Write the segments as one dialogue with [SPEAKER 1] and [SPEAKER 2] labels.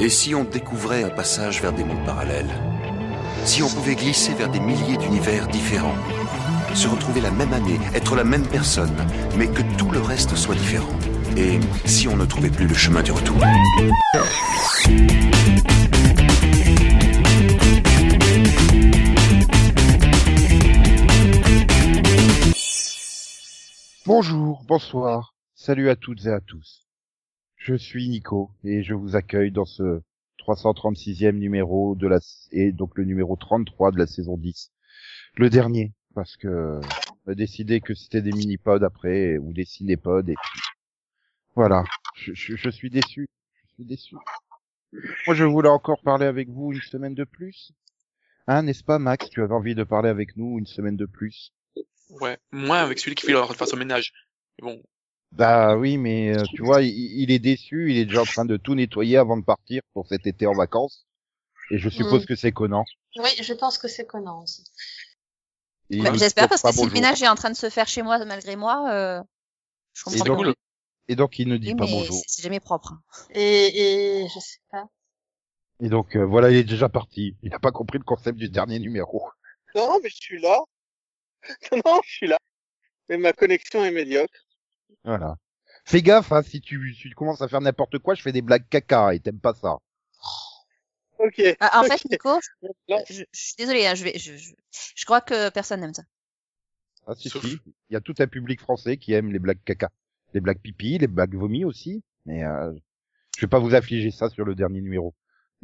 [SPEAKER 1] Et si on découvrait un passage vers des mondes parallèles Si on pouvait glisser vers des milliers d'univers différents Se retrouver la même année, être la même personne, mais que tout le reste soit différent Et si on ne trouvait plus le chemin du retour
[SPEAKER 2] Bonjour, bonsoir, salut à toutes et à tous. Je suis Nico et je vous accueille dans ce 336e numéro de la et donc le numéro 33 de la saison 10. Le dernier parce que on a décidé que c'était des mini-pods après ou des cinépods et puis voilà, je, je, je suis déçu, je suis déçu. Moi je voulais encore parler avec vous une semaine de plus. Hein, n'est-ce pas Max, tu avais envie de parler avec nous une semaine de plus
[SPEAKER 3] Ouais, moins avec celui qui fait leur face au ménage. Mais bon.
[SPEAKER 2] Bah oui, mais euh, tu vois, il, il est déçu, il est déjà en train de tout nettoyer avant de partir pour cet été en vacances. Et je suppose
[SPEAKER 4] Mm.
[SPEAKER 2] que c'est Conan.
[SPEAKER 4] Oui, je pense que c'est Conan aussi.
[SPEAKER 2] Et
[SPEAKER 5] Bah,
[SPEAKER 2] il nous
[SPEAKER 5] J'espère
[SPEAKER 2] porte
[SPEAKER 5] parce
[SPEAKER 2] pas
[SPEAKER 5] que si le
[SPEAKER 2] bonjour.
[SPEAKER 5] ménage est en train de se faire chez moi malgré moi, euh, je
[SPEAKER 2] Et
[SPEAKER 5] comprends
[SPEAKER 2] donc,
[SPEAKER 5] pas.
[SPEAKER 3] cool.
[SPEAKER 2] et donc il ne dit
[SPEAKER 5] Oui,
[SPEAKER 2] pas
[SPEAKER 5] mais
[SPEAKER 2] bonjour.
[SPEAKER 5] c'est- c'est jamais propre.
[SPEAKER 4] Et, et je sais pas.
[SPEAKER 2] Et donc euh, voilà, il est déjà parti. Il n'a pas compris le concept du dernier numéro.
[SPEAKER 6] Non, mais je suis là. Non, non, je suis là. Mais ma connexion est médiocre.
[SPEAKER 2] Voilà. Fais gaffe, hein, si tu, si tu commences à faire n'importe quoi, je fais des blagues caca et t'aimes pas ça.
[SPEAKER 6] Ok.
[SPEAKER 5] Ah, en fait, Nico, je,
[SPEAKER 6] Non.
[SPEAKER 5] je- je suis désolée, hein, je, vais, je, je, je crois que personne n'aime ça.
[SPEAKER 2] Ah si,
[SPEAKER 3] Sauf-
[SPEAKER 2] si. Il y a tout un public français qui aime les blagues caca, les blagues pipi, les blagues vomi aussi. Mais euh, je vais pas vous affliger ça sur le dernier numéro.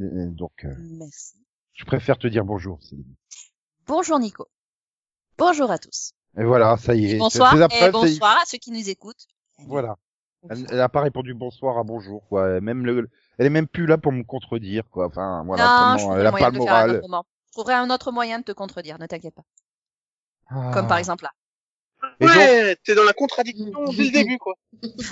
[SPEAKER 2] Euh, Donc, euh,
[SPEAKER 5] Merci.
[SPEAKER 2] je préfère te dire bonjour. Céline.
[SPEAKER 5] Bonjour Nico. Bonjour à tous.
[SPEAKER 2] Et voilà, ça y est. C'est-
[SPEAKER 5] bonsoir
[SPEAKER 2] c'est la
[SPEAKER 5] et
[SPEAKER 2] preuve, c'est-
[SPEAKER 5] bonsoir à ceux qui nous écoutent.
[SPEAKER 2] Voilà. Elle,
[SPEAKER 5] Bonsoir.
[SPEAKER 2] elle a pas répondu bonsoir à bonjour, quoi. Elle- Même le, elle est même plus là pour me contredire, quoi. Enfin, voilà.
[SPEAKER 5] non, je
[SPEAKER 2] vraiment,
[SPEAKER 5] trouverai
[SPEAKER 2] elle
[SPEAKER 5] un
[SPEAKER 2] a
[SPEAKER 5] moyen
[SPEAKER 2] pas
[SPEAKER 5] de
[SPEAKER 2] le
[SPEAKER 5] le faire à un
[SPEAKER 2] moral.
[SPEAKER 5] autre moment. Je trouverai un autre moyen de te contredire, ne t'inquiète pas.
[SPEAKER 2] Ah.
[SPEAKER 5] Comme par exemple là.
[SPEAKER 2] Et donc-
[SPEAKER 6] ouais, t'es dans la contradiction dès le début, quoi.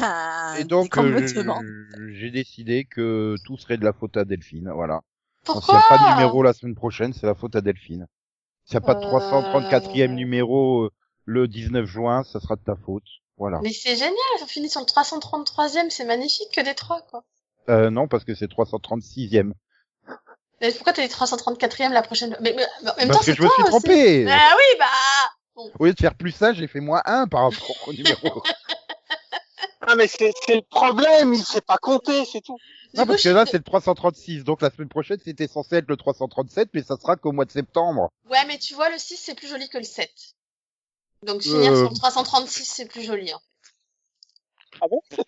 [SPEAKER 5] Ah,
[SPEAKER 2] Et donc,
[SPEAKER 5] c'est
[SPEAKER 2] euh,
[SPEAKER 5] complètement.
[SPEAKER 2] je- j'ai décidé que tout serait de la faute à Delphine, voilà. Donc, S'il
[SPEAKER 4] Pourquoi
[SPEAKER 2] n'y a pas de numéro la semaine prochaine, c'est la faute à Delphine. S'il n'y a pas de
[SPEAKER 4] Euh.
[SPEAKER 2] 334e numéro euh, le 19 juin, ça sera de ta faute. Voilà.
[SPEAKER 4] Mais c'est génial, on finit sur le 333e, c'est magnifique que des trois, quoi.
[SPEAKER 2] Euh, non, parce que c'est 336e.
[SPEAKER 4] Mais pourquoi t'as dit 334e la prochaine Mais, mais- mais en même temps,
[SPEAKER 2] Parce que
[SPEAKER 4] c'est
[SPEAKER 2] je me
[SPEAKER 4] toi
[SPEAKER 2] suis
[SPEAKER 4] aussi.
[SPEAKER 2] trompé.
[SPEAKER 4] Ah oui, bah
[SPEAKER 2] Au lieu de faire plus ça, j'ai fait moins 1 par rapport au numéro.
[SPEAKER 6] Ah, mais c'est c'est le problème, il sait pas compter, c'est tout.
[SPEAKER 4] du
[SPEAKER 2] non,
[SPEAKER 4] coup,
[SPEAKER 2] Ah, parce que
[SPEAKER 4] je-
[SPEAKER 2] là, c'est le 336. Donc la semaine prochaine, c'était censé être le 337, mais ça sera qu'au mois de septembre.
[SPEAKER 4] Ouais, mais tu vois, le 6, c'est plus joli que le 7. Donc finir
[SPEAKER 2] Euh.
[SPEAKER 4] sur le 336, c'est plus joli. Hein.
[SPEAKER 6] Ah bon
[SPEAKER 4] Je-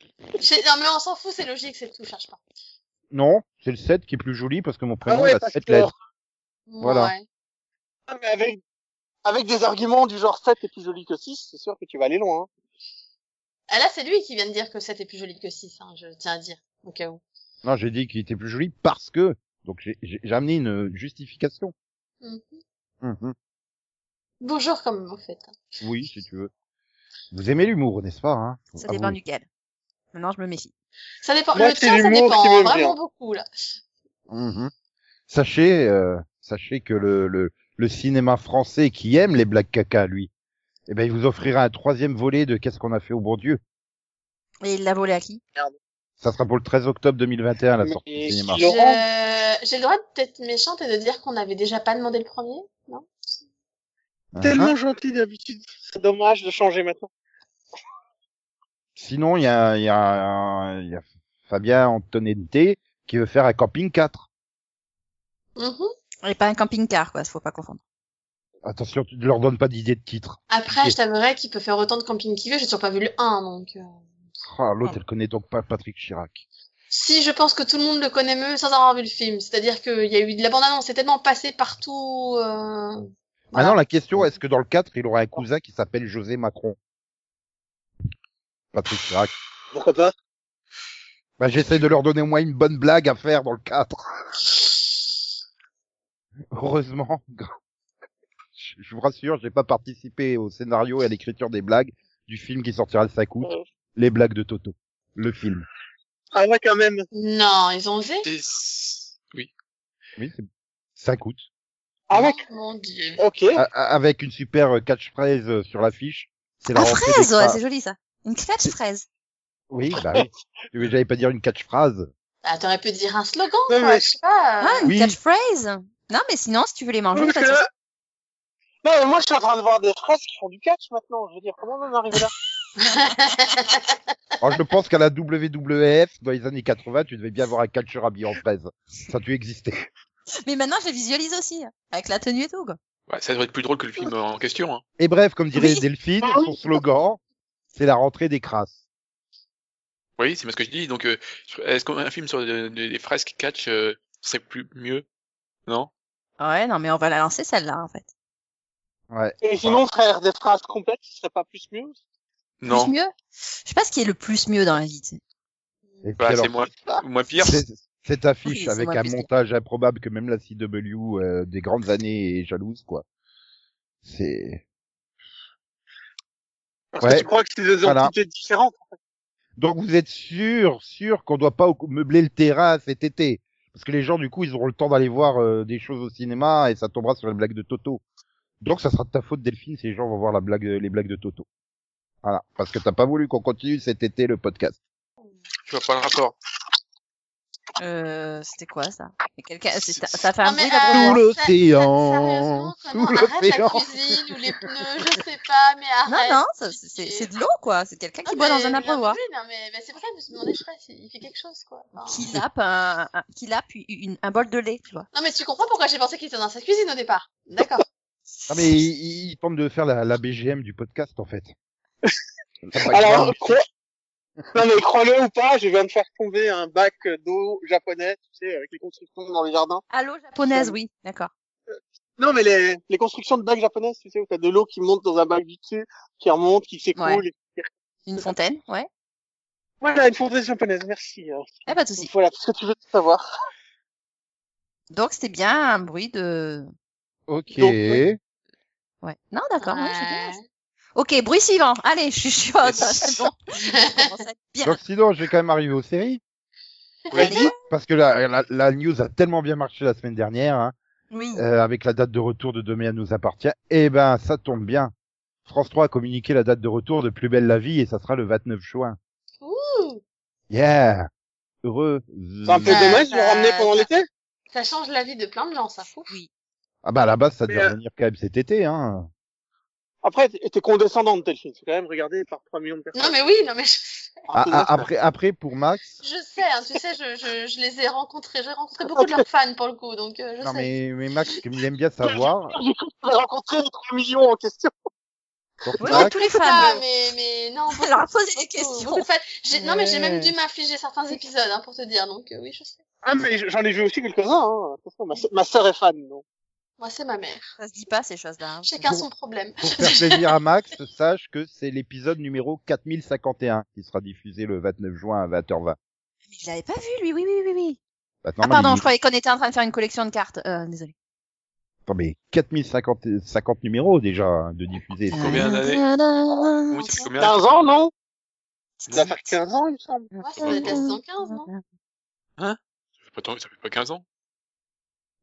[SPEAKER 4] Non, mais on s'en fout, c'est logique, c'est tout, cherche pas.
[SPEAKER 2] Non, c'est le 7 qui est plus joli parce que mon
[SPEAKER 6] Ah
[SPEAKER 2] prénom
[SPEAKER 6] ouais,
[SPEAKER 2] a
[SPEAKER 6] parce
[SPEAKER 2] 7
[SPEAKER 6] que...
[SPEAKER 2] lettres. Voilà.
[SPEAKER 4] Ouais.
[SPEAKER 6] Ah, mais avec... avec des arguments du genre 7 est plus joli que 6, c'est sûr que tu vas aller loin. hein.
[SPEAKER 4] Ah là, c'est lui qui vient de dire que 7 est plus joli que 6, hein, je tiens à dire, au cas où.
[SPEAKER 2] Non, j'ai dit qu'il était plus joli parce que. Donc j'ai- j'ai j'ai amené une justification.
[SPEAKER 6] Mm-hmm.
[SPEAKER 4] Mhm.
[SPEAKER 2] Mhm.
[SPEAKER 4] Bonjour, quand même, en fait.
[SPEAKER 2] Oui, si tu veux. Vous aimez l'humour, n'est-ce pas hein
[SPEAKER 5] Ça
[SPEAKER 2] Ah
[SPEAKER 5] dépend
[SPEAKER 2] oui.
[SPEAKER 5] duquel. Maintenant, je me méfie.
[SPEAKER 4] Ça dépend.
[SPEAKER 6] Là,
[SPEAKER 4] le
[SPEAKER 6] c'est
[SPEAKER 4] tien, ça
[SPEAKER 6] l'humour
[SPEAKER 4] dépend
[SPEAKER 6] qui
[SPEAKER 4] hein,
[SPEAKER 6] veut me
[SPEAKER 4] vraiment
[SPEAKER 6] dire.
[SPEAKER 4] beaucoup, là.
[SPEAKER 2] Mhm. Sachez, euh, sachez que le, le, le cinéma français qui aime les blagues caca, lui, eh ben il vous offrira un troisième volet de Qu'est-ce qu'on a fait au bon Dieu.
[SPEAKER 5] Et il l'a volé à qui
[SPEAKER 2] Ça sera pour le 13 octobre 2021 la
[SPEAKER 6] Mais
[SPEAKER 2] sortie du
[SPEAKER 6] qui
[SPEAKER 2] cinéma.
[SPEAKER 6] l'a- Laurent
[SPEAKER 4] Je- euh, J'ai le droit d'être méchante et de dire qu'on n'avait déjà pas demandé le premier, non
[SPEAKER 2] Mhm.
[SPEAKER 6] Tellement gentil d'habitude, c'est dommage de changer maintenant.
[SPEAKER 2] Sinon, il y a, il y, a, un- il y a Fabien Antonente qui veut faire un camping 4.
[SPEAKER 4] Mhm.
[SPEAKER 5] Et pas un camping-car, quoi, faut pas confondre.
[SPEAKER 2] Attention, tu ne leur donnes pas d'idée de titre.
[SPEAKER 4] Après, je t'avouerai qu'il peut faire autant de camping qu'il veut, j'ai toujours pas vu le 1, donc... euh.
[SPEAKER 2] Ah, l'autre, elle connaît donc pas Patrick Chirac.
[SPEAKER 4] Si, je pense que tout le monde le connaît mieux sans avoir vu le film. C'est-à-dire qu'il y a eu de la bande-annonce, c'est tellement passé partout... euh,
[SPEAKER 6] Ah
[SPEAKER 4] voilà.
[SPEAKER 2] Maintenant, la question, est-ce que dans le 4, il aura un cousin qui s'appelle José Macron Patrick Chirac.
[SPEAKER 6] Pourquoi pas
[SPEAKER 2] Bah, j'essaie de leur donner au moins une bonne blague à faire dans le 4. Heureusement. Je je vous rassure, j'ai pas participé au scénario et à l'écriture des blagues du film qui sortira le 5 août, Les blagues de Toto. Le film.
[SPEAKER 6] Ah ouais, quand même.
[SPEAKER 4] Non, ils ont osé
[SPEAKER 3] Des- Oui.
[SPEAKER 2] Oui, c'est 5 août.
[SPEAKER 6] Ah ouais,
[SPEAKER 4] Mon dieu.
[SPEAKER 6] ok.
[SPEAKER 2] A- a- avec une super euh, catchphrase euh, sur l'affiche. C'est la
[SPEAKER 5] Ah,
[SPEAKER 2] rentrée des
[SPEAKER 5] fraise, ouais,
[SPEAKER 2] cra-
[SPEAKER 5] c'est joli ça. Une catch fraise.
[SPEAKER 2] Oui, bah oui. Je vais- J'allais pas dire une catchphrase.
[SPEAKER 4] Ah, t'aurais pu dire un slogan,
[SPEAKER 6] Ouais,
[SPEAKER 4] quoi,
[SPEAKER 6] ouais.
[SPEAKER 4] je sais pas. euh,
[SPEAKER 5] Ah, une
[SPEAKER 2] Oui.
[SPEAKER 5] catchphrase Non, mais sinon, si tu veux les manger,
[SPEAKER 6] Oui,
[SPEAKER 5] pas de
[SPEAKER 6] parce que
[SPEAKER 5] souci.
[SPEAKER 6] là- euh, Non, mais moi, je suis en train de voir des phrases qui font du catch maintenant. Je veux dire, comment on en est arrivé là
[SPEAKER 2] Alors, je pense qu'à la WWF, dans les années 80, tu devais bien avoir un catcheur habillé en fraise. Ça a dû exister.
[SPEAKER 5] Mais maintenant, je les visualise aussi, avec la tenue et tout, quoi.
[SPEAKER 3] Ouais, ça devrait être plus drôle que le film euh, en question. Hein.
[SPEAKER 2] Et bref, comme dirait
[SPEAKER 5] Oui.
[SPEAKER 2] Delphine,
[SPEAKER 6] Ah oui.
[SPEAKER 2] son slogan, c'est la rentrée des crasses.
[SPEAKER 3] Oui, c'est bien ce que je dis. Donc, euh, je- est-ce qu'un film sur de- de- des fraises qui catch euh, serait plus mieux Non
[SPEAKER 5] Ouais, non, mais on va la lancer, celle-là, en fait.
[SPEAKER 2] Ouais.
[SPEAKER 6] Et sinon, frère, des phrases complètes, ce serait pas plus mieux
[SPEAKER 3] Non.
[SPEAKER 5] Plus mieux Je sais pas ce qui est le plus mieux dans la vie, tu sais.
[SPEAKER 2] Et puis
[SPEAKER 3] Bah,
[SPEAKER 2] alors,
[SPEAKER 3] c'est moins, moins pire.
[SPEAKER 2] c'est- cette
[SPEAKER 5] Oui,
[SPEAKER 2] affiche
[SPEAKER 5] c'est
[SPEAKER 2] avec
[SPEAKER 5] moi
[SPEAKER 2] un
[SPEAKER 5] plus-
[SPEAKER 2] montage improbable que même la CW euh, des grandes années est jalouse, quoi. C'est...
[SPEAKER 6] Parce
[SPEAKER 2] Ouais.
[SPEAKER 6] que tu crois que c'est des
[SPEAKER 2] Voilà.
[SPEAKER 6] entités différentes.
[SPEAKER 2] Donc vous êtes sûr, sûr qu'on doit pas oc- meubler le terrain cet été Parce que les gens, du coup, ils auront le temps d'aller voir euh, des choses au cinéma et ça tombera sur la blague de Toto. Donc ça sera de ta faute, Delphine, si les gens vont voir la blague, les blagues de Toto. Voilà, parce que t'as pas voulu qu'on continue cet été le podcast.
[SPEAKER 3] Je vois pas le rapport.
[SPEAKER 5] Euh, c'était quoi, ça Mais quelqu'un, c'est- ça, ça a fait
[SPEAKER 4] Non,
[SPEAKER 5] un
[SPEAKER 4] mais,
[SPEAKER 5] bruit,
[SPEAKER 4] euh,
[SPEAKER 5] là,
[SPEAKER 2] Sous
[SPEAKER 5] pour
[SPEAKER 2] l'océan,
[SPEAKER 4] ça-
[SPEAKER 2] sous
[SPEAKER 4] sérieusement, comment- Arrête la
[SPEAKER 2] l'océan.
[SPEAKER 4] cuisine ou les pneus, je sais pas, mais
[SPEAKER 5] Non,
[SPEAKER 4] arrête.
[SPEAKER 5] non, ça, Ah, c'est- c'est c'est de l'eau, quoi. C'est quelqu'un qui
[SPEAKER 4] Non,
[SPEAKER 5] boit
[SPEAKER 4] mais
[SPEAKER 5] Ah, bah, dans un hein.
[SPEAKER 4] j'en
[SPEAKER 5] abreuvoir.
[SPEAKER 4] peux plus, Non, mais, mais c'est vrai, je me suis demandé, je sais pas, s'il fait quelque chose, quoi. Enfin,
[SPEAKER 5] Qui lappe un, un, qui lappe une- une- un bol de lait, tu vois.
[SPEAKER 4] Non, mais tu comprends pourquoi j'ai pensé qu'il était dans sa cuisine au départ. D'accord.
[SPEAKER 2] Ah mais il, il tente de faire la, la BGM du podcast en fait. Ça pas
[SPEAKER 6] Alors,
[SPEAKER 2] grave.
[SPEAKER 6] crois... non, mais crois-le ou pas, je viens de faire tomber un bac d'eau japonais, tu sais, avec les constructions dans les jardins.
[SPEAKER 5] Allô, japonaise, oui, d'accord.
[SPEAKER 6] Non, mais les, les constructions de bacs japonaises, tu sais, où t'as de l'eau qui monte dans un bac du dessus, qui remonte, qui s'écoule. et qui-
[SPEAKER 5] Une fontaine, ouais.
[SPEAKER 6] Voilà, une fontaine japonaise, merci. hein.
[SPEAKER 5] Eh, pas de souci.
[SPEAKER 6] Voilà, tout ce que tu veux savoir.
[SPEAKER 5] Donc, c'était bien un bruit de...
[SPEAKER 2] Ok.
[SPEAKER 6] donc, ouais.
[SPEAKER 5] Ouais. Non, d'accord, ouais, c'est bien.
[SPEAKER 4] Ouais.
[SPEAKER 5] Ok, bruit suivant. Allez, je suis chaude. Ah, bah, C'est bon. On commence à être bien.
[SPEAKER 2] Donc sinon, je vais quand même arriver aux séries
[SPEAKER 3] Oui.
[SPEAKER 5] Allez.
[SPEAKER 2] parce que la, la, la news a tellement bien marché la semaine dernière hein,
[SPEAKER 5] Oui.
[SPEAKER 2] euh, avec la date de retour de Demain nous appartient. Eh ben, ça tombe bien. France 3 a communiqué la date de retour de Plus belle la vie et ça sera le 29 juin.
[SPEAKER 4] Ouh,
[SPEAKER 2] Yeah. Heureux.
[SPEAKER 6] C'est un peu
[SPEAKER 4] Ouais,
[SPEAKER 6] dommage de le
[SPEAKER 4] bah,
[SPEAKER 6] ramener pendant
[SPEAKER 4] bah.
[SPEAKER 6] l'été.
[SPEAKER 4] ça change la vie de plein de gens, ça fout.
[SPEAKER 2] Ah bah à la base, ça
[SPEAKER 6] Mais,
[SPEAKER 2] devait
[SPEAKER 6] euh,
[SPEAKER 2] venir quand même cet été hein.
[SPEAKER 6] Après, t'es t'es condescendante, Delphine. C'est quand même regardé par 3 millions de personnes.
[SPEAKER 4] Non, mais oui, non, mais je,
[SPEAKER 2] Ah, ah, après, après pour Max,
[SPEAKER 4] je sais, hein, tu sais, je, je, je les ai rencontrés, j'ai rencontré beaucoup de leurs fans pour le coup, donc euh, je
[SPEAKER 2] non
[SPEAKER 4] sais.
[SPEAKER 2] mais, mais Max, comme il aime bien savoir.
[SPEAKER 6] J'ai cru que tu avais rencontré les 3 millions en question.
[SPEAKER 2] donc
[SPEAKER 5] Oui,
[SPEAKER 4] Non,
[SPEAKER 2] Max-
[SPEAKER 5] tous
[SPEAKER 4] tous
[SPEAKER 5] les
[SPEAKER 4] les
[SPEAKER 5] fans.
[SPEAKER 4] pas, Ah, mais, mais non. beaucoup,
[SPEAKER 5] Alors, posez des
[SPEAKER 4] beaucoup,
[SPEAKER 5] questions.
[SPEAKER 4] beaucoup de fans. J'ai- Non, mais j'ai
[SPEAKER 2] Ouais.
[SPEAKER 4] même dû m'infliger certains épisodes, hein, pour te dire, donc euh, oui, je sais.
[SPEAKER 6] Ah, mais j'en ai vu aussi quelques-uns. Hein. Attention, ma, so- ma sœur est fan. Donc.
[SPEAKER 4] Moi, c'est ma mère.
[SPEAKER 5] Ça se dit pas, ces choses-là. hein.
[SPEAKER 4] Chacun
[SPEAKER 2] Bon.
[SPEAKER 4] son problème.
[SPEAKER 2] Pour faire plaisir à Max, sache que c'est l'épisode numéro 4051 qui sera diffusé le 29 juin à 20h20.
[SPEAKER 5] Mais je l'avais pas vu, lui. Oui, oui, oui, oui.
[SPEAKER 2] Bah,
[SPEAKER 5] Ah,
[SPEAKER 2] normalement,
[SPEAKER 5] pardon,
[SPEAKER 2] il-
[SPEAKER 5] je croyais qu'on était en train de faire une collection de cartes. Euh, désolé.
[SPEAKER 2] Attends, mais 4050 euh, 50 numéros déjà hein, de
[SPEAKER 5] Ah.
[SPEAKER 2] diffuser.
[SPEAKER 3] Ouais. Combien d'années Oui, ça fait combien
[SPEAKER 6] 15 ans, non Ça fait 15 ans, il me semble.
[SPEAKER 4] Moi, ça doit être la saison 15, non
[SPEAKER 3] Ça fait pas tant- ça fait pas 15 ans.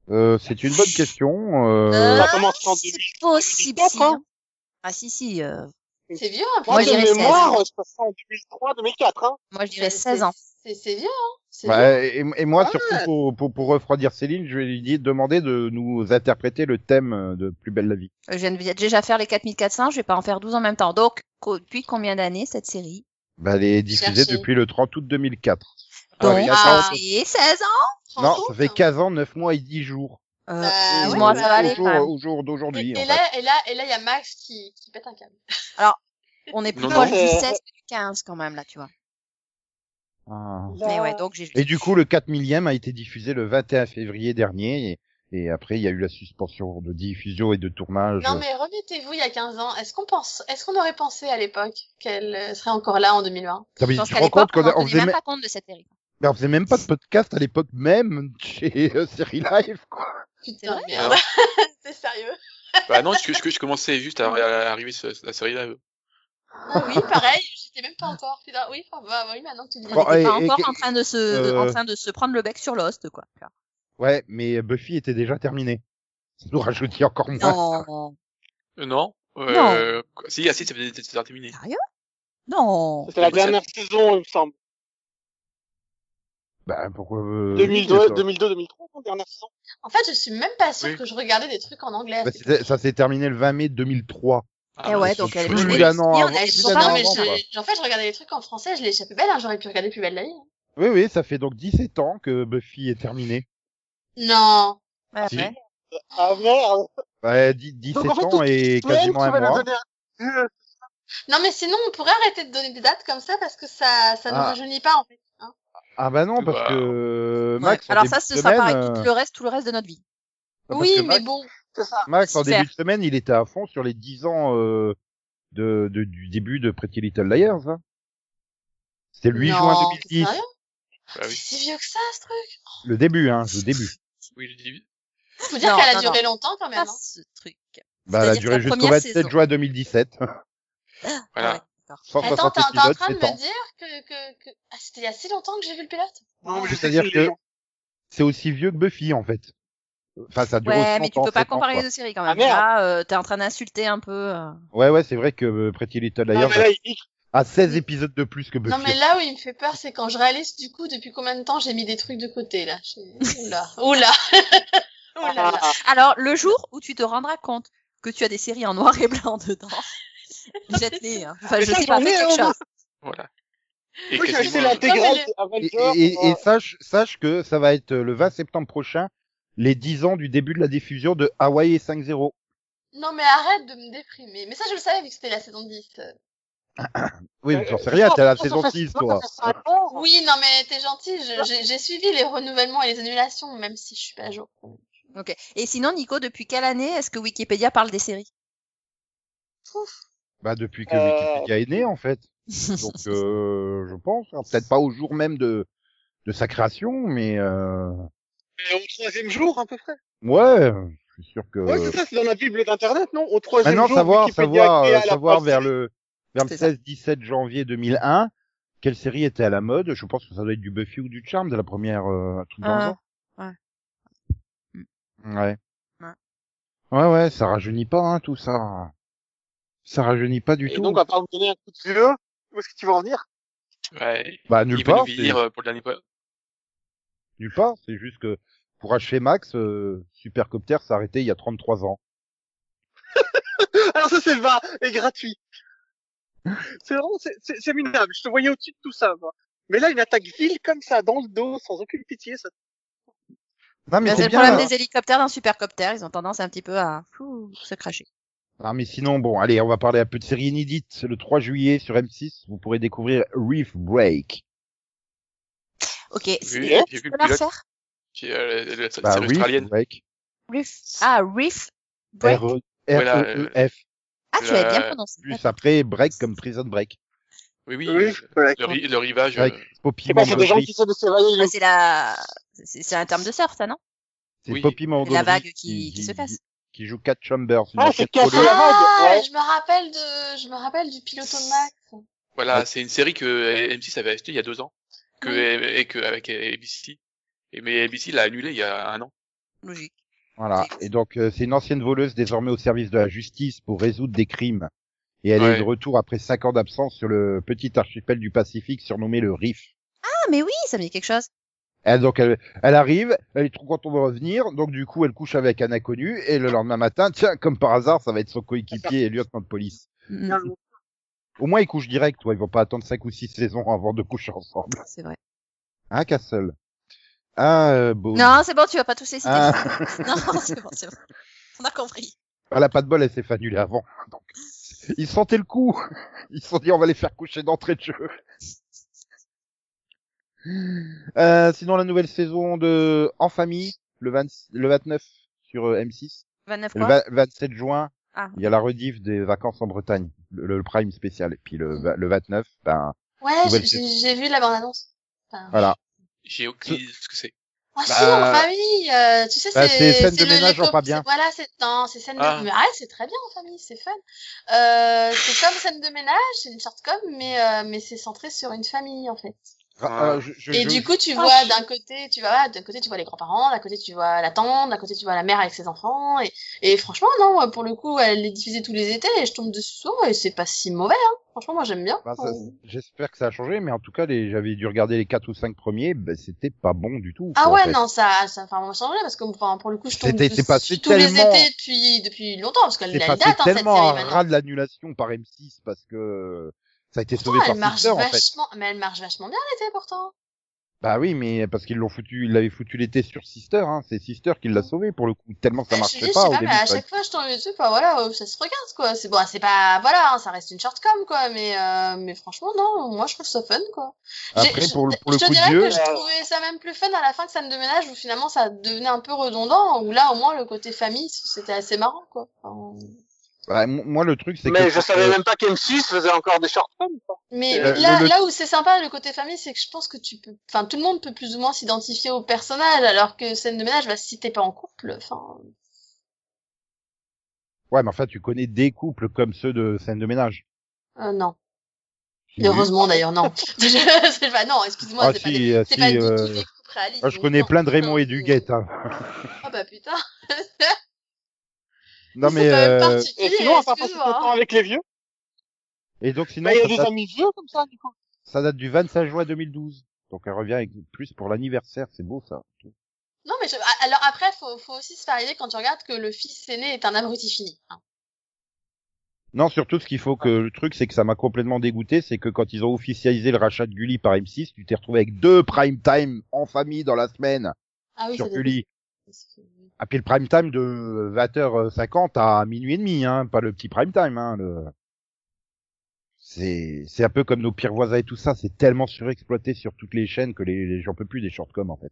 [SPEAKER 2] Euh, c'est une bonne question. Euh...
[SPEAKER 5] Ah,
[SPEAKER 6] Ça commence en
[SPEAKER 5] c'est
[SPEAKER 6] 2000.
[SPEAKER 5] possible.
[SPEAKER 6] 2004,
[SPEAKER 5] si,
[SPEAKER 6] hein.
[SPEAKER 5] hein. Ah, si, si. euh,
[SPEAKER 4] C'est vieux, hein, un peu.
[SPEAKER 5] Moi,
[SPEAKER 6] Moi, de
[SPEAKER 5] j'irais seize.
[SPEAKER 6] mémoire, je passe ça en 2003-2004. Hein.
[SPEAKER 5] Moi, je dirais 16 ans.
[SPEAKER 4] C'est c'est vieux, hein. C'est vieux.
[SPEAKER 2] bah, et, et moi,
[SPEAKER 6] Ah.
[SPEAKER 2] surtout pour, pour, pour refroidir Céline, je vais lui dire- demander de nous interpréter le thème euh, de Plus belle la vie.
[SPEAKER 5] Euh, Je viens de déjà faire les 4400. Je vais pas en faire 12 en même temps. Donc, co- depuis combien d'années, cette série
[SPEAKER 2] Bah, elle est diffusée
[SPEAKER 4] Chercher.
[SPEAKER 2] depuis le 30 août 2004.
[SPEAKER 3] Ah oui,
[SPEAKER 5] Donc,
[SPEAKER 4] attends.
[SPEAKER 5] ça fait 16 ans.
[SPEAKER 4] Tu te rends
[SPEAKER 2] non, ça
[SPEAKER 4] compte
[SPEAKER 2] fait 15 ans, 9 mois et 10 jours.
[SPEAKER 5] Euh,
[SPEAKER 4] Bah,
[SPEAKER 5] excuse
[SPEAKER 4] ouais,
[SPEAKER 5] hein. moi,
[SPEAKER 2] Au-
[SPEAKER 4] bah,
[SPEAKER 5] ça va aller.
[SPEAKER 2] au jour,
[SPEAKER 5] quand même.
[SPEAKER 2] au jour d'aujourd'hui.
[SPEAKER 4] Et,
[SPEAKER 2] en
[SPEAKER 4] et
[SPEAKER 2] fait.
[SPEAKER 4] là, et là, et là, il y a Max qui, qui pète un câble.
[SPEAKER 5] Alors, on est plus
[SPEAKER 3] Non,
[SPEAKER 5] proche
[SPEAKER 6] non.
[SPEAKER 5] du
[SPEAKER 6] Euh,
[SPEAKER 5] 16 que du 15 quand même, là, tu vois.
[SPEAKER 2] Ah.
[SPEAKER 5] Mais
[SPEAKER 6] Euh,
[SPEAKER 5] ouais, donc j'ai.
[SPEAKER 2] Et du coup, le 4 millième a été diffusé le 21 février dernier. Et, et après, il y a eu la suspension de diffusion et de tournage.
[SPEAKER 4] Non, mais remettez-vous il y a 15 ans. Est-ce qu'on pense, est-ce qu'on aurait pensé à l'époque qu'elle euh, serait encore là en 2020
[SPEAKER 2] Non, mais
[SPEAKER 5] Je pense
[SPEAKER 2] tu
[SPEAKER 5] qu'à
[SPEAKER 2] te rends
[SPEAKER 5] l'époque,
[SPEAKER 2] compte
[SPEAKER 5] on
[SPEAKER 2] qu'on a-
[SPEAKER 5] n'en
[SPEAKER 2] on faisait,
[SPEAKER 5] tenait même
[SPEAKER 2] même-
[SPEAKER 5] pas compte de cette série.
[SPEAKER 2] mais on faisait même pas de podcast à l'époque même chez euh, Série Live. quoi.
[SPEAKER 5] C'est
[SPEAKER 4] Putain,
[SPEAKER 5] vrai
[SPEAKER 4] merde. c'est sérieux.
[SPEAKER 3] Bah non, je, je, je commençais juste à, à arriver ce- la série là. Euh,
[SPEAKER 4] Ah oui, pareil, j'étais même pas encore. Putain, oui, enfin, bah, oui, maintenant que tu le dis.
[SPEAKER 5] On
[SPEAKER 2] Bon, euh,
[SPEAKER 5] n'était
[SPEAKER 2] et-
[SPEAKER 5] pas
[SPEAKER 2] et- Euh.
[SPEAKER 5] encore
[SPEAKER 2] et-
[SPEAKER 5] en train de se, de- en train de se prendre le bec sur Lost, quoi.
[SPEAKER 2] Ouais, mais Buffy était déjà terminée. Ça nous rajoutait encore moins.
[SPEAKER 5] Non,
[SPEAKER 3] Euh, non. Euh, quoi- Si, ah si, ça faisait- c'était c'était terminé.
[SPEAKER 5] non.
[SPEAKER 2] Bah,
[SPEAKER 6] C'était la dernière saison, il me semble.
[SPEAKER 2] Bah, pourquoi... euh, oui,
[SPEAKER 6] 2002,
[SPEAKER 2] ça-
[SPEAKER 6] 2002, 2003, non, hein, dernière saison.
[SPEAKER 4] En fait, je suis même pas sûre
[SPEAKER 3] Oui.
[SPEAKER 4] que je regardais des trucs en anglais. à
[SPEAKER 2] bah,
[SPEAKER 4] cette
[SPEAKER 2] c'était- ça s'est terminé le 20 mai 2003.
[SPEAKER 3] Ah,
[SPEAKER 5] Eh ouais,
[SPEAKER 3] mince,
[SPEAKER 5] donc
[SPEAKER 3] je-
[SPEAKER 5] elle-
[SPEAKER 3] je-
[SPEAKER 5] je-
[SPEAKER 2] Plus
[SPEAKER 3] oui.
[SPEAKER 2] d'un an
[SPEAKER 5] Et on
[SPEAKER 2] avant.
[SPEAKER 5] a- ils
[SPEAKER 2] plus
[SPEAKER 5] sont
[SPEAKER 2] d'un
[SPEAKER 5] pas
[SPEAKER 4] époque.
[SPEAKER 2] an
[SPEAKER 4] Non,
[SPEAKER 5] en
[SPEAKER 4] mais
[SPEAKER 2] avant,
[SPEAKER 5] vente,
[SPEAKER 2] quoi.
[SPEAKER 4] je- en fait, je regardais des trucs en français, je l'ai échappé belle, hein, j'aurais pu regarder plus belle la vie. hein.
[SPEAKER 2] Oui, oui, ça fait donc 17 ans que Buffy est terminée.
[SPEAKER 4] Non.
[SPEAKER 5] Ouais,
[SPEAKER 2] Si.
[SPEAKER 5] ouais.
[SPEAKER 6] Ah merde
[SPEAKER 2] Bah, dix- 17
[SPEAKER 6] en fait,
[SPEAKER 2] ans
[SPEAKER 6] tout-
[SPEAKER 2] et
[SPEAKER 6] C'est elle
[SPEAKER 2] quasiment
[SPEAKER 6] qui va
[SPEAKER 2] un
[SPEAKER 6] la
[SPEAKER 2] mois.
[SPEAKER 6] donner à- Euh,
[SPEAKER 4] Non, mais sinon, on pourrait arrêter de donner des dates comme ça parce que ça, ça ne
[SPEAKER 2] Ah.
[SPEAKER 4] rajeunit pas, en fait. hein.
[SPEAKER 2] Ah bah non, parce
[SPEAKER 3] Bah.
[SPEAKER 2] que euh, Max,
[SPEAKER 5] Ouais.
[SPEAKER 2] en
[SPEAKER 5] Alors
[SPEAKER 2] début
[SPEAKER 5] ça,
[SPEAKER 2] de
[SPEAKER 5] ce sera pareil
[SPEAKER 2] semaine,
[SPEAKER 5] tout
[SPEAKER 2] euh,
[SPEAKER 5] le reste, tout le reste de notre vie.
[SPEAKER 2] Bah, parce
[SPEAKER 4] oui,
[SPEAKER 2] que
[SPEAKER 4] mais
[SPEAKER 2] Max,
[SPEAKER 4] bon.
[SPEAKER 6] C'est ça.
[SPEAKER 2] Max, en
[SPEAKER 5] Super.
[SPEAKER 2] début de semaine, il était à fond sur les 10 ans euh, de, de- du début de Pretty Little Liars. hein. C'était le 8
[SPEAKER 4] non,
[SPEAKER 2] juin
[SPEAKER 4] t'es
[SPEAKER 2] 2010,
[SPEAKER 4] sérieux
[SPEAKER 3] Ah
[SPEAKER 4] C'est
[SPEAKER 3] oui,
[SPEAKER 4] si vieux que ça, ce truc.
[SPEAKER 2] le début, hein, le début.
[SPEAKER 3] oui, je dis-
[SPEAKER 4] Faut dire
[SPEAKER 5] Non,
[SPEAKER 4] qu'elle a
[SPEAKER 5] non,
[SPEAKER 4] duré longtemps quand même.
[SPEAKER 5] Pas
[SPEAKER 4] hein.
[SPEAKER 5] ce truc.
[SPEAKER 2] Bah, elle a
[SPEAKER 5] C'est-à-dire que
[SPEAKER 2] duré
[SPEAKER 5] la
[SPEAKER 2] jusqu'au
[SPEAKER 5] première
[SPEAKER 2] 27
[SPEAKER 5] saison.
[SPEAKER 2] juin 2017.
[SPEAKER 3] Voilà.
[SPEAKER 5] Ouais, d'accord.
[SPEAKER 4] Attends,
[SPEAKER 2] 160
[SPEAKER 4] t'es t'es en
[SPEAKER 2] épisodes,
[SPEAKER 4] train
[SPEAKER 2] c'est
[SPEAKER 4] de me
[SPEAKER 2] temps.
[SPEAKER 4] dire que, que, que... Ah, c'était il y a si longtemps que j'ai vu le pilote
[SPEAKER 6] Non, mais je sais
[SPEAKER 2] C'est-à-dire
[SPEAKER 6] que c'est
[SPEAKER 2] que-
[SPEAKER 6] les gens.
[SPEAKER 2] C'est aussi vieux que Buffy, en fait. Enfin, ça dure
[SPEAKER 5] Ouais,
[SPEAKER 2] autant
[SPEAKER 5] mais tu
[SPEAKER 2] temps,
[SPEAKER 5] peux pas
[SPEAKER 2] sept ans,
[SPEAKER 5] comparer
[SPEAKER 2] quoi.
[SPEAKER 5] les deux séries quand
[SPEAKER 6] Ah,
[SPEAKER 5] même.
[SPEAKER 6] merde.
[SPEAKER 5] Là, euh, t'es en train d'insulter un peu. euh.
[SPEAKER 2] Ouais, ouais, c'est vrai que euh, Pretty Little
[SPEAKER 6] Non,
[SPEAKER 2] Liars
[SPEAKER 6] mais là, il-
[SPEAKER 2] a 16 épisodes de plus que Buffy.
[SPEAKER 4] Non, mais là où il me fait peur, c'est quand je réalise du coup depuis combien de temps j'ai mis des trucs de côté là. Je- Oula, oula,
[SPEAKER 5] Oh
[SPEAKER 4] oula. là.
[SPEAKER 6] Ah,
[SPEAKER 5] Alors, le jour où tu te rendras compte que tu as des séries en noir et blanc dedans, jette-les. hein. Enfin, je
[SPEAKER 6] Mais ça,
[SPEAKER 5] sais pas,
[SPEAKER 6] j'en
[SPEAKER 5] fais
[SPEAKER 6] ai,
[SPEAKER 5] quelque
[SPEAKER 6] au moins.
[SPEAKER 5] chose.
[SPEAKER 3] Voilà. Et
[SPEAKER 6] moi, j'ai acheté
[SPEAKER 3] quasiment, euh,
[SPEAKER 6] l'intégrale
[SPEAKER 4] Non,
[SPEAKER 6] des
[SPEAKER 2] Et,
[SPEAKER 6] Avengers.
[SPEAKER 2] et- et-
[SPEAKER 6] euh,
[SPEAKER 2] et sache, sache que ça va être le 20 septembre prochain, les 10 ans du début de la diffusion de Hawaii 5-0.
[SPEAKER 4] Non, mais arrête de me déprimer. Mais ça, je le savais vu que c'était la saison 10. euh.
[SPEAKER 2] Oui,
[SPEAKER 6] Euh,
[SPEAKER 2] mais j'en sais
[SPEAKER 6] ça,
[SPEAKER 2] rien, t'es à la
[SPEAKER 6] ça,
[SPEAKER 2] saison
[SPEAKER 6] ça fait-
[SPEAKER 2] 6,
[SPEAKER 6] ça,
[SPEAKER 2] toi.
[SPEAKER 6] ça hein. fait cinq ans.
[SPEAKER 4] Oui, non, mais t'es gentil. je- J'ai j'ai suivi les renouvellements et les annulations, même si je suis pas à jour.
[SPEAKER 5] Ok. Et sinon, Nico, depuis quelle année est-ce que Wikipédia parle des séries
[SPEAKER 2] Bah, depuis que
[SPEAKER 6] Euh,
[SPEAKER 2] Wikipédia est né, en fait. Donc, euh, je pense. hein. Peut-être pas au jour même de, de sa création, mais euh,
[SPEAKER 6] Mais Au troisième jour, à peu près.
[SPEAKER 2] ouais, je suis sûr que...
[SPEAKER 6] Ouais, c'est ça, c'est dans la Bible d'Internet, non Au troisième
[SPEAKER 2] Euh. Maintenant,
[SPEAKER 6] jour,
[SPEAKER 2] savoir,
[SPEAKER 6] Wikipédia
[SPEAKER 2] savoir,
[SPEAKER 6] créé
[SPEAKER 2] euh,
[SPEAKER 6] à la
[SPEAKER 2] savoir
[SPEAKER 6] place-
[SPEAKER 2] vers le, vers le
[SPEAKER 5] C'est ça.
[SPEAKER 2] 16-17 janvier 2001, quelle série était à la mode Je pense que ça doit être du Buffy ou du Charmed, la première, euh, un truc dans le
[SPEAKER 5] Ah,
[SPEAKER 2] genre. Ouais.
[SPEAKER 5] Ouais.
[SPEAKER 2] Ouais, ouais, ça rajeunit pas, hein, tout ça. Ça rajeunit pas du
[SPEAKER 6] Et
[SPEAKER 2] tout.
[SPEAKER 6] donc, à part me donner un coup de vieux, où est-ce que tu vas en venir
[SPEAKER 3] ouais,
[SPEAKER 2] bah,
[SPEAKER 3] il
[SPEAKER 2] nulle
[SPEAKER 3] va nous
[SPEAKER 2] part.
[SPEAKER 3] venir
[SPEAKER 2] c'est-
[SPEAKER 3] euh, pour le dernier po-
[SPEAKER 2] Nulle part. C'est juste que, pour acheter Max, euh, Supercopter s'est arrêté il y a 33 ans.
[SPEAKER 6] Alors ça, c'est va et gratuit. C'est vraiment, c'est- c'est c'est minable. Je te voyais au-dessus de tout ça, moi. Mais là, une attaque vile comme ça, dans le dos, sans aucune pitié, ça...
[SPEAKER 2] Non, mais
[SPEAKER 5] Ben, C'est
[SPEAKER 2] c'est
[SPEAKER 5] le
[SPEAKER 2] bien.
[SPEAKER 5] problème
[SPEAKER 2] hein.
[SPEAKER 5] des hélicoptères d'un supercoptère. Ils ont tendance un petit peu à fou, se cracher.
[SPEAKER 2] Non, Ah, mais sinon, bon, allez, on va parler un peu de série inédite. Le 3 juillet sur M6, vous pourrez découvrir Reef Break.
[SPEAKER 5] Ok. c'est-
[SPEAKER 3] Oui, j'ai
[SPEAKER 5] tu
[SPEAKER 3] vu
[SPEAKER 5] peux
[SPEAKER 3] le
[SPEAKER 5] la
[SPEAKER 3] pilote.
[SPEAKER 5] refaire
[SPEAKER 3] qui est, euh, la- la- c'est
[SPEAKER 2] Bah, Reef
[SPEAKER 3] l'Australienne.
[SPEAKER 2] Break. E
[SPEAKER 5] Reef. Ah, Reef. Break.
[SPEAKER 2] R-E-
[SPEAKER 3] Voilà,
[SPEAKER 2] R-E-E-F.
[SPEAKER 5] Ah, tu l'as bien
[SPEAKER 3] la-
[SPEAKER 5] prononcé.
[SPEAKER 2] Plus après, break comme prison break.
[SPEAKER 3] Oui, oui,
[SPEAKER 6] Oui,
[SPEAKER 3] euh,
[SPEAKER 6] voilà.
[SPEAKER 3] le, ri- le rivage.
[SPEAKER 2] Avec
[SPEAKER 3] euh,
[SPEAKER 2] Poppy
[SPEAKER 6] C'est quoi, c'est des gens
[SPEAKER 2] Montgomery.
[SPEAKER 6] qui essaient de s'évader.
[SPEAKER 5] Ah, C'est la. C'est c'est un terme de surf, ça, non
[SPEAKER 2] C'est
[SPEAKER 3] Oui.
[SPEAKER 2] Poppy Montgomery
[SPEAKER 5] vague qui- qui se casse.
[SPEAKER 2] Qui joue Cat Chambers. une
[SPEAKER 6] Ah,
[SPEAKER 2] enquête
[SPEAKER 6] c'est cassé
[SPEAKER 2] polo.
[SPEAKER 6] la
[SPEAKER 4] Ah,
[SPEAKER 6] vague. ouais.
[SPEAKER 4] je me rappelle de, je me rappelle du piloton de Max.
[SPEAKER 3] Voilà,
[SPEAKER 2] Ouais.
[SPEAKER 3] c'est une série que euh, M6 avait achetée il y a deux ans, que et que avec euh, ABC. Et mais ABC l'a annulé il y a un an.
[SPEAKER 5] Logique.
[SPEAKER 2] Voilà. Et donc, euh, c'est une ancienne voleuse désormais au service de la justice pour résoudre des crimes. Et elle
[SPEAKER 3] Ouais.
[SPEAKER 2] est de retour après cinq ans d'absence sur le petit archipel du Pacifique surnommé le Reef.
[SPEAKER 5] Ah, mais oui, ça me dit quelque chose.
[SPEAKER 2] Et Hein, donc, elle, elle arrive, elle est trop contente de revenir, donc du coup, elle couche avec un inconnu, et le lendemain matin, tiens, comme par hasard, ça va être son coéquipier et lieutenant de police.
[SPEAKER 5] Mm,
[SPEAKER 2] Au moins, ils couchent direct, ouais, ils vont pas attendre cinq ou six saisons avant de coucher ensemble.
[SPEAKER 5] C'est vrai.
[SPEAKER 2] Hein, Castle Ah, euh, bon.
[SPEAKER 5] Non, c'est bon, tu vas pas tous les citer.
[SPEAKER 2] Ah.
[SPEAKER 5] Non, c'est bon, c'est bon. On a compris.
[SPEAKER 2] Elle a pas de Ah, bol, elle s'est fait annuler avant. hein, Donc, ils sentaient le coup. Ils se sont dit, on va les faire coucher d'entrée de jeu. Euh, sinon, la nouvelle saison de En Famille, le, 20 le 29 sur euh, M6.
[SPEAKER 5] 29
[SPEAKER 2] Et Le
[SPEAKER 5] quoi
[SPEAKER 2] va- 27 juin,
[SPEAKER 5] Ah.
[SPEAKER 2] il y a la rediff des vacances en Bretagne, le, le prime spécial. Et puis le, va- le 29, ben
[SPEAKER 4] Ouais,
[SPEAKER 2] Nouvelle
[SPEAKER 4] j'ai- j'ai j'ai vu la bande annonce.
[SPEAKER 2] voilà.
[SPEAKER 3] J'ai aucune idée de ce que c'est.
[SPEAKER 4] Ah
[SPEAKER 2] Bah,
[SPEAKER 4] si, en famille, euh, tu sais,
[SPEAKER 2] bah,
[SPEAKER 4] c'est
[SPEAKER 2] c'est scène de
[SPEAKER 4] c'est le- les
[SPEAKER 2] ménage en
[SPEAKER 4] cop-
[SPEAKER 2] pas bien.
[SPEAKER 4] c'est- Voilà, c'est non, c'est scène
[SPEAKER 3] Ah.
[SPEAKER 4] de. Mais arrête, c'est très bien en famille, c'est fun. Euh, c'est comme scène de ménage, c'est une shortcom, mais euh, mais c'est centré sur une famille en fait.
[SPEAKER 2] Ra- euh, je- je-
[SPEAKER 4] Ah. Et
[SPEAKER 2] je-
[SPEAKER 4] du coup, tu
[SPEAKER 6] Ah,
[SPEAKER 4] vois
[SPEAKER 6] je-
[SPEAKER 4] d'un côté, tu vois, d'un côté tu vois les grands-parents, d'un côté tu vois la tante, d'un côté tu vois la mère avec ses enfants. Et, et franchement, non, pour le coup, elle est diffusée tous les étés et je tombe dessus souvent et c'est pas si mauvais. hein. Franchement, moi j'aime bien.
[SPEAKER 2] Bah, ça-
[SPEAKER 4] On-
[SPEAKER 2] J'espère que ça a changé, mais en tout cas, les... j'avais dû regarder les quatre ou cinq premiers, ben, c'était pas bon du tout.
[SPEAKER 4] Ah
[SPEAKER 2] quoi, en
[SPEAKER 4] ouais,
[SPEAKER 2] fait.
[SPEAKER 4] non, ça, ça a vraiment changé parce que enfin, pour le coup, je tombe
[SPEAKER 2] C'était-
[SPEAKER 4] dessus
[SPEAKER 2] c'est passé
[SPEAKER 4] tous les
[SPEAKER 2] tellement- hein.
[SPEAKER 4] étés depuis, depuis longtemps parce qu'elle
[SPEAKER 2] C'est
[SPEAKER 4] elle
[SPEAKER 2] passé
[SPEAKER 4] date hein, cette série
[SPEAKER 2] tellement à
[SPEAKER 4] maintenant.
[SPEAKER 2] ras de l'annulation par M6 parce que ça a été
[SPEAKER 4] Pourtant,
[SPEAKER 2] sauvé
[SPEAKER 4] elle
[SPEAKER 2] par
[SPEAKER 4] marche
[SPEAKER 2] Twitter, en fait.
[SPEAKER 4] vachement, mais elle marche vachement bien l'été pourtant.
[SPEAKER 2] Bah oui, mais parce qu'ils l'ont foutu, ils l'avaient foutu l'été sur Sister, hein. C'est Sister qui l'a sauvé pour le coup, tellement que ça
[SPEAKER 4] Oh. Ah, Je te dis,
[SPEAKER 2] marchait
[SPEAKER 4] je
[SPEAKER 2] pas
[SPEAKER 4] sais
[SPEAKER 2] au
[SPEAKER 4] pas,
[SPEAKER 2] début.
[SPEAKER 4] mais à
[SPEAKER 2] ça-
[SPEAKER 4] chaque fois je tombe dessus, bah voilà, euh, ça se regarde quoi. C'est bon, c'est pas, voilà, hein, ça reste une shortcom quoi, mais euh, mais franchement non, moi je trouve ça fun quoi. J'ai-
[SPEAKER 2] Après,
[SPEAKER 4] je-
[SPEAKER 2] pour, le- pour le
[SPEAKER 4] je te
[SPEAKER 2] coup de
[SPEAKER 4] dirais
[SPEAKER 2] vieux, euh,
[SPEAKER 4] que je trouvais ça même plus fun à la fin que scène de ménage où finalement ça devenait un peu redondant, où là au moins le côté famille c'était assez marrant quoi. Enfin,
[SPEAKER 2] bah, m- moi le truc c'est que.
[SPEAKER 6] Mais je savais
[SPEAKER 2] euh,
[SPEAKER 6] même pas qu'M6 faisait encore des short films.
[SPEAKER 4] Mais,
[SPEAKER 6] Euh,
[SPEAKER 4] mais
[SPEAKER 2] le-
[SPEAKER 4] là,
[SPEAKER 2] le-
[SPEAKER 4] là où c'est sympa le côté famille, c'est que je pense que tu peux, enfin tout le monde peut plus ou moins s'identifier au personnage, alors que scène de ménage, bah, si t'es pas en couple, enfin.
[SPEAKER 2] Ouais, mais enfin tu connais des couples comme ceux de scène de ménage.
[SPEAKER 4] euh, non.
[SPEAKER 2] Si.
[SPEAKER 4] Heureusement d'ailleurs, non. C'est pas- non, excuse-moi,
[SPEAKER 2] Ah
[SPEAKER 4] c'est pas, des-
[SPEAKER 2] si, ah,
[SPEAKER 4] c'est
[SPEAKER 2] si,
[SPEAKER 4] pas du
[SPEAKER 2] euh,
[SPEAKER 4] tout des couples réalistes.
[SPEAKER 2] ah, je connais
[SPEAKER 4] non.
[SPEAKER 2] plein de Raymond
[SPEAKER 4] Non,
[SPEAKER 2] et
[SPEAKER 4] c'est-
[SPEAKER 2] Duguette. hein.
[SPEAKER 4] Ah bah putain.
[SPEAKER 2] Non
[SPEAKER 4] C'est
[SPEAKER 2] mais
[SPEAKER 4] quand même
[SPEAKER 2] euh,
[SPEAKER 6] Et
[SPEAKER 4] particulier,
[SPEAKER 6] sinon, à part passer
[SPEAKER 4] excuse-moi, hein.
[SPEAKER 6] ton temps avec les vieux,
[SPEAKER 2] et donc sinon
[SPEAKER 6] bah, il y a
[SPEAKER 2] ça,
[SPEAKER 6] des
[SPEAKER 2] date,
[SPEAKER 6] amis vieux comme ça, du coup.
[SPEAKER 2] ça date du 25 juin 2012. Donc elle revient avec plus pour l'anniversaire, c'est beau ça.
[SPEAKER 4] Non, mais je- a- alors après, faut, faut aussi se faire aider quand tu regardes que le fils aîné est un abruti fini. hein.
[SPEAKER 2] Non, surtout ce qu'il faut que le truc c'est que ça m'a complètement dégoûté, c'est que quand ils ont officialisé le rachat de Gulli par M6, tu t'es retrouvé avec deux prime time en famille dans la semaine
[SPEAKER 4] Ah oui,
[SPEAKER 2] sur
[SPEAKER 4] ça doit-
[SPEAKER 2] Gulli. Ah, puis le prime time de euh, 20h50 à minuit et demi, hein, pas le petit prime time. Hein, le... C'est c'est un peu comme nos pires voisins et tout ça, c'est tellement surexploité sur toutes les chaînes que les, les j'en peux plus des shortcoms en fait.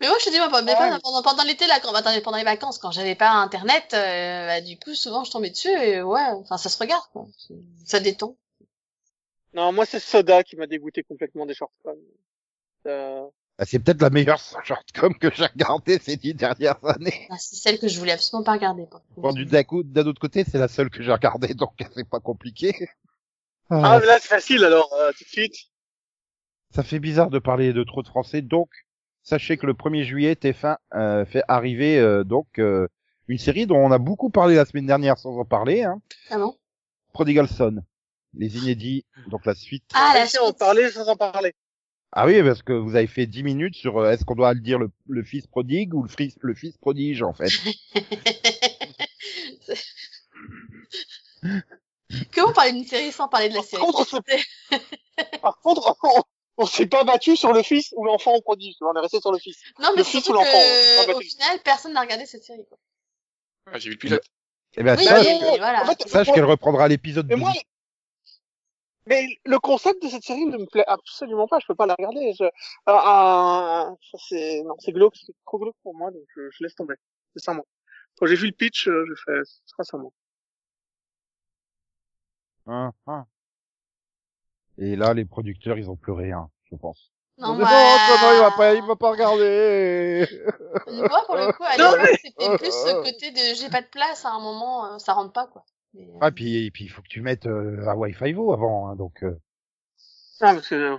[SPEAKER 4] Mais moi, je te dis, moi, pendant, mais
[SPEAKER 6] Ouais,
[SPEAKER 4] pendant,
[SPEAKER 6] mais-
[SPEAKER 4] pendant, pendant l'été, là, quand, bah, attendez, pendant les vacances, quand j'avais pas internet, euh, bah, du coup, souvent, je tombais dessus, et ouais, enfin, ça se regarde, quoi. C'est- Ça détend.
[SPEAKER 6] Non, moi, c'est Soda qui m'a dégoûté complètement des short films. Euh,
[SPEAKER 2] Ah, c'est peut-être la meilleure shortcom que j'ai regardée ces dix dernières années.
[SPEAKER 4] Ah, c'est celle que je voulais absolument pas regarder. pour le coup.
[SPEAKER 2] Bon, du- d'un coup- d'un autre côté, c'est la seule que j'ai regardée, donc c'est pas compliqué.
[SPEAKER 6] Ah, mais là, c'est facile, alors, euh, tout de suite.
[SPEAKER 2] Ça fait bizarre de parler de trop de français, donc sachez que le 1er juillet, TF1 euh, fait arriver euh, donc euh, une série dont on a beaucoup parlé la semaine dernière sans en parler, hein,
[SPEAKER 4] Ah bon?
[SPEAKER 2] Prodigal Son, les inédits, donc la suite.
[SPEAKER 4] Ah, la
[SPEAKER 6] Ici, on
[SPEAKER 4] suite.
[SPEAKER 6] parlait sans en parler.
[SPEAKER 2] Ah oui, parce que vous avez fait 10 minutes sur euh, est-ce qu'on doit le dire le, le fils prodigue ou le fils, le fils prodige en fait.
[SPEAKER 4] Comment parler d'une série sans parler de la
[SPEAKER 6] Par
[SPEAKER 4] série?
[SPEAKER 6] contre, Par contre, on, on s'est pas battu sur le fils ou l'enfant au prodige. On est resté sur le fils.
[SPEAKER 4] Non, mais
[SPEAKER 6] le
[SPEAKER 4] c'est
[SPEAKER 6] fils
[SPEAKER 4] surtout
[SPEAKER 6] ou l'enfant, hein. on
[SPEAKER 4] que,
[SPEAKER 6] s'en bat
[SPEAKER 4] au
[SPEAKER 6] tous.
[SPEAKER 4] final, personne n'a regardé cette série, quoi.
[SPEAKER 3] Ah, J'ai vu le pilote.
[SPEAKER 2] Eh ben,
[SPEAKER 4] Oui,
[SPEAKER 2] sache,
[SPEAKER 4] mais voilà.
[SPEAKER 6] en fait,
[SPEAKER 2] sache
[SPEAKER 6] moi-
[SPEAKER 2] qu'elle reprendra l'épisode
[SPEAKER 6] mais
[SPEAKER 2] 12.
[SPEAKER 6] moi, mais le concept de cette série ne me plaît absolument pas. Je peux pas la regarder. Je, ah, ah, ça, c'est, non, c'est glauque, c'est trop glauque pour moi, donc euh, je, laisse tomber. Sincèrement. Quand j'ai vu le pitch, euh, je fais, sincèrement.
[SPEAKER 2] Hein, hein. Et là, les producteurs, ils ont pleuré, hein, je pense.
[SPEAKER 4] Non,
[SPEAKER 2] Ils ont
[SPEAKER 4] bah,
[SPEAKER 2] dit,
[SPEAKER 4] moi-
[SPEAKER 2] non, non, il va pas, il va pas regarder.
[SPEAKER 4] Moi, pour le coup, à
[SPEAKER 6] Non,
[SPEAKER 4] l'époque,
[SPEAKER 6] mais-
[SPEAKER 4] c'était plus ce côté de j'ai pas de place à un moment, euh, ça rentre pas, quoi. Mais, euh,
[SPEAKER 2] Ah, puis, et puis, il faut que tu mettes euh, un Wi-Fi avant, hein, donc. euh.
[SPEAKER 6] Ah, parce que, euh,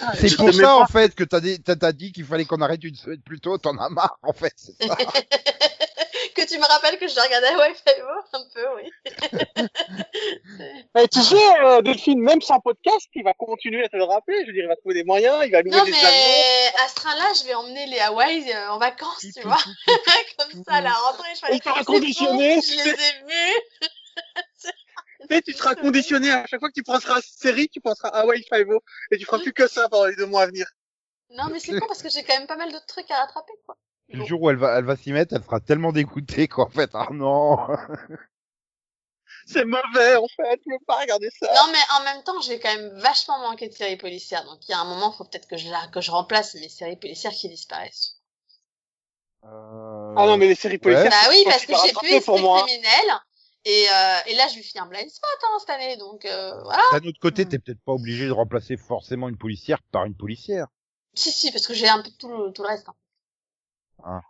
[SPEAKER 6] ah,
[SPEAKER 2] C'est
[SPEAKER 6] je
[SPEAKER 2] pour
[SPEAKER 6] t'aimais
[SPEAKER 2] ça,
[SPEAKER 6] pas.
[SPEAKER 2] en fait, que t'as dit, t'as- t'as dit qu'il fallait qu'on arrête une semaine plus tôt, t'en as marre, en fait. c'est ça.
[SPEAKER 4] que tu me rappelles que je regardais Wi-Fi World un peu, oui.
[SPEAKER 6] Mais tu sais, euh, Delphine, même sans podcast, il va continuer à te le rappeler. Je veux dire, il va trouver des moyens, il va louer
[SPEAKER 4] Non,
[SPEAKER 6] des avions.
[SPEAKER 4] mais à ce train-là, je vais emmener les Hawaïs euh, en vacances, tu vois. Comme ça, à la rentrée, je fais
[SPEAKER 6] On sera conditionné,
[SPEAKER 4] Je les ai vus.
[SPEAKER 6] Mais tu seras conditionné à chaque fois que tu penseras à cette série, tu penseras à Hawaii Five-O. Et tu feras plus que ça pendant les deux mois à venir.
[SPEAKER 4] Non, mais c'est con parce que j'ai quand même pas mal d'autres trucs à rattraper, quoi.
[SPEAKER 2] Le jour où elle va, elle va s'y mettre, elle sera tellement dégoûtée qu'en fait, ah non.
[SPEAKER 6] C'est mauvais, en fait. Je peux pas regarder ça.
[SPEAKER 4] Non, mais en même temps, j'ai quand même vachement manqué de séries policières. Donc, il y a un moment, faut peut-être que je, la- que je remplace mes séries policières qui disparaissent.
[SPEAKER 2] Euh,
[SPEAKER 6] Ah non, mais les séries policières.
[SPEAKER 4] Bah oui,
[SPEAKER 6] faut
[SPEAKER 4] parce
[SPEAKER 6] se
[SPEAKER 4] que
[SPEAKER 6] faire
[SPEAKER 4] j'ai
[SPEAKER 6] rattraper
[SPEAKER 4] plus
[SPEAKER 6] pour moi.
[SPEAKER 4] criminel. Et, euh, et là, je lui fais un blind spot hein, cette année. Donc, euh, voilà.
[SPEAKER 2] D'un autre côté, t'es peut-être pas obligé de remplacer forcément une policière par une policière.
[SPEAKER 4] Si, si, parce que j'ai un peu tout le, tout le reste. hein.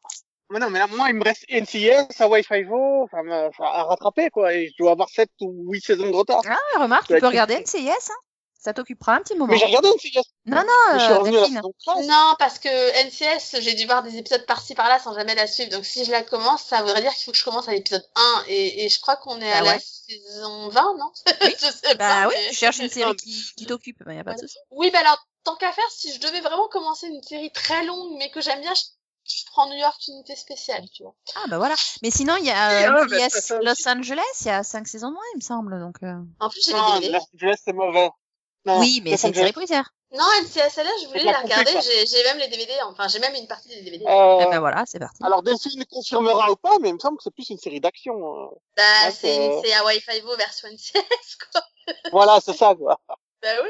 [SPEAKER 6] Mais non, mais là, moi, il me reste NCIS, Hawaii Five-O, enfin, me- enfin, à rattraper, quoi. Et je dois avoir 7 ou 8 saisons de retard.
[SPEAKER 5] Ah, remarque, tu
[SPEAKER 6] Ouais,
[SPEAKER 5] peux
[SPEAKER 6] tu-
[SPEAKER 5] regarder NCIS. Hein Ça t'occupera un petit moment.
[SPEAKER 6] Mais j'ai regardé NCIS.
[SPEAKER 5] Non,
[SPEAKER 6] mais je suis
[SPEAKER 5] non, euh,
[SPEAKER 6] revenu à la
[SPEAKER 5] Delphine.
[SPEAKER 6] saison 13.
[SPEAKER 4] Non, parce que NCS, j'ai dû voir des épisodes par-ci par-là sans jamais la suivre. Donc si je la commence, ça voudrait dire qu'il faut que je commence à l'épisode 1. Et, et je crois qu'on est à
[SPEAKER 5] Bah
[SPEAKER 4] la
[SPEAKER 5] ouais.
[SPEAKER 4] saison 20, non Je
[SPEAKER 6] Ah,
[SPEAKER 4] sais
[SPEAKER 5] Bah
[SPEAKER 4] pas,
[SPEAKER 5] oui,
[SPEAKER 4] mais-
[SPEAKER 5] tu cherches une série
[SPEAKER 4] Non,
[SPEAKER 5] qui, qui t'occupe, bah, y a pas de souci.
[SPEAKER 4] Oui, bah alors, tant qu'à faire, si je devais vraiment commencer une série très longue, mais que j'aime bien, je, je prends New York unité spéciale, tu vois.
[SPEAKER 5] Ah bah voilà. Mais sinon, il y
[SPEAKER 6] Oui,
[SPEAKER 5] a
[SPEAKER 6] hein,
[SPEAKER 5] euh,
[SPEAKER 6] bah,
[SPEAKER 5] NCIS
[SPEAKER 6] c'est ça aussi.
[SPEAKER 5] Los Angeles, il y a cinq saisons de moins, il me semble. Donc, euh.
[SPEAKER 4] En plus, j'ai
[SPEAKER 6] Non,
[SPEAKER 4] les DVD.
[SPEAKER 6] Los Angeles, c'est mauvais. Non,
[SPEAKER 5] Oui, mais
[SPEAKER 6] Ah, Los
[SPEAKER 5] c'est une série
[SPEAKER 6] Angeles.
[SPEAKER 5] policière.
[SPEAKER 4] Non, NCSLA, je voulais
[SPEAKER 6] Je la
[SPEAKER 4] la
[SPEAKER 6] comprends
[SPEAKER 4] regarder,
[SPEAKER 6] pas.
[SPEAKER 4] j'ai j'ai même les DVD, enfin, j'ai même une partie des DVD.
[SPEAKER 5] Eh
[SPEAKER 6] Euh,
[SPEAKER 5] ben voilà, c'est parti.
[SPEAKER 6] alors Delphine confirmera ou pas, mais il me semble que c'est plus une série d'action. euh.
[SPEAKER 4] bah,
[SPEAKER 6] ouais,
[SPEAKER 4] c'est
[SPEAKER 6] c'est-
[SPEAKER 4] une- c'est Hawaii Five-O version NCS, quoi.
[SPEAKER 6] voilà, c'est ça, quoi.
[SPEAKER 4] Bah oui.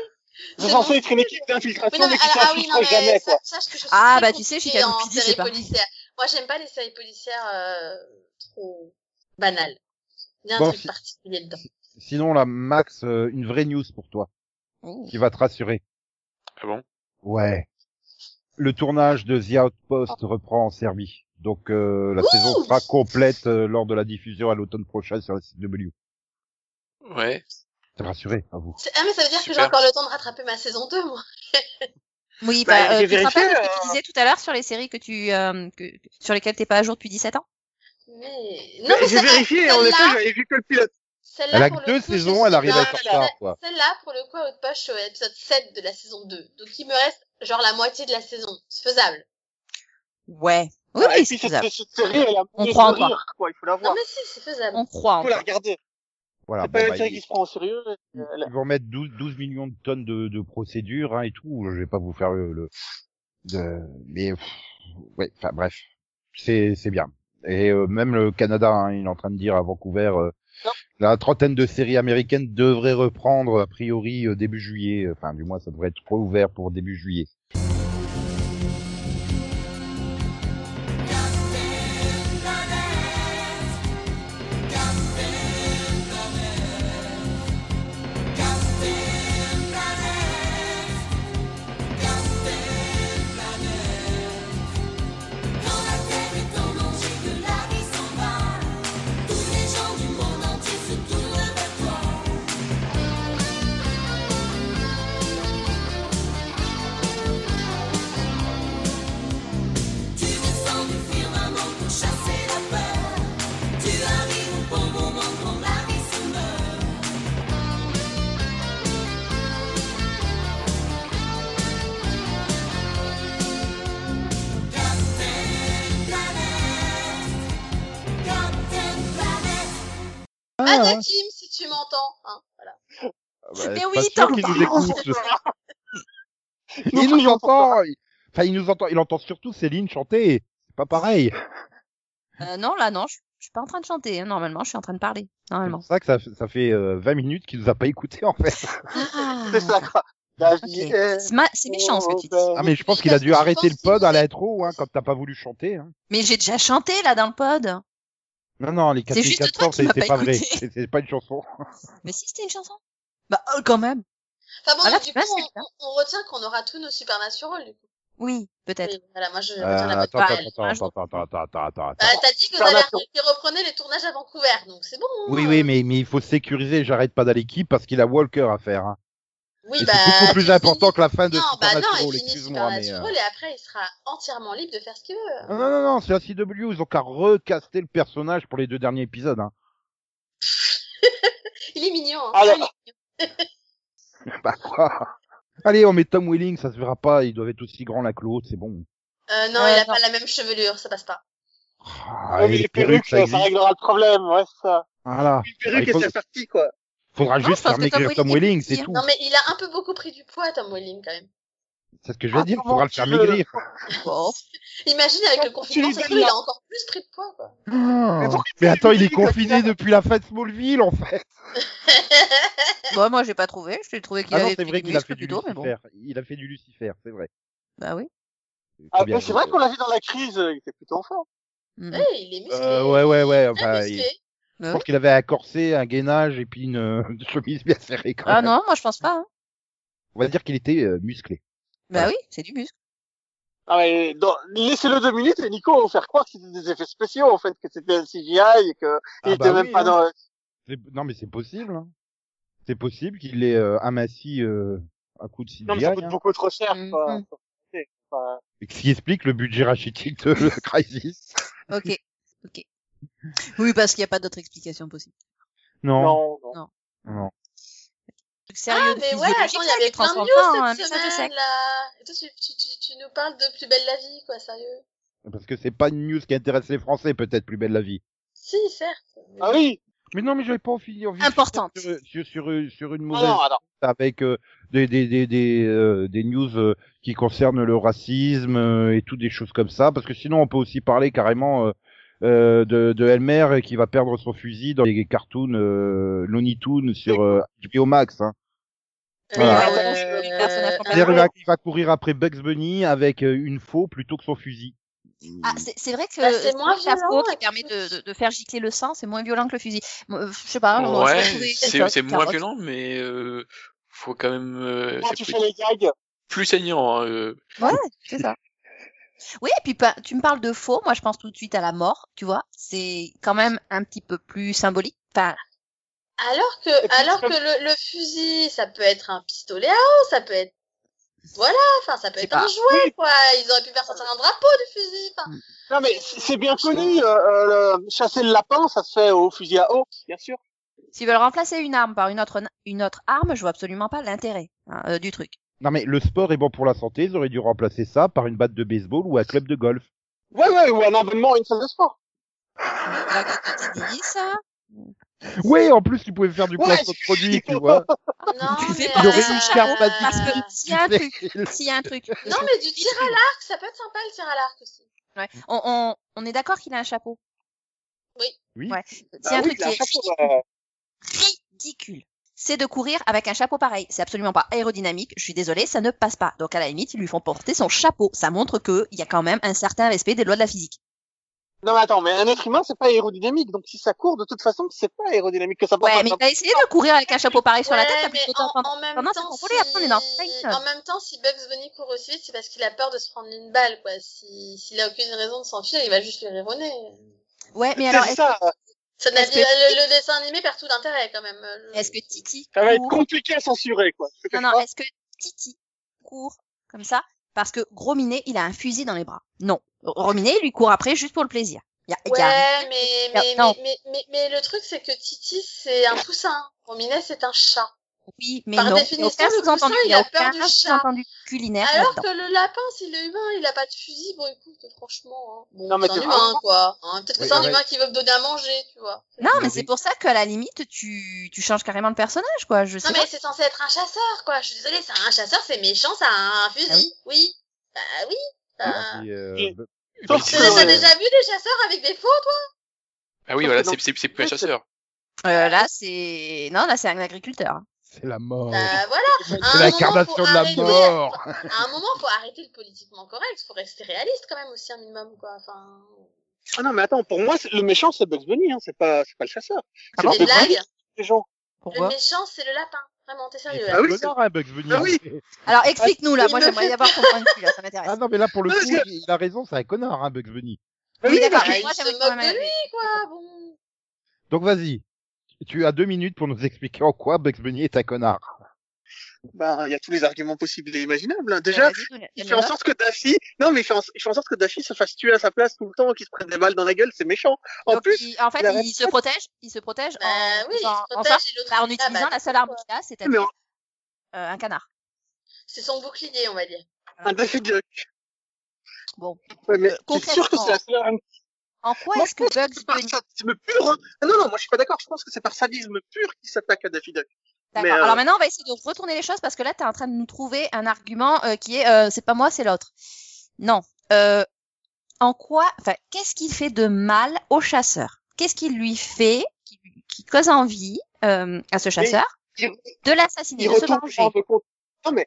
[SPEAKER 6] C'est
[SPEAKER 4] C'est
[SPEAKER 6] censé
[SPEAKER 4] bon.
[SPEAKER 6] être une équipe
[SPEAKER 4] Mais
[SPEAKER 6] d'infiltration,
[SPEAKER 4] non,
[SPEAKER 6] mais,
[SPEAKER 4] mais,
[SPEAKER 6] qui
[SPEAKER 4] alors- ah oui, non,
[SPEAKER 6] s'infiltre
[SPEAKER 4] mais
[SPEAKER 6] jamais,
[SPEAKER 4] ça-
[SPEAKER 6] quoi.
[SPEAKER 4] sache que je suis
[SPEAKER 5] Ah,
[SPEAKER 4] très
[SPEAKER 5] bah, tu sais,
[SPEAKER 4] compliquée
[SPEAKER 5] Chicago
[SPEAKER 4] en
[SPEAKER 5] PD,
[SPEAKER 4] séries
[SPEAKER 5] c'est pareil.
[SPEAKER 4] policières. Moi, j'aime pas les séries policières euh, trop banales. Il y a un
[SPEAKER 2] Bon,
[SPEAKER 4] truc
[SPEAKER 2] si-
[SPEAKER 4] particulier dedans.
[SPEAKER 2] Sinon, là, Max, euh, une vraie news pour toi,
[SPEAKER 5] Oh.
[SPEAKER 2] qui va te rassurer.
[SPEAKER 3] Ah bon
[SPEAKER 2] Ouais. Le tournage de The Outpost
[SPEAKER 4] Ah.
[SPEAKER 2] reprend en Serbie. Donc, euh, la saison sera complète euh, lors de la diffusion à l'automne prochain sur la CW.
[SPEAKER 3] Ouais.
[SPEAKER 2] T'es rassuré, à vous.
[SPEAKER 4] C'est- Ah, mais ça veut dire que j'ai
[SPEAKER 3] Super.
[SPEAKER 4] encore le temps de rattraper ma saison 2, moi.
[SPEAKER 5] Oui,
[SPEAKER 6] Bah,
[SPEAKER 5] bah, euh,
[SPEAKER 6] j'ai
[SPEAKER 5] tu te
[SPEAKER 6] vérifié,
[SPEAKER 5] rappelles de ce que
[SPEAKER 6] euh.
[SPEAKER 5] tu disais tout à l'heure sur les séries que tu, euh, que- sur lesquelles t'es pas à jour depuis 17 ans
[SPEAKER 4] Mais. Non, mais
[SPEAKER 6] J'ai
[SPEAKER 4] celle-là-
[SPEAKER 6] vérifié, en
[SPEAKER 4] celle-là-
[SPEAKER 6] effet, j'avais vu que le pilote.
[SPEAKER 4] Celle-là,
[SPEAKER 2] Elle a
[SPEAKER 4] pour le
[SPEAKER 2] deux
[SPEAKER 4] coup, je
[SPEAKER 2] saisons,
[SPEAKER 4] suis
[SPEAKER 2] elle arrive
[SPEAKER 4] bien-
[SPEAKER 2] à être en retard, quoi.
[SPEAKER 4] Celle-là, pour le coup, à haute poche, je suis au épisode 7 de la saison 2. Donc, il me reste genre la moitié de la saison. C'est faisable.
[SPEAKER 5] Ouais. Oui,
[SPEAKER 6] Ah, et
[SPEAKER 5] oui,
[SPEAKER 6] puis
[SPEAKER 5] c'est
[SPEAKER 6] cette,
[SPEAKER 5] faisable.
[SPEAKER 6] cette série, elle a
[SPEAKER 5] On
[SPEAKER 6] mieux
[SPEAKER 5] prend,
[SPEAKER 6] de
[SPEAKER 5] quoi.
[SPEAKER 6] rire, quoi. Il faut la
[SPEAKER 5] Ah,
[SPEAKER 4] Non,
[SPEAKER 6] voir.
[SPEAKER 4] mais si, c'est faisable.
[SPEAKER 5] On croit
[SPEAKER 6] Il faut
[SPEAKER 5] encore.
[SPEAKER 6] la regarder.
[SPEAKER 2] Voilà.
[SPEAKER 6] C'est
[SPEAKER 2] bon,
[SPEAKER 6] pas une
[SPEAKER 2] bah,
[SPEAKER 6] série
[SPEAKER 2] ils-
[SPEAKER 6] qui se prend au sérieux. euh, elle-
[SPEAKER 2] Mmh. Ils vont mettre 12, 12 millions de tonnes de, de procédures hein, et tout. Je vais pas vous faire le, le de, mais pff, ouais, enfin bref, c'est c'est bien. Et euh, même le Canada, hein, il est en train de dire à Vancouver, euh,
[SPEAKER 6] Non.
[SPEAKER 2] la trentaine de séries américaines devraient reprendre a priori euh, début juillet. Enfin, du moins, ça devrait être ouvert pour début juillet.
[SPEAKER 7] Dans la terre est en danger que la vie s'en va Tous les gens du monde entier se tournent vers toi Tu descends du firmament pour chasser la peur Tu arrives au bon moment quand la vie se meurt Captain Planet Captain Planet
[SPEAKER 4] Anna Kim, si tu m'entends. Hein, voilà.
[SPEAKER 2] Ah, bah,
[SPEAKER 5] Mais
[SPEAKER 2] c'est
[SPEAKER 5] oui,
[SPEAKER 2] pas sûr
[SPEAKER 5] t'en
[SPEAKER 2] qu'il nous
[SPEAKER 5] parles.
[SPEAKER 2] écoute.
[SPEAKER 6] Nous,
[SPEAKER 2] il nous
[SPEAKER 6] nous entend.
[SPEAKER 2] entend. il- Enfin, il nous entend. Il entend surtout Céline chanter. C'est pas pareil.
[SPEAKER 5] Euh, non, là, non, je, je suis pas en train de chanter. hein. Normalement, je suis en train de parler.
[SPEAKER 2] C'est
[SPEAKER 5] Normalement.
[SPEAKER 2] pour ça que ça, fait- ça fait euh, 20 minutes qu'il nous a pas écouté en fait.
[SPEAKER 5] Ah,
[SPEAKER 6] C'est ça, euh, quoi. La
[SPEAKER 5] ok.
[SPEAKER 6] vie est...
[SPEAKER 5] C'est ma- c'est méchant ce que tu
[SPEAKER 6] oh, bah.
[SPEAKER 5] dis.
[SPEAKER 2] Ah mais je pense
[SPEAKER 4] Oui,
[SPEAKER 2] qu'il a
[SPEAKER 4] parce
[SPEAKER 2] dû
[SPEAKER 4] que je
[SPEAKER 2] arrêter
[SPEAKER 4] pense
[SPEAKER 2] le pod
[SPEAKER 4] qu'il
[SPEAKER 2] à
[SPEAKER 4] nous a-
[SPEAKER 2] l'intro hein, quand t'as pas voulu chanter. Hein.
[SPEAKER 5] Mais j'ai déjà chanté là dans le pod.
[SPEAKER 2] Non non les
[SPEAKER 5] C'est juste
[SPEAKER 2] 4400
[SPEAKER 5] toi qui
[SPEAKER 2] c'est
[SPEAKER 5] m'as
[SPEAKER 2] c'est
[SPEAKER 5] pas
[SPEAKER 2] pas vrai,
[SPEAKER 5] écouté.
[SPEAKER 2] c'est c'est pas une chanson.
[SPEAKER 5] Mais si c'était une chanson. Bah euh, quand même.
[SPEAKER 4] Enfin bon,
[SPEAKER 5] Ah là,
[SPEAKER 4] du
[SPEAKER 5] tu
[SPEAKER 4] coup,
[SPEAKER 5] vois, c'est
[SPEAKER 4] on, on- on retient qu'on aura tous nos supernaturals, du coup.
[SPEAKER 5] Oui, peut-être.
[SPEAKER 4] Oui, voilà, moi, je
[SPEAKER 2] Euh,
[SPEAKER 4] retiens la bonne
[SPEAKER 2] attends,
[SPEAKER 4] parole.
[SPEAKER 2] attends, attends, attends, attends, attends, attends, attends,
[SPEAKER 4] Bah,
[SPEAKER 2] attends.
[SPEAKER 4] t'as dit que
[SPEAKER 6] Supernatural.
[SPEAKER 4] t'avais- qu'ils reprenaient les tournages à Vancouver, donc c'est bon. hein.
[SPEAKER 2] Oui oui mais mais il faut sécuriser, j'arrête pas d'aller l'équipe parce qu'il a Walker à faire. Hein.
[SPEAKER 4] Oui,
[SPEAKER 2] Et
[SPEAKER 4] bah.
[SPEAKER 2] c'est beaucoup plus
[SPEAKER 4] il
[SPEAKER 2] important
[SPEAKER 4] finit-
[SPEAKER 2] que la fin de
[SPEAKER 4] Non, bah non, il
[SPEAKER 2] Supernatural,
[SPEAKER 4] finit
[SPEAKER 2] excuse-moi mais. euh,
[SPEAKER 4] Supernatural et après, il sera entièrement libre de faire ce qu'il veut.
[SPEAKER 2] Non non non, non, c'est la CW, ils ont qu'à recaster le personnage pour les deux derniers épisodes. Hein.
[SPEAKER 4] Il est mignon, hein.
[SPEAKER 6] Alors-
[SPEAKER 4] Il est mignon.
[SPEAKER 2] Bah quoi Allez on met Tom Welling, ça se verra pas, ils doivent être aussi grands l'un que l'autre, c'est bon.
[SPEAKER 4] Euh, non,
[SPEAKER 5] Ouais,
[SPEAKER 4] il a
[SPEAKER 5] non.
[SPEAKER 4] pas la même chevelure, ça passe pas.
[SPEAKER 2] Ah,
[SPEAKER 6] Ah,
[SPEAKER 2] et
[SPEAKER 6] mais les perruques,
[SPEAKER 2] ça
[SPEAKER 6] ça, ça
[SPEAKER 2] existe.
[SPEAKER 6] réglera le problème, ouais, c'est ça.
[SPEAKER 2] Voilà.
[SPEAKER 6] Une
[SPEAKER 2] Ah,
[SPEAKER 6] perruque
[SPEAKER 2] il
[SPEAKER 6] et
[SPEAKER 2] faut-
[SPEAKER 6] c'est parti, quoi.
[SPEAKER 2] Faudra
[SPEAKER 5] Non,
[SPEAKER 2] juste
[SPEAKER 5] je pense
[SPEAKER 2] faire
[SPEAKER 5] que Tom
[SPEAKER 2] maigrir Tom
[SPEAKER 5] Welling est
[SPEAKER 2] Welling,
[SPEAKER 5] petit,
[SPEAKER 2] c'est
[SPEAKER 5] hein.
[SPEAKER 2] tout.
[SPEAKER 4] Non, mais il a un peu beaucoup pris du poids, Tom Welling, quand même.
[SPEAKER 2] C'est ce que je veux
[SPEAKER 6] Ah,
[SPEAKER 2] dire,
[SPEAKER 6] comment
[SPEAKER 2] faudra le
[SPEAKER 6] tu
[SPEAKER 2] faire
[SPEAKER 6] veux
[SPEAKER 2] maigrir.
[SPEAKER 5] Bon.
[SPEAKER 4] Imagine avec le
[SPEAKER 6] Tu
[SPEAKER 4] confinement,
[SPEAKER 6] lui
[SPEAKER 4] ça se
[SPEAKER 6] donnes
[SPEAKER 4] trouve, il
[SPEAKER 6] la-
[SPEAKER 4] a encore plus pris de poids, quoi.
[SPEAKER 2] Oh. Mais,
[SPEAKER 6] pourquoi
[SPEAKER 2] attends, il est
[SPEAKER 6] tu dis comme ça
[SPEAKER 2] confiné depuis la fin de Smallville, en fait.
[SPEAKER 5] Bon, moi j'ai pas trouvé. Je t'ai trouvé qu'il
[SPEAKER 2] Ah non,
[SPEAKER 5] avait
[SPEAKER 2] c'est
[SPEAKER 5] pris
[SPEAKER 2] vrai
[SPEAKER 5] du
[SPEAKER 2] qu'il a
[SPEAKER 5] muscle
[SPEAKER 2] fait du
[SPEAKER 5] plutôt, mais bon.
[SPEAKER 2] Lucifer. Il a fait du Lucifer, c'est vrai.
[SPEAKER 5] Bah oui.
[SPEAKER 6] Ah,
[SPEAKER 2] Très bien
[SPEAKER 6] mais c'est vrai
[SPEAKER 2] joué.
[SPEAKER 6] qu'on l'a vu dans la crise, euh, il était plutôt en forme.
[SPEAKER 5] Mm.
[SPEAKER 4] Ouais, il est musclé.
[SPEAKER 2] Euh, ouais, ouais, ouais.
[SPEAKER 4] Très
[SPEAKER 6] Ah,
[SPEAKER 2] Enfin, il-
[SPEAKER 4] musclé.
[SPEAKER 5] Bah
[SPEAKER 2] Je
[SPEAKER 5] oui.
[SPEAKER 2] pense qu'il avait un corset, un gainage et puis une, euh, une chemise bien serrée, quand
[SPEAKER 5] Ah
[SPEAKER 2] même.
[SPEAKER 5] non, moi je pense pas. hein.
[SPEAKER 2] On va dire qu'il était euh, musclé.
[SPEAKER 5] Bah
[SPEAKER 2] Voilà.
[SPEAKER 5] oui, c'est du muscle.
[SPEAKER 6] Ah, mais dans... laissez-le deux minutes et Nico va vous faire croire que c'était des effets spéciaux, en fait, que c'était un CGI et que
[SPEAKER 2] Ah,
[SPEAKER 6] il était
[SPEAKER 2] bah
[SPEAKER 6] même
[SPEAKER 2] oui,
[SPEAKER 6] pas
[SPEAKER 2] hein.
[SPEAKER 6] dans...
[SPEAKER 2] C'est- Non, mais c'est possible. hein. C'est possible qu'il l'ait euh, aminci euh, à coup de CGI.
[SPEAKER 6] Non, mais ça coûte
[SPEAKER 2] hein.
[SPEAKER 6] beaucoup trop cher.
[SPEAKER 5] Mhm.
[SPEAKER 6] quoi. C'est pas-
[SPEAKER 2] Ce qui explique le budget rachitique de Crisis.
[SPEAKER 5] Ok, ok. Oui, parce qu'il n'y a pas d'autre explication possible.
[SPEAKER 2] Non.
[SPEAKER 6] Non, non.
[SPEAKER 2] non.
[SPEAKER 5] Truc Sérieux,
[SPEAKER 4] Ah, mais
[SPEAKER 5] fils
[SPEAKER 4] ouais,
[SPEAKER 5] logique,
[SPEAKER 4] attends, il y
[SPEAKER 5] ça,
[SPEAKER 4] avait
[SPEAKER 5] qui
[SPEAKER 4] plein de
[SPEAKER 5] transforme
[SPEAKER 4] news
[SPEAKER 5] pas en un
[SPEAKER 4] cette
[SPEAKER 5] message de
[SPEAKER 4] semaine,
[SPEAKER 5] sexe.
[SPEAKER 4] là. Et toi, tu, tu, tu, tu nous parles de Plus belle la vie, quoi, sérieux.
[SPEAKER 2] Parce que c'est pas une news qui intéresse les Français, peut-être, plus belle la vie.
[SPEAKER 4] Si, certes.
[SPEAKER 6] Ah oui
[SPEAKER 2] Mais non, mais j'avais pas envie envie de
[SPEAKER 5] Importante.
[SPEAKER 2] finir sur, sur, sur, sur une
[SPEAKER 6] Ah
[SPEAKER 2] mauvaise
[SPEAKER 6] non, alors,
[SPEAKER 2] avec euh, des des des des, euh, des news euh, qui concernent le racisme euh, et tout des choses comme ça parce que sinon on peut aussi parler carrément euh, euh, de, de Elmer qui va perdre son fusil dans les cartoons euh, Looney Tunes sur euh, HBO Max. Hein. Voilà.
[SPEAKER 5] Euh, personnage
[SPEAKER 4] ah
[SPEAKER 2] C'est-à-dire,
[SPEAKER 5] ouais.
[SPEAKER 2] il va- il va courir après Bugs Bunny avec euh, une faux plutôt que son fusil.
[SPEAKER 5] Ah, c'est c'est vrai que
[SPEAKER 4] Bah, c'est
[SPEAKER 5] euh,
[SPEAKER 4] moins
[SPEAKER 5] la
[SPEAKER 4] violent,
[SPEAKER 5] peau qui
[SPEAKER 4] et
[SPEAKER 5] permet
[SPEAKER 4] puis-
[SPEAKER 5] de, de, de faire gicler le sang, c'est moins violent que le fusil. Moi, euh, Je sais pas. on aurait
[SPEAKER 3] Ouais,
[SPEAKER 5] trouvé
[SPEAKER 3] Ah, c'est
[SPEAKER 5] quelque
[SPEAKER 3] c'est
[SPEAKER 5] chose,
[SPEAKER 3] moins
[SPEAKER 5] carotte.
[SPEAKER 3] violent, mais euh, faut quand même. euh,
[SPEAKER 6] quand
[SPEAKER 3] c'est
[SPEAKER 6] Ah, tu
[SPEAKER 3] plus,
[SPEAKER 6] fais les gags,
[SPEAKER 3] plus saignant. hein, euh.
[SPEAKER 5] Ouais, c'est ça. Oui, et puis pa- tu me parles de faux, moi je pense tout de suite à la mort, tu vois. C'est quand même un petit peu plus symbolique. Enfin,
[SPEAKER 4] Alors
[SPEAKER 6] Et
[SPEAKER 4] que,
[SPEAKER 6] puis,
[SPEAKER 4] alors
[SPEAKER 6] c'est
[SPEAKER 4] que
[SPEAKER 6] comme-
[SPEAKER 4] le, le fusil, ça peut être un pistolet à eau, ça peut être, voilà, enfin, ça peut
[SPEAKER 5] Je sais
[SPEAKER 4] être un
[SPEAKER 5] pas.
[SPEAKER 4] jouet,
[SPEAKER 6] Oui.
[SPEAKER 4] quoi. Ils auraient pu faire sortir un drapeau du fusil, enfin.
[SPEAKER 6] Non, mais c- c'est bien connu. euh, euh, le- chasser le lapin, ça se fait au fusil à eau, bien sûr.
[SPEAKER 5] s'ils veulent remplacer une arme par une autre, une autre arme, je vois absolument pas l'intérêt hein, euh, du truc.
[SPEAKER 2] Non mais le sport est bon pour la santé, ils auraient dû remplacer ça par une batte de baseball ou un club de golf.
[SPEAKER 6] Ouais, ouais, ou un abonnement à une salle de sport.
[SPEAKER 5] Voilà, quand tu dis ça.
[SPEAKER 2] Ouais, en plus tu pouvais faire du
[SPEAKER 6] Ouais,
[SPEAKER 2] placement de produit, tu vois.
[SPEAKER 4] Non,
[SPEAKER 5] Ah, Tu sais,
[SPEAKER 4] mais,
[SPEAKER 5] par
[SPEAKER 2] Il y aurait
[SPEAKER 5] euh,
[SPEAKER 2] une carte
[SPEAKER 5] parce
[SPEAKER 2] magique.
[SPEAKER 5] que s'il y a un
[SPEAKER 2] tu
[SPEAKER 5] truc,
[SPEAKER 2] sais.
[SPEAKER 5] s'il y a un truc.
[SPEAKER 4] non, mais du tir à l'arc, ça peut être sympa, le tir à l'arc aussi.
[SPEAKER 5] Ouais. On, on, on est d'accord qu'il a un chapeau.
[SPEAKER 2] Oui.
[SPEAKER 5] Ouais. S'il y a
[SPEAKER 6] Ah
[SPEAKER 5] un
[SPEAKER 6] oui,
[SPEAKER 5] truc
[SPEAKER 6] il a un
[SPEAKER 5] qui est
[SPEAKER 6] chapeau, euh,
[SPEAKER 5] ridicule. C'est de courir avec un chapeau pareil. C'est absolument pas aérodynamique. Je suis désolée, ça ne passe pas. Donc à la limite, ils lui font porter son chapeau. Ça montre que il y a quand même un certain respect des lois de la physique.
[SPEAKER 6] Non, mais attends, mais un être humain, c'est pas aérodynamique. Donc, si ça court, de toute façon, c'est pas aérodynamique que ça porte.
[SPEAKER 5] Ouais,
[SPEAKER 6] un
[SPEAKER 5] mais
[SPEAKER 6] chapeau.
[SPEAKER 5] t'as essayé de courir avec un chapeau pareil sur la
[SPEAKER 4] Ouais,
[SPEAKER 5] tête. t'as plus
[SPEAKER 4] mais
[SPEAKER 5] autant
[SPEAKER 4] en,
[SPEAKER 5] pendant-
[SPEAKER 4] en même
[SPEAKER 5] pendant, c'est
[SPEAKER 4] temps,
[SPEAKER 5] pour
[SPEAKER 4] si...
[SPEAKER 5] voler, après, on est dans le euh. time.
[SPEAKER 4] en même temps, si Bugs Bunny court aussi vite, c'est parce qu'il a peur de se prendre une balle, quoi. Si, s'il a aucune raison de s'enfuir, il va juste les rironner.
[SPEAKER 5] Ouais, mais
[SPEAKER 6] C'est
[SPEAKER 5] alors, est-ce
[SPEAKER 6] ça.
[SPEAKER 4] Ça n'a- euh,
[SPEAKER 5] Est-ce que-
[SPEAKER 4] le, le dessin animé perd tout l'intérêt, quand même. euh, Je-
[SPEAKER 5] est-ce que Titi
[SPEAKER 6] Ça va être
[SPEAKER 5] court-
[SPEAKER 6] compliqué à censurer, quoi. Je te
[SPEAKER 5] Non,
[SPEAKER 6] cache
[SPEAKER 5] non,
[SPEAKER 6] pas.
[SPEAKER 5] est-ce que Titi court comme ça parce que Gros Minet, il a un fusil dans les bras Non. Gros Minet, il lui court après juste pour le plaisir. Il y a, il
[SPEAKER 4] Ouais,
[SPEAKER 5] y a rien.
[SPEAKER 4] mais,
[SPEAKER 5] Non,
[SPEAKER 4] mais,
[SPEAKER 5] non.
[SPEAKER 4] mais, mais, mais, mais le truc, c'est que Titi, c'est un poussin. Rominet, c'est un chat.
[SPEAKER 5] Oui, mais
[SPEAKER 4] Par
[SPEAKER 5] non. Il y a
[SPEAKER 4] définition,
[SPEAKER 5] aucun
[SPEAKER 4] le
[SPEAKER 5] sous-entendu,
[SPEAKER 4] poussin,
[SPEAKER 5] il y a
[SPEAKER 4] il a peur
[SPEAKER 5] aucun
[SPEAKER 4] du chat.
[SPEAKER 5] sous-entendu culinaire
[SPEAKER 4] Alors
[SPEAKER 5] là-dedans.
[SPEAKER 4] que le lapin, s'il est humain, il a pas de fusil. Bon, écoute, franchement, hein. Bon,
[SPEAKER 6] Non, mais
[SPEAKER 4] c'est
[SPEAKER 6] t'es
[SPEAKER 4] un humain,
[SPEAKER 6] vraiment-
[SPEAKER 4] quoi. hein. Peut-être que
[SPEAKER 2] Oui,
[SPEAKER 4] c'est un
[SPEAKER 2] ouais.
[SPEAKER 4] humain qui veut me donner à manger, tu vois.
[SPEAKER 5] Non, mais
[SPEAKER 2] Oui.
[SPEAKER 5] c'est pour ça qu'à la limite, tu, tu changes carrément de personnage, quoi. Je sais
[SPEAKER 4] Non,
[SPEAKER 5] pas.
[SPEAKER 4] mais c'est censé être un chasseur, quoi. Je suis désolée, c'est un chasseur, c'est méchant, ça a un
[SPEAKER 5] Ah
[SPEAKER 4] fusil. Oui. Bah oui.
[SPEAKER 2] Ah,
[SPEAKER 4] Bah...
[SPEAKER 2] puis, euh,
[SPEAKER 6] Et-
[SPEAKER 2] bah,
[SPEAKER 6] Sauf
[SPEAKER 4] T'as
[SPEAKER 3] Ah
[SPEAKER 6] que-
[SPEAKER 4] t'as déjà vu des chasseurs avec des faux, toi
[SPEAKER 3] oui, voilà,
[SPEAKER 6] que non.
[SPEAKER 3] c'est c'est- c'est plus un
[SPEAKER 6] Oui, c'est-
[SPEAKER 3] chasseur.
[SPEAKER 5] Euh, là, c'est non, là, c'est un agriculteur. hein,
[SPEAKER 2] c'est la mort.
[SPEAKER 4] Bah voilà. À
[SPEAKER 2] C'est
[SPEAKER 4] un
[SPEAKER 2] l'incarnation
[SPEAKER 4] moment, faut
[SPEAKER 2] de la
[SPEAKER 4] arrêter-
[SPEAKER 2] mort.
[SPEAKER 4] À un moment, faut arrêter le politiquement correct. Faut rester réaliste, quand même, aussi, un minimum, quoi. Enfin.
[SPEAKER 6] Ah non, mais attends, pour moi, c'est- le méchant, c'est Bugs Bunny, hein. C'est pas, c'est pas le chasseur.
[SPEAKER 5] Ah
[SPEAKER 6] C'est
[SPEAKER 5] bon
[SPEAKER 6] Bugs
[SPEAKER 4] Des
[SPEAKER 6] Bunny,
[SPEAKER 4] blagues.
[SPEAKER 6] les gens.
[SPEAKER 4] Le méchant, c'est le lapin. Vraiment, t'es sérieux, là
[SPEAKER 6] Ah oui, c'est-
[SPEAKER 2] Connard, hein, Bugs Bunny.
[SPEAKER 6] Ah oui.
[SPEAKER 5] Alors, explique-nous là.
[SPEAKER 4] Ah, Il
[SPEAKER 5] Moi,
[SPEAKER 4] me
[SPEAKER 5] j'aimerais
[SPEAKER 4] fait
[SPEAKER 5] y avoir ton point de vue là. Ça m'intéresse.
[SPEAKER 6] bah,
[SPEAKER 2] Ah non, mais là pour le
[SPEAKER 6] Parce
[SPEAKER 2] coup,
[SPEAKER 6] que-
[SPEAKER 2] il a raison, c'est un connard, hein, Bugs Bunny.
[SPEAKER 6] Mais
[SPEAKER 5] Oui, d'accord.
[SPEAKER 4] bah,
[SPEAKER 5] Moi,
[SPEAKER 4] il se
[SPEAKER 5] j'aimerais
[SPEAKER 4] moque
[SPEAKER 5] quand
[SPEAKER 4] de
[SPEAKER 5] même.
[SPEAKER 4] lui, quoi, bon.
[SPEAKER 2] Donc vas-y, tu as deux minutes pour nous expliquer en quoi Bugs Bunny est un connard.
[SPEAKER 6] Bah, il y a tous les arguments possibles et imaginables. hein. Déjà,
[SPEAKER 5] Vas-y, donne-
[SPEAKER 6] il fait
[SPEAKER 5] donne-le.
[SPEAKER 6] en sorte que Daffy, non, mais il fait, en... il fait en sorte que Daffy se fasse tuer à sa place tout le temps, qu'il se prenne des balles dans la gueule, c'est méchant. En
[SPEAKER 5] Donc,
[SPEAKER 6] plus,
[SPEAKER 5] il- en fait,
[SPEAKER 6] il arrête
[SPEAKER 5] il se protège. Il se protège
[SPEAKER 4] Bah
[SPEAKER 5] en,
[SPEAKER 4] oui, il
[SPEAKER 5] faisant-
[SPEAKER 4] se
[SPEAKER 5] en
[SPEAKER 4] protège
[SPEAKER 5] sorte-
[SPEAKER 4] et l'autre.
[SPEAKER 5] bah, en
[SPEAKER 4] Ah, bah,
[SPEAKER 5] utilisant la seule arme qu'il a,
[SPEAKER 6] mais
[SPEAKER 5] c'est-à-dire
[SPEAKER 6] en-
[SPEAKER 5] euh, un canard.
[SPEAKER 4] C'est son bouclier, on va dire.
[SPEAKER 6] un Daffy Duck.
[SPEAKER 5] Bon.
[SPEAKER 6] Ouais, mais
[SPEAKER 5] Euh,
[SPEAKER 6] c'est sûr que
[SPEAKER 5] concrètement,
[SPEAKER 6] c'est la seule arme
[SPEAKER 5] En quoi
[SPEAKER 6] Moi,
[SPEAKER 5] est-ce que
[SPEAKER 6] je pense
[SPEAKER 5] Bugs
[SPEAKER 6] c'est par
[SPEAKER 5] Bunny
[SPEAKER 6] sadisme pur. hein. Ah non, non, moi je suis pas d'accord. Je pense que c'est par sadisme pur qu'il s'attaque à Daffy Duck.
[SPEAKER 5] D'accord.
[SPEAKER 6] Mais, euh,
[SPEAKER 5] Alors maintenant, on va essayer de retourner les choses parce que là, tu es en train de nous trouver un argument euh, qui est euh, c'est pas moi, c'est l'autre. Non. Euh, en quoi, enfin, qu'est-ce qu'il fait de mal au chasseur Qu'est-ce qu'il lui fait qui, qui cause envie euh, à ce chasseur
[SPEAKER 6] il-
[SPEAKER 5] de l'assassiner,
[SPEAKER 6] Il
[SPEAKER 5] de se
[SPEAKER 6] retourne
[SPEAKER 5] venger
[SPEAKER 6] l'arme contre. Non mais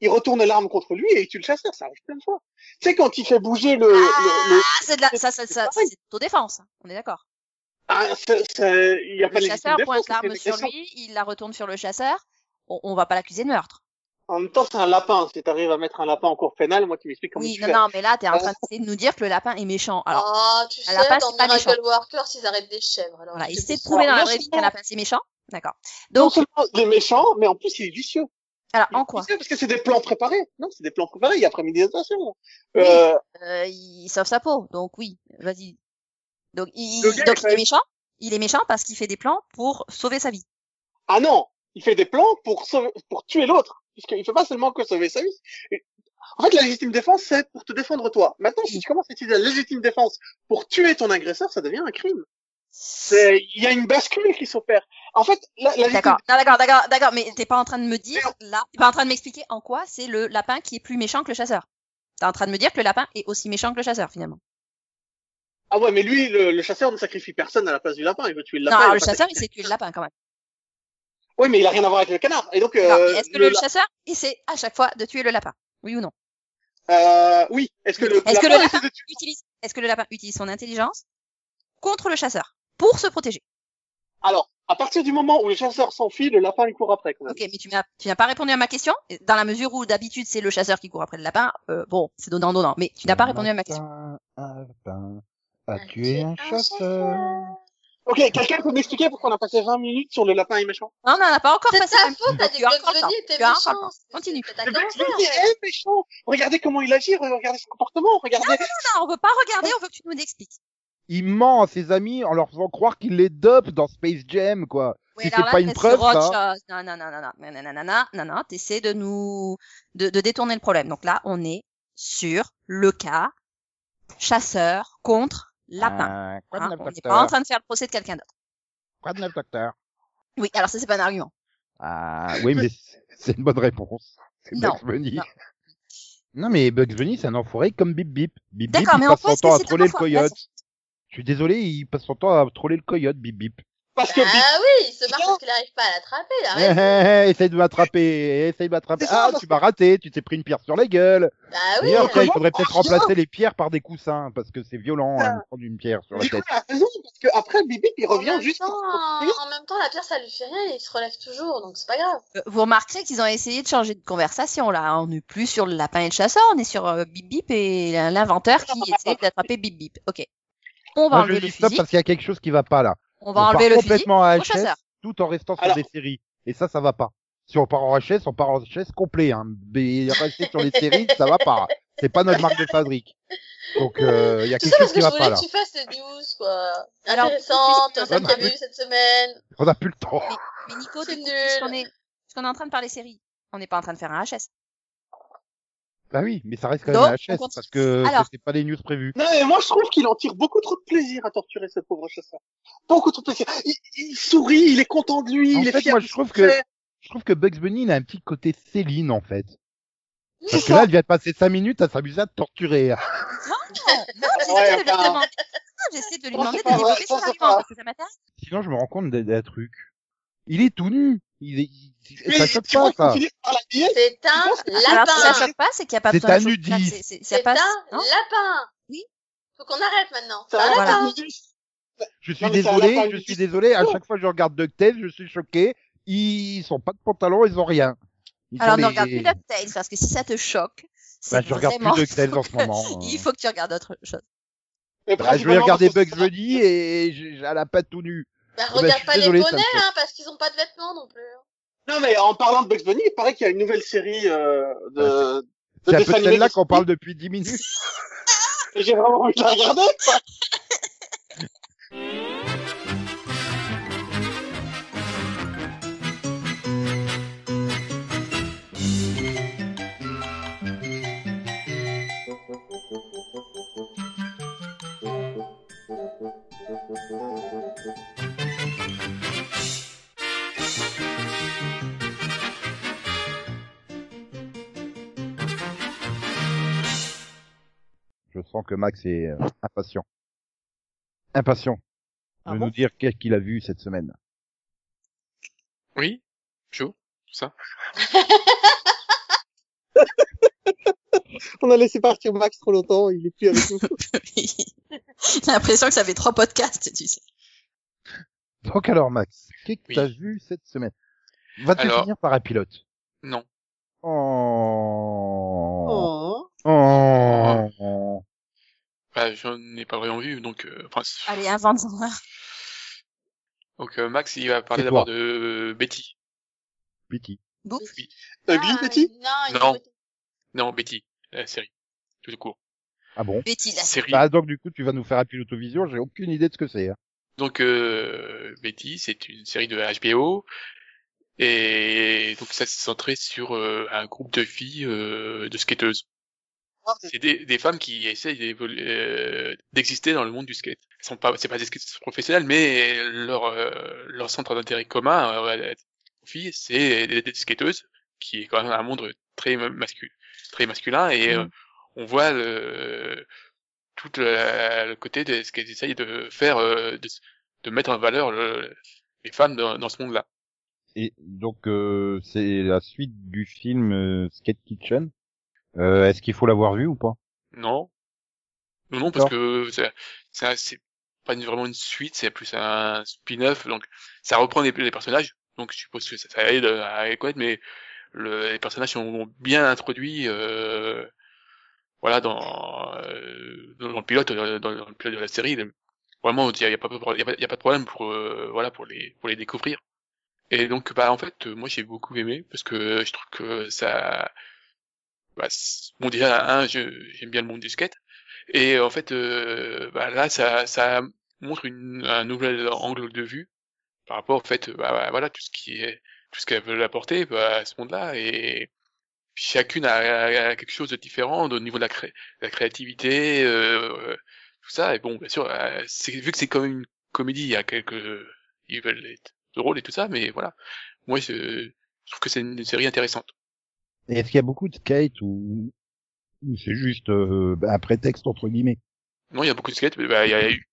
[SPEAKER 6] il retourne l'arme contre lui et il tue le chasseur. Ça arrive plein de fois. Tu sais quand il fait bouger le. le, le-
[SPEAKER 5] Ah, c'est de la, ça, ça, ça, c'est
[SPEAKER 6] pareil.
[SPEAKER 5] autodéfense. On est d'accord.
[SPEAKER 6] Ah, ça- ça- il y a pas
[SPEAKER 5] Le
[SPEAKER 6] de
[SPEAKER 5] chasseur
[SPEAKER 6] légitime
[SPEAKER 5] pointe
[SPEAKER 6] défense, c'est
[SPEAKER 5] l'arme
[SPEAKER 6] une
[SPEAKER 5] sur
[SPEAKER 6] agression.
[SPEAKER 5] lui, il la retourne sur le chasseur. On, on va pas l'accuser de meurtre.
[SPEAKER 6] En même temps, c'est un lapin. Si t'arrives à mettre un lapin en cour pénale, moi tu m'expliques comment
[SPEAKER 5] oui,
[SPEAKER 6] tu
[SPEAKER 5] non,
[SPEAKER 6] fais.
[SPEAKER 5] non, mais là, tu es en
[SPEAKER 6] Euh.
[SPEAKER 5] train d'essayer de nous dire que le lapin est méchant. Alors,
[SPEAKER 4] Ah, tu
[SPEAKER 5] un
[SPEAKER 4] sais,
[SPEAKER 5] lapin,
[SPEAKER 4] dans
[SPEAKER 5] c'est pas méchant.
[SPEAKER 4] Miracle Workers, ils arrêtent des chèvres. Alors,
[SPEAKER 5] Voilà, il
[SPEAKER 4] c'est
[SPEAKER 5] s'est
[SPEAKER 4] pour
[SPEAKER 5] prouvé
[SPEAKER 4] ça.
[SPEAKER 5] dans la
[SPEAKER 6] non
[SPEAKER 5] vraie vie
[SPEAKER 6] seulement-
[SPEAKER 5] qu'un lapin c'est méchant, D'accord.
[SPEAKER 6] Non
[SPEAKER 5] Donc,
[SPEAKER 6] seulement il est méchant, mais en plus il est vicieux.
[SPEAKER 5] alors,
[SPEAKER 6] Il est
[SPEAKER 5] en quoi
[SPEAKER 6] vicieux Parce que c'est des plans préparés. Non, c'est des plans préparés. Il y a préméditation.
[SPEAKER 5] Oui.
[SPEAKER 6] Euh,
[SPEAKER 5] Euh, Il sauve sa peau, donc oui, vas-y. Donc, il,
[SPEAKER 6] Le gars,
[SPEAKER 5] donc,
[SPEAKER 6] il
[SPEAKER 5] il est
[SPEAKER 6] fait-
[SPEAKER 5] méchant. Il est méchant parce qu'il fait des plans pour sauver sa vie.
[SPEAKER 6] Ah non, il fait des plans pour sauver, pour tuer l'autre, puisqu'il fait pas seulement que sauver sa vie. Et- En fait, la légitime défense, c'est pour te défendre toi. Maintenant, si tu commences à utiliser la légitime défense pour tuer ton agresseur, ça devient un crime. C'est- Il y a une bascule qui s'opère. En fait, la, la légitime-
[SPEAKER 5] D'accord, non, d'accord, d'accord, d'accord, mais t'es pas en train de me dire,
[SPEAKER 6] Merde.
[SPEAKER 5] là, t'es pas en train de m'expliquer en quoi c'est le lapin qui est plus méchant que le chasseur. T'es en train de me dire que le lapin est aussi méchant que le chasseur, finalement.
[SPEAKER 6] Ah ouais, mais lui, le, le chasseur ne sacrifie personne à la place du lapin. Il veut tuer le lapin.
[SPEAKER 5] non,
[SPEAKER 6] il
[SPEAKER 5] alors,
[SPEAKER 6] va
[SPEAKER 5] le
[SPEAKER 6] pas
[SPEAKER 5] chasseur, il
[SPEAKER 6] sacrifier.
[SPEAKER 5] s'est tué le lapin, quand même.
[SPEAKER 6] Ouais, mais il a rien à voir avec le canard. Et donc,
[SPEAKER 5] Non,
[SPEAKER 6] euh,
[SPEAKER 5] mais est-ce que
[SPEAKER 6] le
[SPEAKER 5] le,
[SPEAKER 6] la-
[SPEAKER 5] chasseur essaie à chaque fois de tuer le lapin Oui ou non
[SPEAKER 6] euh, oui. Est-ce que le
[SPEAKER 5] Est-ce que
[SPEAKER 6] lapin
[SPEAKER 5] le
[SPEAKER 6] essaie de tuer
[SPEAKER 5] Utilise. Est-ce que le lapin utilise son intelligence contre le chasseur pour se protéger
[SPEAKER 6] Alors, à partir du moment où le chasseur s'enfuit, le lapin il court après. Quand même.
[SPEAKER 5] Ok, mais tu m'as tu n'as pas répondu à ma question. et Dans la mesure où d'habitude c'est le chasseur qui court après le lapin, euh, bon, c'est donnant donnant. Mais tu n'as
[SPEAKER 2] Euh,
[SPEAKER 5] pas répondu à ma question.
[SPEAKER 2] Un lapin a tué un chasseur.
[SPEAKER 6] Ok, quelqu'un peut m'expliquer pourquoi on a passé 20 minutes sur le lapin est méchant
[SPEAKER 5] Non, on n'en a pas encore
[SPEAKER 4] C'est de
[SPEAKER 5] passé.
[SPEAKER 4] ta
[SPEAKER 5] un-
[SPEAKER 4] faute, t'as dit
[SPEAKER 5] Tu as encore
[SPEAKER 4] que
[SPEAKER 5] le
[SPEAKER 4] Johnny
[SPEAKER 5] temps.
[SPEAKER 4] était
[SPEAKER 5] Tu as encore le
[SPEAKER 4] méchant.
[SPEAKER 5] temps. Continue.
[SPEAKER 4] C'est- T'as
[SPEAKER 6] Le mec,
[SPEAKER 4] commencé
[SPEAKER 6] il est Eh, méchant. Regardez comment il agit, regardez son comportement, regardez.
[SPEAKER 5] Non, on veut pas regarder, on veut que tu nous expliques.
[SPEAKER 2] Il ment à ses amis en leur faisant croire qu'il les dope dans Space Jam, quoi. Si c'est pas une preuve, ça.
[SPEAKER 5] Non, non, non, non, non, non, non, non, non, non, non, non, t'essaies de nous, de, de détourner le problème. Donc là, on est sur le cas chasseur contre lapin.
[SPEAKER 2] Euh, quoi
[SPEAKER 5] hein.
[SPEAKER 2] de neuf,
[SPEAKER 5] on n'est pas en
[SPEAKER 2] docteur
[SPEAKER 5] train de faire le procès de quelqu'un d'autre.
[SPEAKER 2] Quoi de neuf, docteur
[SPEAKER 5] Oui, alors ça, c'est pas un argument.
[SPEAKER 2] Ah, oui, mais c'est- c'est une bonne réponse. C'est
[SPEAKER 5] Non,
[SPEAKER 2] Bugs Bunny.
[SPEAKER 5] non.
[SPEAKER 2] Non, mais Bugs Bunny, c'est un enfoiré comme Bip Bip. Bip Bip,
[SPEAKER 5] D'accord,
[SPEAKER 2] il
[SPEAKER 5] mais on
[SPEAKER 2] passe
[SPEAKER 5] pense
[SPEAKER 2] son
[SPEAKER 5] que
[SPEAKER 2] temps à
[SPEAKER 5] c'est un
[SPEAKER 2] troller le
[SPEAKER 5] enfoiré,
[SPEAKER 2] coyote. Je suis désolé, il passe son temps à troller le coyote, Bip Bip.
[SPEAKER 6] Parce que Bip-
[SPEAKER 4] Ah oui, il se marre parce qu'il arrive pas à l'attraper. il
[SPEAKER 5] Ah
[SPEAKER 2] Eh,
[SPEAKER 4] arrête.
[SPEAKER 2] eh, eh, essaye de m'attraper, essaye de m'attraper.
[SPEAKER 6] C'est ça,
[SPEAKER 2] Ah,
[SPEAKER 6] parce
[SPEAKER 2] tu m'as raté, tu t'es pris une pierre sur la gueule.
[SPEAKER 4] Bah oui.
[SPEAKER 2] D'ailleurs, tiens, il
[SPEAKER 6] Comment
[SPEAKER 2] faudrait peut-être
[SPEAKER 6] Ah, bien.
[SPEAKER 2] remplacer les pierres par des coussins, parce que c'est violent,
[SPEAKER 5] Ah.
[SPEAKER 2] hein, de prendre une pierre sur la
[SPEAKER 6] Nico
[SPEAKER 2] tête.
[SPEAKER 6] a raison, parce qu'après, Bibi, il
[SPEAKER 4] En
[SPEAKER 5] Ah,
[SPEAKER 6] revient
[SPEAKER 4] même
[SPEAKER 6] juste.
[SPEAKER 4] temps,
[SPEAKER 6] pour-
[SPEAKER 4] en en même temps, la pierre, ça lui fait rien, il se relève toujours, donc c'est pas grave.
[SPEAKER 5] Euh, Vous remarquerez qu'ils ont essayé de changer de conversation là. On n'est plus sur le lapin et le chasseur, on est sur euh, Bip Bip et l'inventeur qui essaie d'attraper Bip Bip. Ok. On
[SPEAKER 2] Moi,
[SPEAKER 5] va
[SPEAKER 2] je
[SPEAKER 5] enlever le
[SPEAKER 2] dis stop
[SPEAKER 5] fusil.
[SPEAKER 2] parce qu'il y a quelque chose qui va pas, là.
[SPEAKER 5] On va
[SPEAKER 2] part
[SPEAKER 5] enlever le fusil.
[SPEAKER 2] complètement à
[SPEAKER 5] au chasseur.
[SPEAKER 2] HS tout en restant sur
[SPEAKER 6] Alors-
[SPEAKER 2] des séries. Et ça, ça va pas. Si on part en HS, on part en HS complet. Hein. Mais rester sur les séries, ça va pas. C'est pas notre marque de fabrique. Donc, euh, il y a
[SPEAKER 4] Tout
[SPEAKER 2] quelque chose
[SPEAKER 4] ça parce
[SPEAKER 2] qui
[SPEAKER 4] que je
[SPEAKER 2] va pas
[SPEAKER 4] voulais
[SPEAKER 2] là.
[SPEAKER 4] que tu fasses des news, quoi.
[SPEAKER 5] Alors,
[SPEAKER 4] Intéressantes, celles
[SPEAKER 5] on
[SPEAKER 2] peut-
[SPEAKER 4] qu'il y avait eu cette semaine.
[SPEAKER 2] On a plus le temps.
[SPEAKER 5] Mais Nico,
[SPEAKER 4] C'est
[SPEAKER 5] du coup,
[SPEAKER 4] nul.
[SPEAKER 5] puisqu'on est, puisqu'on est en train de parler séries, on n'est pas en train de faire un HS.
[SPEAKER 2] Bah oui, mais ça reste quand
[SPEAKER 5] Donc,
[SPEAKER 2] même un
[SPEAKER 5] on
[SPEAKER 2] HS
[SPEAKER 5] continue.
[SPEAKER 2] parce que
[SPEAKER 5] Alors-
[SPEAKER 2] c'est pas les news prévues.
[SPEAKER 6] Non, mais moi, je trouve qu'il en tire beaucoup trop de plaisir à torturer ce pauvre chasseur. Beaucoup trop de plaisir. Il, il sourit, il est content de lui,
[SPEAKER 2] En
[SPEAKER 6] il est
[SPEAKER 2] fait,
[SPEAKER 6] fier.
[SPEAKER 2] moi,
[SPEAKER 6] de
[SPEAKER 2] je
[SPEAKER 6] ce
[SPEAKER 2] trouve
[SPEAKER 6] qu'il
[SPEAKER 2] que-
[SPEAKER 6] fait.
[SPEAKER 2] Je trouve que Bugs Bunny, il a un petit côté Céline en fait.
[SPEAKER 6] C'est
[SPEAKER 2] Parce que
[SPEAKER 6] ça.
[SPEAKER 2] là, elle vient de passer 5 minutes à s'amuser à te torturer.
[SPEAKER 5] Non, j'essaie
[SPEAKER 6] Ouais,
[SPEAKER 5] de lui
[SPEAKER 6] enfin.
[SPEAKER 5] demander. Non, J'essaie de lui
[SPEAKER 6] Non,
[SPEAKER 5] demander
[SPEAKER 6] c'est
[SPEAKER 5] de
[SPEAKER 6] pas vrai,
[SPEAKER 5] développer
[SPEAKER 6] ça,
[SPEAKER 5] son
[SPEAKER 6] c'est
[SPEAKER 5] argument
[SPEAKER 6] pas
[SPEAKER 5] parce que ça m'intéresse.
[SPEAKER 2] Sinon, je me rends compte d'un d'un truc. Il est tout nu. Il est... il-
[SPEAKER 6] Mais
[SPEAKER 2] Ça choque
[SPEAKER 6] tu vois,
[SPEAKER 2] pas, ça.
[SPEAKER 6] quand il est par la billette,
[SPEAKER 4] C'est un
[SPEAKER 5] Alors, si ça
[SPEAKER 4] lapin.
[SPEAKER 5] choque pas, c'est qu'il n'y a pas
[SPEAKER 2] C'est
[SPEAKER 5] besoin
[SPEAKER 2] un
[SPEAKER 5] de choses-
[SPEAKER 2] nudiste.
[SPEAKER 5] enfin, c'est- c'est- ça hein.
[SPEAKER 4] C'est un
[SPEAKER 5] passe, non
[SPEAKER 4] lapin.
[SPEAKER 5] Oui.
[SPEAKER 4] Faut qu'on arrête maintenant.
[SPEAKER 6] ça
[SPEAKER 4] C'est un
[SPEAKER 6] va,
[SPEAKER 5] Voilà.
[SPEAKER 4] lapin.
[SPEAKER 6] il est juste-
[SPEAKER 2] Je suis
[SPEAKER 6] Non, mais ça a l'air
[SPEAKER 2] désolé,
[SPEAKER 6] pas
[SPEAKER 2] je
[SPEAKER 6] une
[SPEAKER 2] suis
[SPEAKER 6] justice.
[SPEAKER 2] désolé. À
[SPEAKER 6] Non.
[SPEAKER 2] chaque fois que je regarde DuckTales, je suis choqué. Ils sont pas de pantalon, ils ont rien. Ils
[SPEAKER 5] Alors,
[SPEAKER 2] ont
[SPEAKER 5] ne
[SPEAKER 2] les-
[SPEAKER 5] regarde plus DuckTales parce que si ça te choque, c'est
[SPEAKER 2] Bah, je regarde
[SPEAKER 5] vraiment.
[SPEAKER 2] plus DuckTales en ce moment.
[SPEAKER 5] Il faut que tu regardes autre chose.
[SPEAKER 6] Mais
[SPEAKER 2] Bah, je vais
[SPEAKER 6] principalement
[SPEAKER 2] regarder
[SPEAKER 6] parce
[SPEAKER 2] Bugs
[SPEAKER 6] que c'est-
[SPEAKER 2] Bunny et j'ai j'ai la patte tout nue.
[SPEAKER 4] Bah,
[SPEAKER 2] ben, je
[SPEAKER 4] regarde
[SPEAKER 2] suis
[SPEAKER 4] pas les
[SPEAKER 2] désolé, ça me
[SPEAKER 4] poneys,
[SPEAKER 2] choque.
[SPEAKER 4] hein, parce qu'ils ont pas de vêtements non plus.
[SPEAKER 6] Non, mais en parlant de Bugs Bunny, il paraît qu'il y a une nouvelle série euh, de... de
[SPEAKER 2] C'est un peu
[SPEAKER 6] dessin
[SPEAKER 2] de
[SPEAKER 6] animé
[SPEAKER 2] celle-là
[SPEAKER 6] qui-
[SPEAKER 2] qu'on parle depuis 10 minutes.
[SPEAKER 6] Et J'ai vraiment envie de la regarder, quoi.
[SPEAKER 2] Je sens que Max est euh, impatient. Impatient de
[SPEAKER 5] Ah bon
[SPEAKER 2] nous dire qu'est-ce qu'il a vu cette semaine.
[SPEAKER 3] Oui, chaud, tout ça.
[SPEAKER 6] On a laissé partir Max trop longtemps, il est plus avec nous.
[SPEAKER 5] J'ai l'impression que ça fait trois podcasts, tu sais.
[SPEAKER 2] Donc alors, Max, qu'est-ce que
[SPEAKER 3] Oui.
[SPEAKER 2] t'as vu cette semaine Va-tu
[SPEAKER 3] Alors-
[SPEAKER 2] finir par un pilote
[SPEAKER 3] Non.
[SPEAKER 2] Oh.
[SPEAKER 6] Oh.
[SPEAKER 2] Oh. oh.
[SPEAKER 3] Bah, j'en ai pas vraiment vu, donc, euh, enfin, c'est-
[SPEAKER 5] Allez, invente-en un.
[SPEAKER 3] Donc euh, Max, il va parler
[SPEAKER 2] C'est toi.
[SPEAKER 3] d'abord de euh, Betty.
[SPEAKER 2] Piti.
[SPEAKER 5] Bouf.
[SPEAKER 3] Oui.
[SPEAKER 2] Euh,
[SPEAKER 6] Ugly
[SPEAKER 4] Ah,
[SPEAKER 6] Betty
[SPEAKER 4] Non, il
[SPEAKER 3] Non.
[SPEAKER 4] faut-
[SPEAKER 3] Non, Betty, la série. Tout court.
[SPEAKER 2] Ah bon
[SPEAKER 5] Betty, la
[SPEAKER 3] Série.
[SPEAKER 2] Bah donc du coup tu vas nous faire un pilotovision, j'ai aucune idée de ce que c'est. hein.
[SPEAKER 3] Donc euh, Betty, c'est une série de HBO et donc ça s'est centré sur euh, un groupe de filles euh, de skateuses. C'est des, des femmes qui essayent d'évolu- euh, d'exister dans le monde du skate. Elles sont pas, c'est pas des skateuses professionnelles, mais leur euh, leur centre d'intérêt commun euh, aux filles, c'est des, des skateuses, qui est quand même un monde très masculin, très masculin, et euh, on voit le tout le, le côté de ce qu'elles essayent de faire, euh, de, de mettre en valeur le- les femmes dans, dans ce monde-là.
[SPEAKER 2] Et donc euh, c'est la suite du film euh, Skate Kitchen. Euh, Est-ce qu'il faut l'avoir vu ou pas
[SPEAKER 3] Non, non, non, parce que ça, ça, c'est pas une- vraiment une suite, c'est plus un spin-off, donc ça reprend les, les personnages, donc je suppose que ça, ça aide à les connaître, mais le, les personnages sont bien introduits, euh, voilà, dans, euh, dans le pilote, euh, dans, le pilote de la série. le- Vraiment, il n'y a, il y a pas de pro- il y a pas- il y a pas de problème pour, euh, voilà, pour les, pour les découvrir. Et donc, bah, en fait, euh, moi, j'ai beaucoup aimé parce que je trouve que ça, bah, c'est- bon, déjà, un, je- j'aime bien le monde du skate. Et en fait, euh, bah, là, ça, ça montre une, un nouvel angle de vue par rapport, en fait, bah, bah, voilà, tout ce qui est, tout ce qu'elles veulent apporter bah, à ce monde-là. Et chacune a, a- a quelque chose de différent au niveau de la, cré- la créativité, euh, tout ça. Et bon, bien sûr, euh, c'est, vu que c'est quand même une comédie, il y a quelques, ils veulent être drôles et tout ça, mais voilà. Moi, je, je trouve que c'est une série intéressante.
[SPEAKER 2] Et Est-ce qu'il y a beaucoup de skate ou, ou c'est juste euh, un prétexte entre guillemets
[SPEAKER 3] Non, il y a beaucoup de skate. mais, Bah, il y a eu-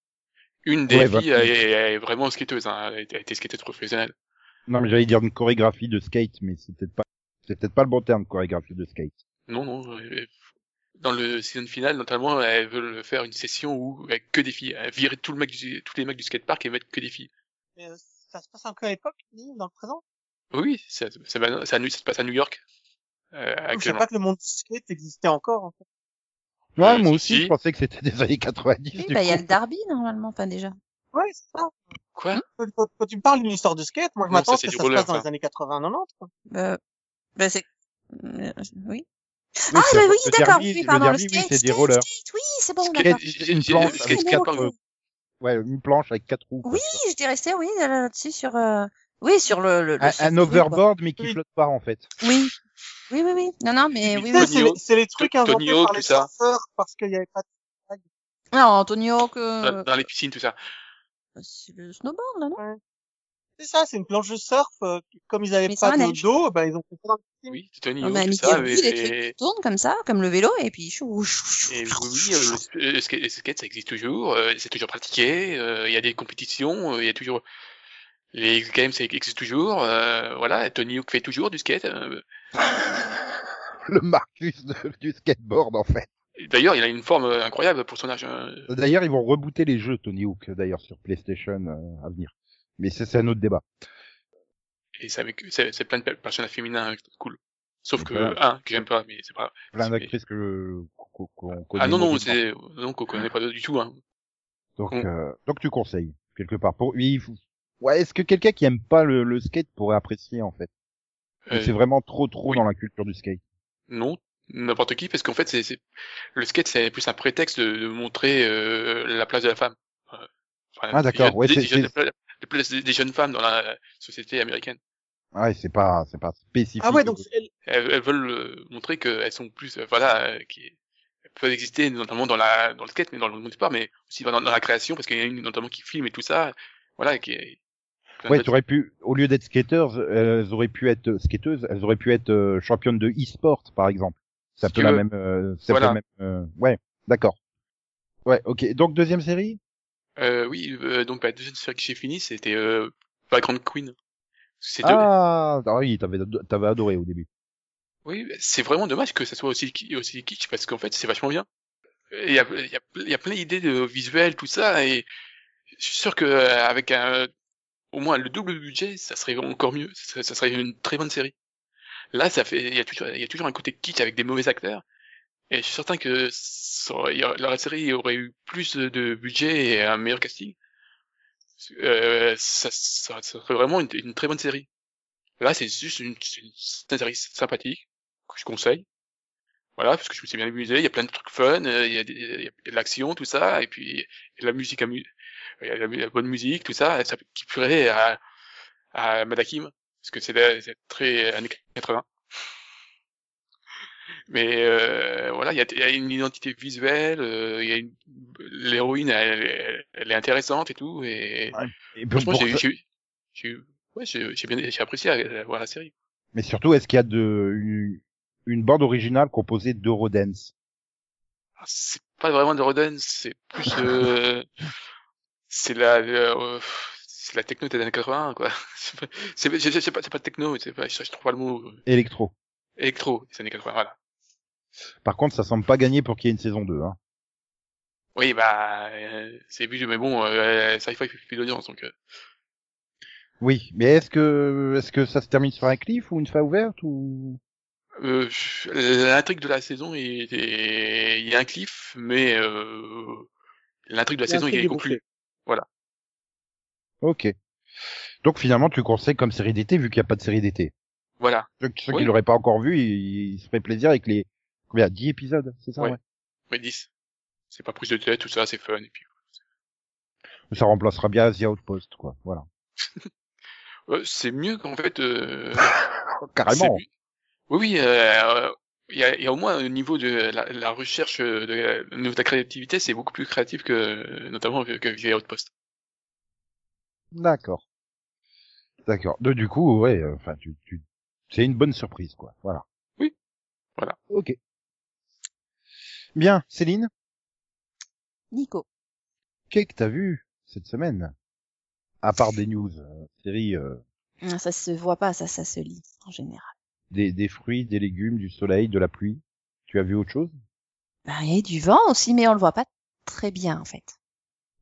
[SPEAKER 3] une des
[SPEAKER 2] Ouais, bah.
[SPEAKER 3] filles elle est- elle est vraiment skateuse. Hein. Elle a été skateuse professionnelle.
[SPEAKER 2] Non, mais j'allais dire une chorégraphie de skate, mais c'est peut-être pas c'est peut-être pas le bon terme chorégraphie de skate.
[SPEAKER 3] Non, non. elle- Dans le season final, notamment, elles veulent faire une session où avec que des filles. Elles virer tout le mec du, tous les mecs du skatepark et mettre que des filles.
[SPEAKER 6] Mais, euh, ça se passe un peu à l'époque, dis, dans le présent.
[SPEAKER 3] Oui, ça, ça, va- ça, ça se passe à New York. Euh,
[SPEAKER 6] Je savais
[SPEAKER 3] actuellement.
[SPEAKER 6] pas que le monde du skate existait encore. En fait.
[SPEAKER 2] Ouais,
[SPEAKER 3] Euh,
[SPEAKER 2] moi
[SPEAKER 3] si,
[SPEAKER 2] aussi,
[SPEAKER 3] si.
[SPEAKER 2] je pensais que c'était des années 90.
[SPEAKER 5] Oui,
[SPEAKER 2] du
[SPEAKER 5] bah, il y a
[SPEAKER 2] coup.
[SPEAKER 5] le Darby, normalement, pas déjà.
[SPEAKER 6] Ouais, c'est ça.
[SPEAKER 3] Quoi
[SPEAKER 6] Quand, quand- quand tu me parles d'une histoire de skate, moi je
[SPEAKER 3] Non, ça,
[SPEAKER 6] m'attends à
[SPEAKER 3] c'est
[SPEAKER 6] ce
[SPEAKER 3] du
[SPEAKER 6] que ça
[SPEAKER 3] roller,
[SPEAKER 6] se passe
[SPEAKER 3] ça.
[SPEAKER 6] dans les années 80-90. quoi.
[SPEAKER 5] Euh, bah, c'est, euh,
[SPEAKER 2] Oui,
[SPEAKER 5] oui. Ah,
[SPEAKER 2] c'est-
[SPEAKER 5] bah oui,
[SPEAKER 2] le
[SPEAKER 5] d'accord,
[SPEAKER 2] derby-
[SPEAKER 5] oui, pardon, le
[SPEAKER 2] derby, oui,
[SPEAKER 5] skate,
[SPEAKER 2] c'est des
[SPEAKER 5] skate,
[SPEAKER 2] rollers.
[SPEAKER 5] skate, oui, c'est bon,
[SPEAKER 3] Skate,
[SPEAKER 5] d'accord.
[SPEAKER 3] j'ai-
[SPEAKER 2] une
[SPEAKER 3] j'ai-
[SPEAKER 2] planche
[SPEAKER 3] j'ai-
[SPEAKER 2] avec
[SPEAKER 3] j'ai-
[SPEAKER 5] Oui,
[SPEAKER 2] quatre
[SPEAKER 5] d'accord.
[SPEAKER 2] roues. Ouais, une planche avec quatre roues. quoi.
[SPEAKER 5] Oui, j'étais restée, oui, là- là-dessus, sur, euh, oui, sur le, le, le
[SPEAKER 2] Un,
[SPEAKER 5] surf,
[SPEAKER 2] un
[SPEAKER 5] oui, quoi.
[SPEAKER 2] overboard, mais qui
[SPEAKER 6] Oui.
[SPEAKER 2] flotte pas en fait.
[SPEAKER 5] Oui. Oui, oui, oui. Non, non, mais oui,
[SPEAKER 6] Tu
[SPEAKER 5] oui.
[SPEAKER 6] sais,
[SPEAKER 3] Tony
[SPEAKER 6] C'est les-
[SPEAKER 3] Hawk,
[SPEAKER 6] c'est les trucs
[SPEAKER 3] Tony
[SPEAKER 6] inventés
[SPEAKER 3] Hawk,
[SPEAKER 6] par les
[SPEAKER 3] tout ça.
[SPEAKER 6] surfeurs parce qu'il n'y avait pas de...
[SPEAKER 5] Non, Antonio,
[SPEAKER 2] Ah,
[SPEAKER 3] dans,
[SPEAKER 5] que, bah,
[SPEAKER 3] dans les piscines, tout ça.
[SPEAKER 5] c'est le snowboard, là, non?
[SPEAKER 6] C'est ça, c'est une planche de surf. euh, comme ils n'avaient
[SPEAKER 5] Mais
[SPEAKER 6] pas
[SPEAKER 5] sans
[SPEAKER 6] de
[SPEAKER 5] neige.
[SPEAKER 6] dos, bah, ils ont fait ça dans le film.
[SPEAKER 3] Oui, Tony
[SPEAKER 5] On a
[SPEAKER 3] Hawk, tout
[SPEAKER 5] mis
[SPEAKER 3] ça.
[SPEAKER 5] des
[SPEAKER 3] mais-
[SPEAKER 5] roues, des trucs qui tournent comme ça, comme le vélo, et puis, chou, chou, chou,
[SPEAKER 3] Et oui,
[SPEAKER 5] chou,
[SPEAKER 3] oui,
[SPEAKER 5] chou,
[SPEAKER 3] euh,
[SPEAKER 5] chou.
[SPEAKER 3] le, sk- euh, le skate, le skate, ça existe toujours, euh, c'est toujours pratiqué, euh, il y a des compétitions, euh, il y a toujours les X Games, ça existe toujours, euh, voilà, Tony Hawk fait toujours du skate. euh.
[SPEAKER 2] Le Marcus de- du skateboard en fait.
[SPEAKER 3] D'ailleurs, il a une forme euh, incroyable pour son âge. hein.
[SPEAKER 2] D'ailleurs, ils vont rebooter les jeux Tony Hawk d'ailleurs sur PlayStation euh, à venir. Mais ça, c'est un autre débat.
[SPEAKER 3] Et c'est avec- c'est c'est plein de pe- personnages féminins euh, cool. Sauf
[SPEAKER 2] Mais
[SPEAKER 3] que
[SPEAKER 2] voilà.
[SPEAKER 3] un que j'aime pas, mais c'est pas. grave.
[SPEAKER 2] Plein
[SPEAKER 3] C'est-
[SPEAKER 2] d'actrices que qu'on qu'on connaît.
[SPEAKER 3] Ah non non,
[SPEAKER 2] mauvaisement.
[SPEAKER 3] c'est non qu'on connaît pas du tout. Hein.
[SPEAKER 2] Donc,
[SPEAKER 3] Mm.
[SPEAKER 2] euh, donc tu conseilles quelque part. Pour, oui, il faut- ouais, est-ce que quelqu'un qui aime pas le, le skate pourrait apprécier en fait Ou
[SPEAKER 3] Euh,
[SPEAKER 2] C'est vraiment trop trop
[SPEAKER 3] oui.
[SPEAKER 2] dans la culture du skate.
[SPEAKER 3] Non, n'importe qui, parce qu'en fait, c'est c'est- le skate, c'est plus un prétexte de, de montrer euh, la place de la femme. Euh, enfin,
[SPEAKER 2] Ah, d'accord,
[SPEAKER 3] des-
[SPEAKER 2] ouais,
[SPEAKER 3] des-
[SPEAKER 2] c'est-
[SPEAKER 3] des jeunes-
[SPEAKER 2] c'est-
[SPEAKER 3] la la place des, des jeunes femmes dans la société américaine.
[SPEAKER 2] Ouais, c'est pas c'est pas spécifique.
[SPEAKER 6] Ah ouais, donc c'est-
[SPEAKER 3] Elles, elles veulent euh, montrer qu'elles sont plus, euh, voilà, euh, qui elles peuvent exister notamment dans la dans le skate, mais dans le monde du sport, mais aussi dans, dans la création, parce qu'il y en a une notamment qui filme et tout ça, voilà, qui est plein
[SPEAKER 2] Ouais,
[SPEAKER 3] de-
[SPEAKER 2] tu aurais pu au lieu d'être skateurs, elles auraient pu être skateuses, elles auraient pu être euh, championnes de e-sport par exemple. Ça
[SPEAKER 3] Si
[SPEAKER 2] peut
[SPEAKER 3] tu
[SPEAKER 2] la
[SPEAKER 3] veux.
[SPEAKER 2] même euh, ça peut
[SPEAKER 3] Voilà.
[SPEAKER 2] la même euh, ouais, d'accord. Ouais, OK. Donc deuxième série
[SPEAKER 3] Euh, oui, euh, donc bah, la deuxième série que j'ai fini, c'était euh, Vagrant Queen. C'est deux-
[SPEAKER 2] Ah, ah oui, t'avais t'avais adoré au début.
[SPEAKER 3] Oui, c'est vraiment dommage que ça soit aussi, ki- aussi kitsch parce qu'en fait, c'est vachement bien. Il y a, il y a, il y a plein d'idées de visuels, tout ça, et je suis sûr que euh, avec un, au moins le double budget, ça serait encore mieux. Ça serait, ça serait une très bonne série. Là, ça fait, il y a toujours, il y a toujours un côté kitsch avec des mauvais acteurs, et je suis certain que ça aurait- il y aurait- la série aurait eu plus de budget et un meilleur casting. euh, ça, ça, ça serait vraiment une, une très bonne série. Là, c'est juste une, c'est une, c'est une série sympathique que je conseille. Voilà, parce que je me suis bien amusé. Il y a plein de trucs fun, euh, il y a, des- il y a de l'action, tout ça, et puis il y a de la musique, amu- il y a de la, mu- la bonne musique, tout ça, ça qui plairait à, à Madakim, parce que c'est de- c'est très années 80. Mais euh, voilà, il y a, il y a une identité visuelle, euh, il y a une- l'héroïne, elle, elle- elle est intéressante et tout, et
[SPEAKER 2] Et pour-
[SPEAKER 3] franchement,
[SPEAKER 2] pour-
[SPEAKER 3] j'ai eu- j'ai eu- j'ai eu- ouais, j'ai j'ai bien, j'ai apprécié à- à voir la série.
[SPEAKER 2] Mais surtout, est-ce qu'il y a de, une, une bande originale composée d'Eurodance
[SPEAKER 3] Ah, c'est pas vraiment de Roden, c'est plus euh, c'est la euh, c'est la techno des années 80 quoi. C'est pas c'est je- je sais pas c'est pas techno, c'est pas je, je trouve pas le mot euh,
[SPEAKER 2] électro
[SPEAKER 3] électro des années 80 voilà.
[SPEAKER 2] Par contre, ça semble pas gagner pour qu'il y ait une saison 2. Hein.
[SPEAKER 3] Oui bah euh, c'est vu mais bon euh, sci-fi fait plus d'audience donc euh,
[SPEAKER 2] Oui, mais est-ce que est-ce que ça se termine sur un cliff ou une fin ouverte ou
[SPEAKER 3] euh, je- l'intrigue de la saison est est- il y a un cliff mais euh, l'intrigue de la saison
[SPEAKER 6] L'intrigue
[SPEAKER 3] est
[SPEAKER 6] est
[SPEAKER 3] conclue.
[SPEAKER 2] Ok. Donc finalement, tu conseilles comme série d'été vu qu'il n'y a pas de série d'été.
[SPEAKER 3] Voilà.
[SPEAKER 2] Ceux, ceux
[SPEAKER 3] Oui.
[SPEAKER 2] qui l'auraient pas encore vu, ils, ils se feraient plaisir avec les combien 10 épisodes, c'est ça
[SPEAKER 3] Ouais.
[SPEAKER 2] ouais.
[SPEAKER 3] Mais 10. C'est pas prise de tête tout ça, c'est fun et puis
[SPEAKER 2] Ça remplacera bien The Outpost, quoi. Voilà.
[SPEAKER 3] euh, c'est mieux qu'en fait euh,
[SPEAKER 2] Carrément.
[SPEAKER 3] C'est- Oui, oui. euh, Il y, a, il y a au moins au niveau de la, la recherche euh, de, la- au niveau de la créativité, c'est beaucoup plus créatif que euh, notamment que, que via Outpost.
[SPEAKER 2] D'accord. D'accord. Donc du coup, ouais, euh, enfin, tu, tu... c'est une bonne surprise, quoi. Voilà.
[SPEAKER 3] Oui. Voilà.
[SPEAKER 2] Ok. Bien, Céline,
[SPEAKER 5] Nico.
[SPEAKER 2] qu'est-ce que t'as vu cette semaine À part des news, euh, série, euh,
[SPEAKER 5] Ah, Ça se voit pas, ça, ça se lit, en général.
[SPEAKER 2] des, des fruits, des légumes, du soleil, de la pluie. Tu as vu autre chose
[SPEAKER 5] Bah, Il y a du vent aussi, mais on le voit pas très bien, en fait.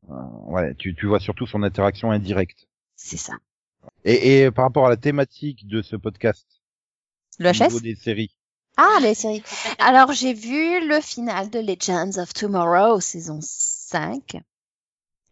[SPEAKER 2] Ouais, tu, tu vois surtout son interaction indirecte.
[SPEAKER 5] C'est ça.
[SPEAKER 2] Et, et par rapport à la thématique de ce podcast,
[SPEAKER 5] Le
[SPEAKER 2] au niveau
[SPEAKER 5] HS
[SPEAKER 2] des séries,
[SPEAKER 5] Ah, les séries. Alors, j'ai vu le final de Legends of Tomorrow, saison 5.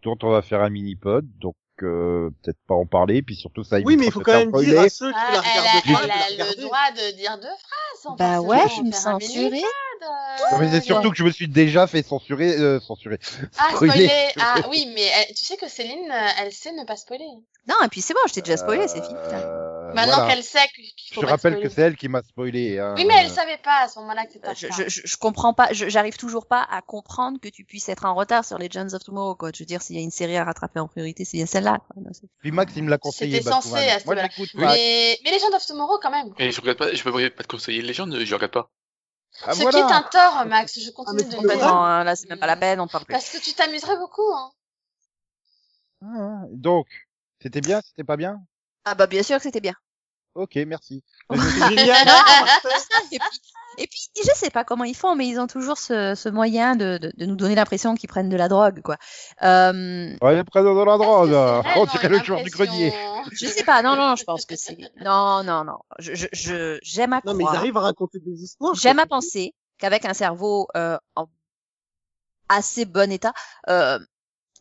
[SPEAKER 2] dont on va faire un mini-pod, donc euh, peut-être pas en parler, puis surtout ça
[SPEAKER 6] Oui, mais il
[SPEAKER 2] évitera
[SPEAKER 6] faut
[SPEAKER 2] de
[SPEAKER 6] quand
[SPEAKER 2] faire
[SPEAKER 6] même
[SPEAKER 2] spoiler.
[SPEAKER 6] dire à ceux qui
[SPEAKER 4] Ah,
[SPEAKER 6] la
[SPEAKER 4] elle
[SPEAKER 6] regardent
[SPEAKER 4] a,
[SPEAKER 6] pas, de
[SPEAKER 4] elle
[SPEAKER 6] la
[SPEAKER 4] a le
[SPEAKER 6] regarder.
[SPEAKER 4] droit de dire deux phrases. sans
[SPEAKER 5] Bah
[SPEAKER 4] forcément
[SPEAKER 5] ouais, je me
[SPEAKER 4] faire un
[SPEAKER 5] censurais.
[SPEAKER 4] mini-pod, euh.
[SPEAKER 2] Non, mais c'est surtout que je me suis déjà fait censurer, euh, censurer.
[SPEAKER 4] Ah,
[SPEAKER 2] spoiler.
[SPEAKER 4] spoiler Ah oui, mais elle- tu sais que Céline, euh, elle sait ne pas spoiler.
[SPEAKER 5] Non, et puis c'est bon, je t'ai déjà spoilé, c'est fini. putain.
[SPEAKER 2] Euh,
[SPEAKER 4] Maintenant
[SPEAKER 2] voilà.
[SPEAKER 4] qu'elle sait qu'il
[SPEAKER 2] Je
[SPEAKER 4] faut pas
[SPEAKER 2] rappelle
[SPEAKER 4] spoiler.
[SPEAKER 2] que c'est elle qui m'a spoilé. hein.
[SPEAKER 4] Oui, mais elle savait pas à ce moment-là que
[SPEAKER 5] Euh,
[SPEAKER 4] t'étais
[SPEAKER 5] Je,
[SPEAKER 4] en
[SPEAKER 5] je, je je comprends pas, je- j'arrive toujours pas à comprendre que tu puisses être en retard sur Legends of Tomorrow, quoi. Je veux dire, s'il y a une série à rattraper en priorité, c'est bien celle-là, quoi. Non, c'est-
[SPEAKER 2] Puis Max, il me l'a conseillé.
[SPEAKER 4] C'était
[SPEAKER 2] Batwoman.
[SPEAKER 4] censé, à ce
[SPEAKER 2] Moi,
[SPEAKER 4] moment-là.
[SPEAKER 2] j'écoute Max.
[SPEAKER 4] Mais, mais Legend of Tomorrow, quand même.
[SPEAKER 3] Et je regarde pas, je peux pas te conseiller les gens, je regarde pas.
[SPEAKER 2] Ah,
[SPEAKER 4] Ce
[SPEAKER 2] voilà.
[SPEAKER 4] qui est un tort, Max, je
[SPEAKER 6] Ah,
[SPEAKER 4] continue
[SPEAKER 6] mais
[SPEAKER 4] de
[SPEAKER 6] tu
[SPEAKER 4] le
[SPEAKER 6] peux
[SPEAKER 5] Complètement,
[SPEAKER 4] dire.
[SPEAKER 5] hein, là, c'est même pas la peine, on parle plus.
[SPEAKER 4] Parce que tu t'amuserais beaucoup, hein.
[SPEAKER 2] Ah, Donc, c'était bien, c'était pas bien
[SPEAKER 5] Ah bah, bien sûr que c'était bien.
[SPEAKER 2] Ok, merci.
[SPEAKER 6] Juliana,
[SPEAKER 5] et, puis, et puis, je sais pas comment ils font, mais ils ont toujours ce, ce moyen de, de, de nous donner l'impression qu'ils prennent de la drogue, quoi. Euh,
[SPEAKER 2] On est près dans la drogue.
[SPEAKER 4] Parce que
[SPEAKER 2] Oh
[SPEAKER 4] c'est
[SPEAKER 2] On
[SPEAKER 4] vraiment
[SPEAKER 2] dirait
[SPEAKER 4] une
[SPEAKER 2] le joueur du grenier.
[SPEAKER 4] impression.
[SPEAKER 5] je sais pas, non, non, je pense que c'est... Non, non, non, je, je, je- j'aime à
[SPEAKER 6] Non, mais ils
[SPEAKER 5] croire.
[SPEAKER 6] arrivent à raconter des histoires.
[SPEAKER 5] J'aime
[SPEAKER 6] quoi.
[SPEAKER 5] à penser qu'avec un cerveau euh, en assez bon état, euh,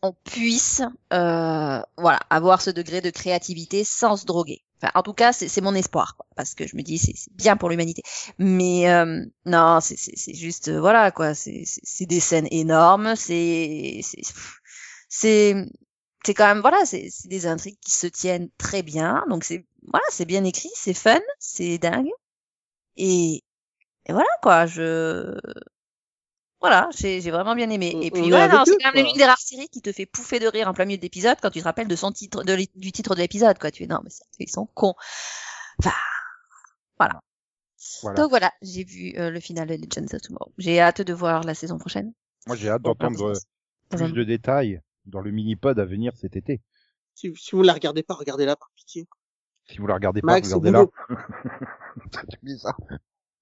[SPEAKER 5] on puisse euh, voilà avoir ce degré de créativité sans se droguer. Enfin, en tout cas, c'est c'est mon espoir, quoi, parce que je me dis c'est c'est bien pour l'humanité. Mais euh, non, c'est- c'est c'est juste euh, voilà quoi, c'est c'est- c'est des scènes énormes, c'est c'est pff, c'est c'est quand même voilà, c'est c'est des intrigues qui se tiennent très bien, donc c'est voilà, c'est bien écrit, c'est fun, c'est dingue, et et voilà quoi, je voilà, j'ai j'ai vraiment bien aimé.
[SPEAKER 6] On-
[SPEAKER 5] Et
[SPEAKER 6] on
[SPEAKER 5] puis
[SPEAKER 6] est
[SPEAKER 5] ouais,
[SPEAKER 6] avec
[SPEAKER 5] non, c'est
[SPEAKER 6] eux,
[SPEAKER 5] quand même
[SPEAKER 6] quoi.
[SPEAKER 5] l'une des rares séries qui te fait pouffer de rire en plein milieu de l'épisode quand tu te rappelles de son titre, de l'é- du titre de l'épisode quoi. Tu es non mais c'est- ils sont cons. Enfin, voilà.
[SPEAKER 2] Voilà.
[SPEAKER 5] Donc voilà, j'ai vu euh, le final de Legends of Tomorrow. J'ai hâte de voir la saison prochaine.
[SPEAKER 2] Moi, j'ai hâte
[SPEAKER 5] Dans
[SPEAKER 2] d'entendre
[SPEAKER 5] un-
[SPEAKER 2] euh, plus de détails dans le mini-pod à venir cet été.
[SPEAKER 6] Si, si vous la regardez pas, regardez-la par pitié.
[SPEAKER 2] Si vous la regardez pas,
[SPEAKER 6] Max, au
[SPEAKER 2] regardez-la.
[SPEAKER 6] boulot.
[SPEAKER 2] C'est bizarre.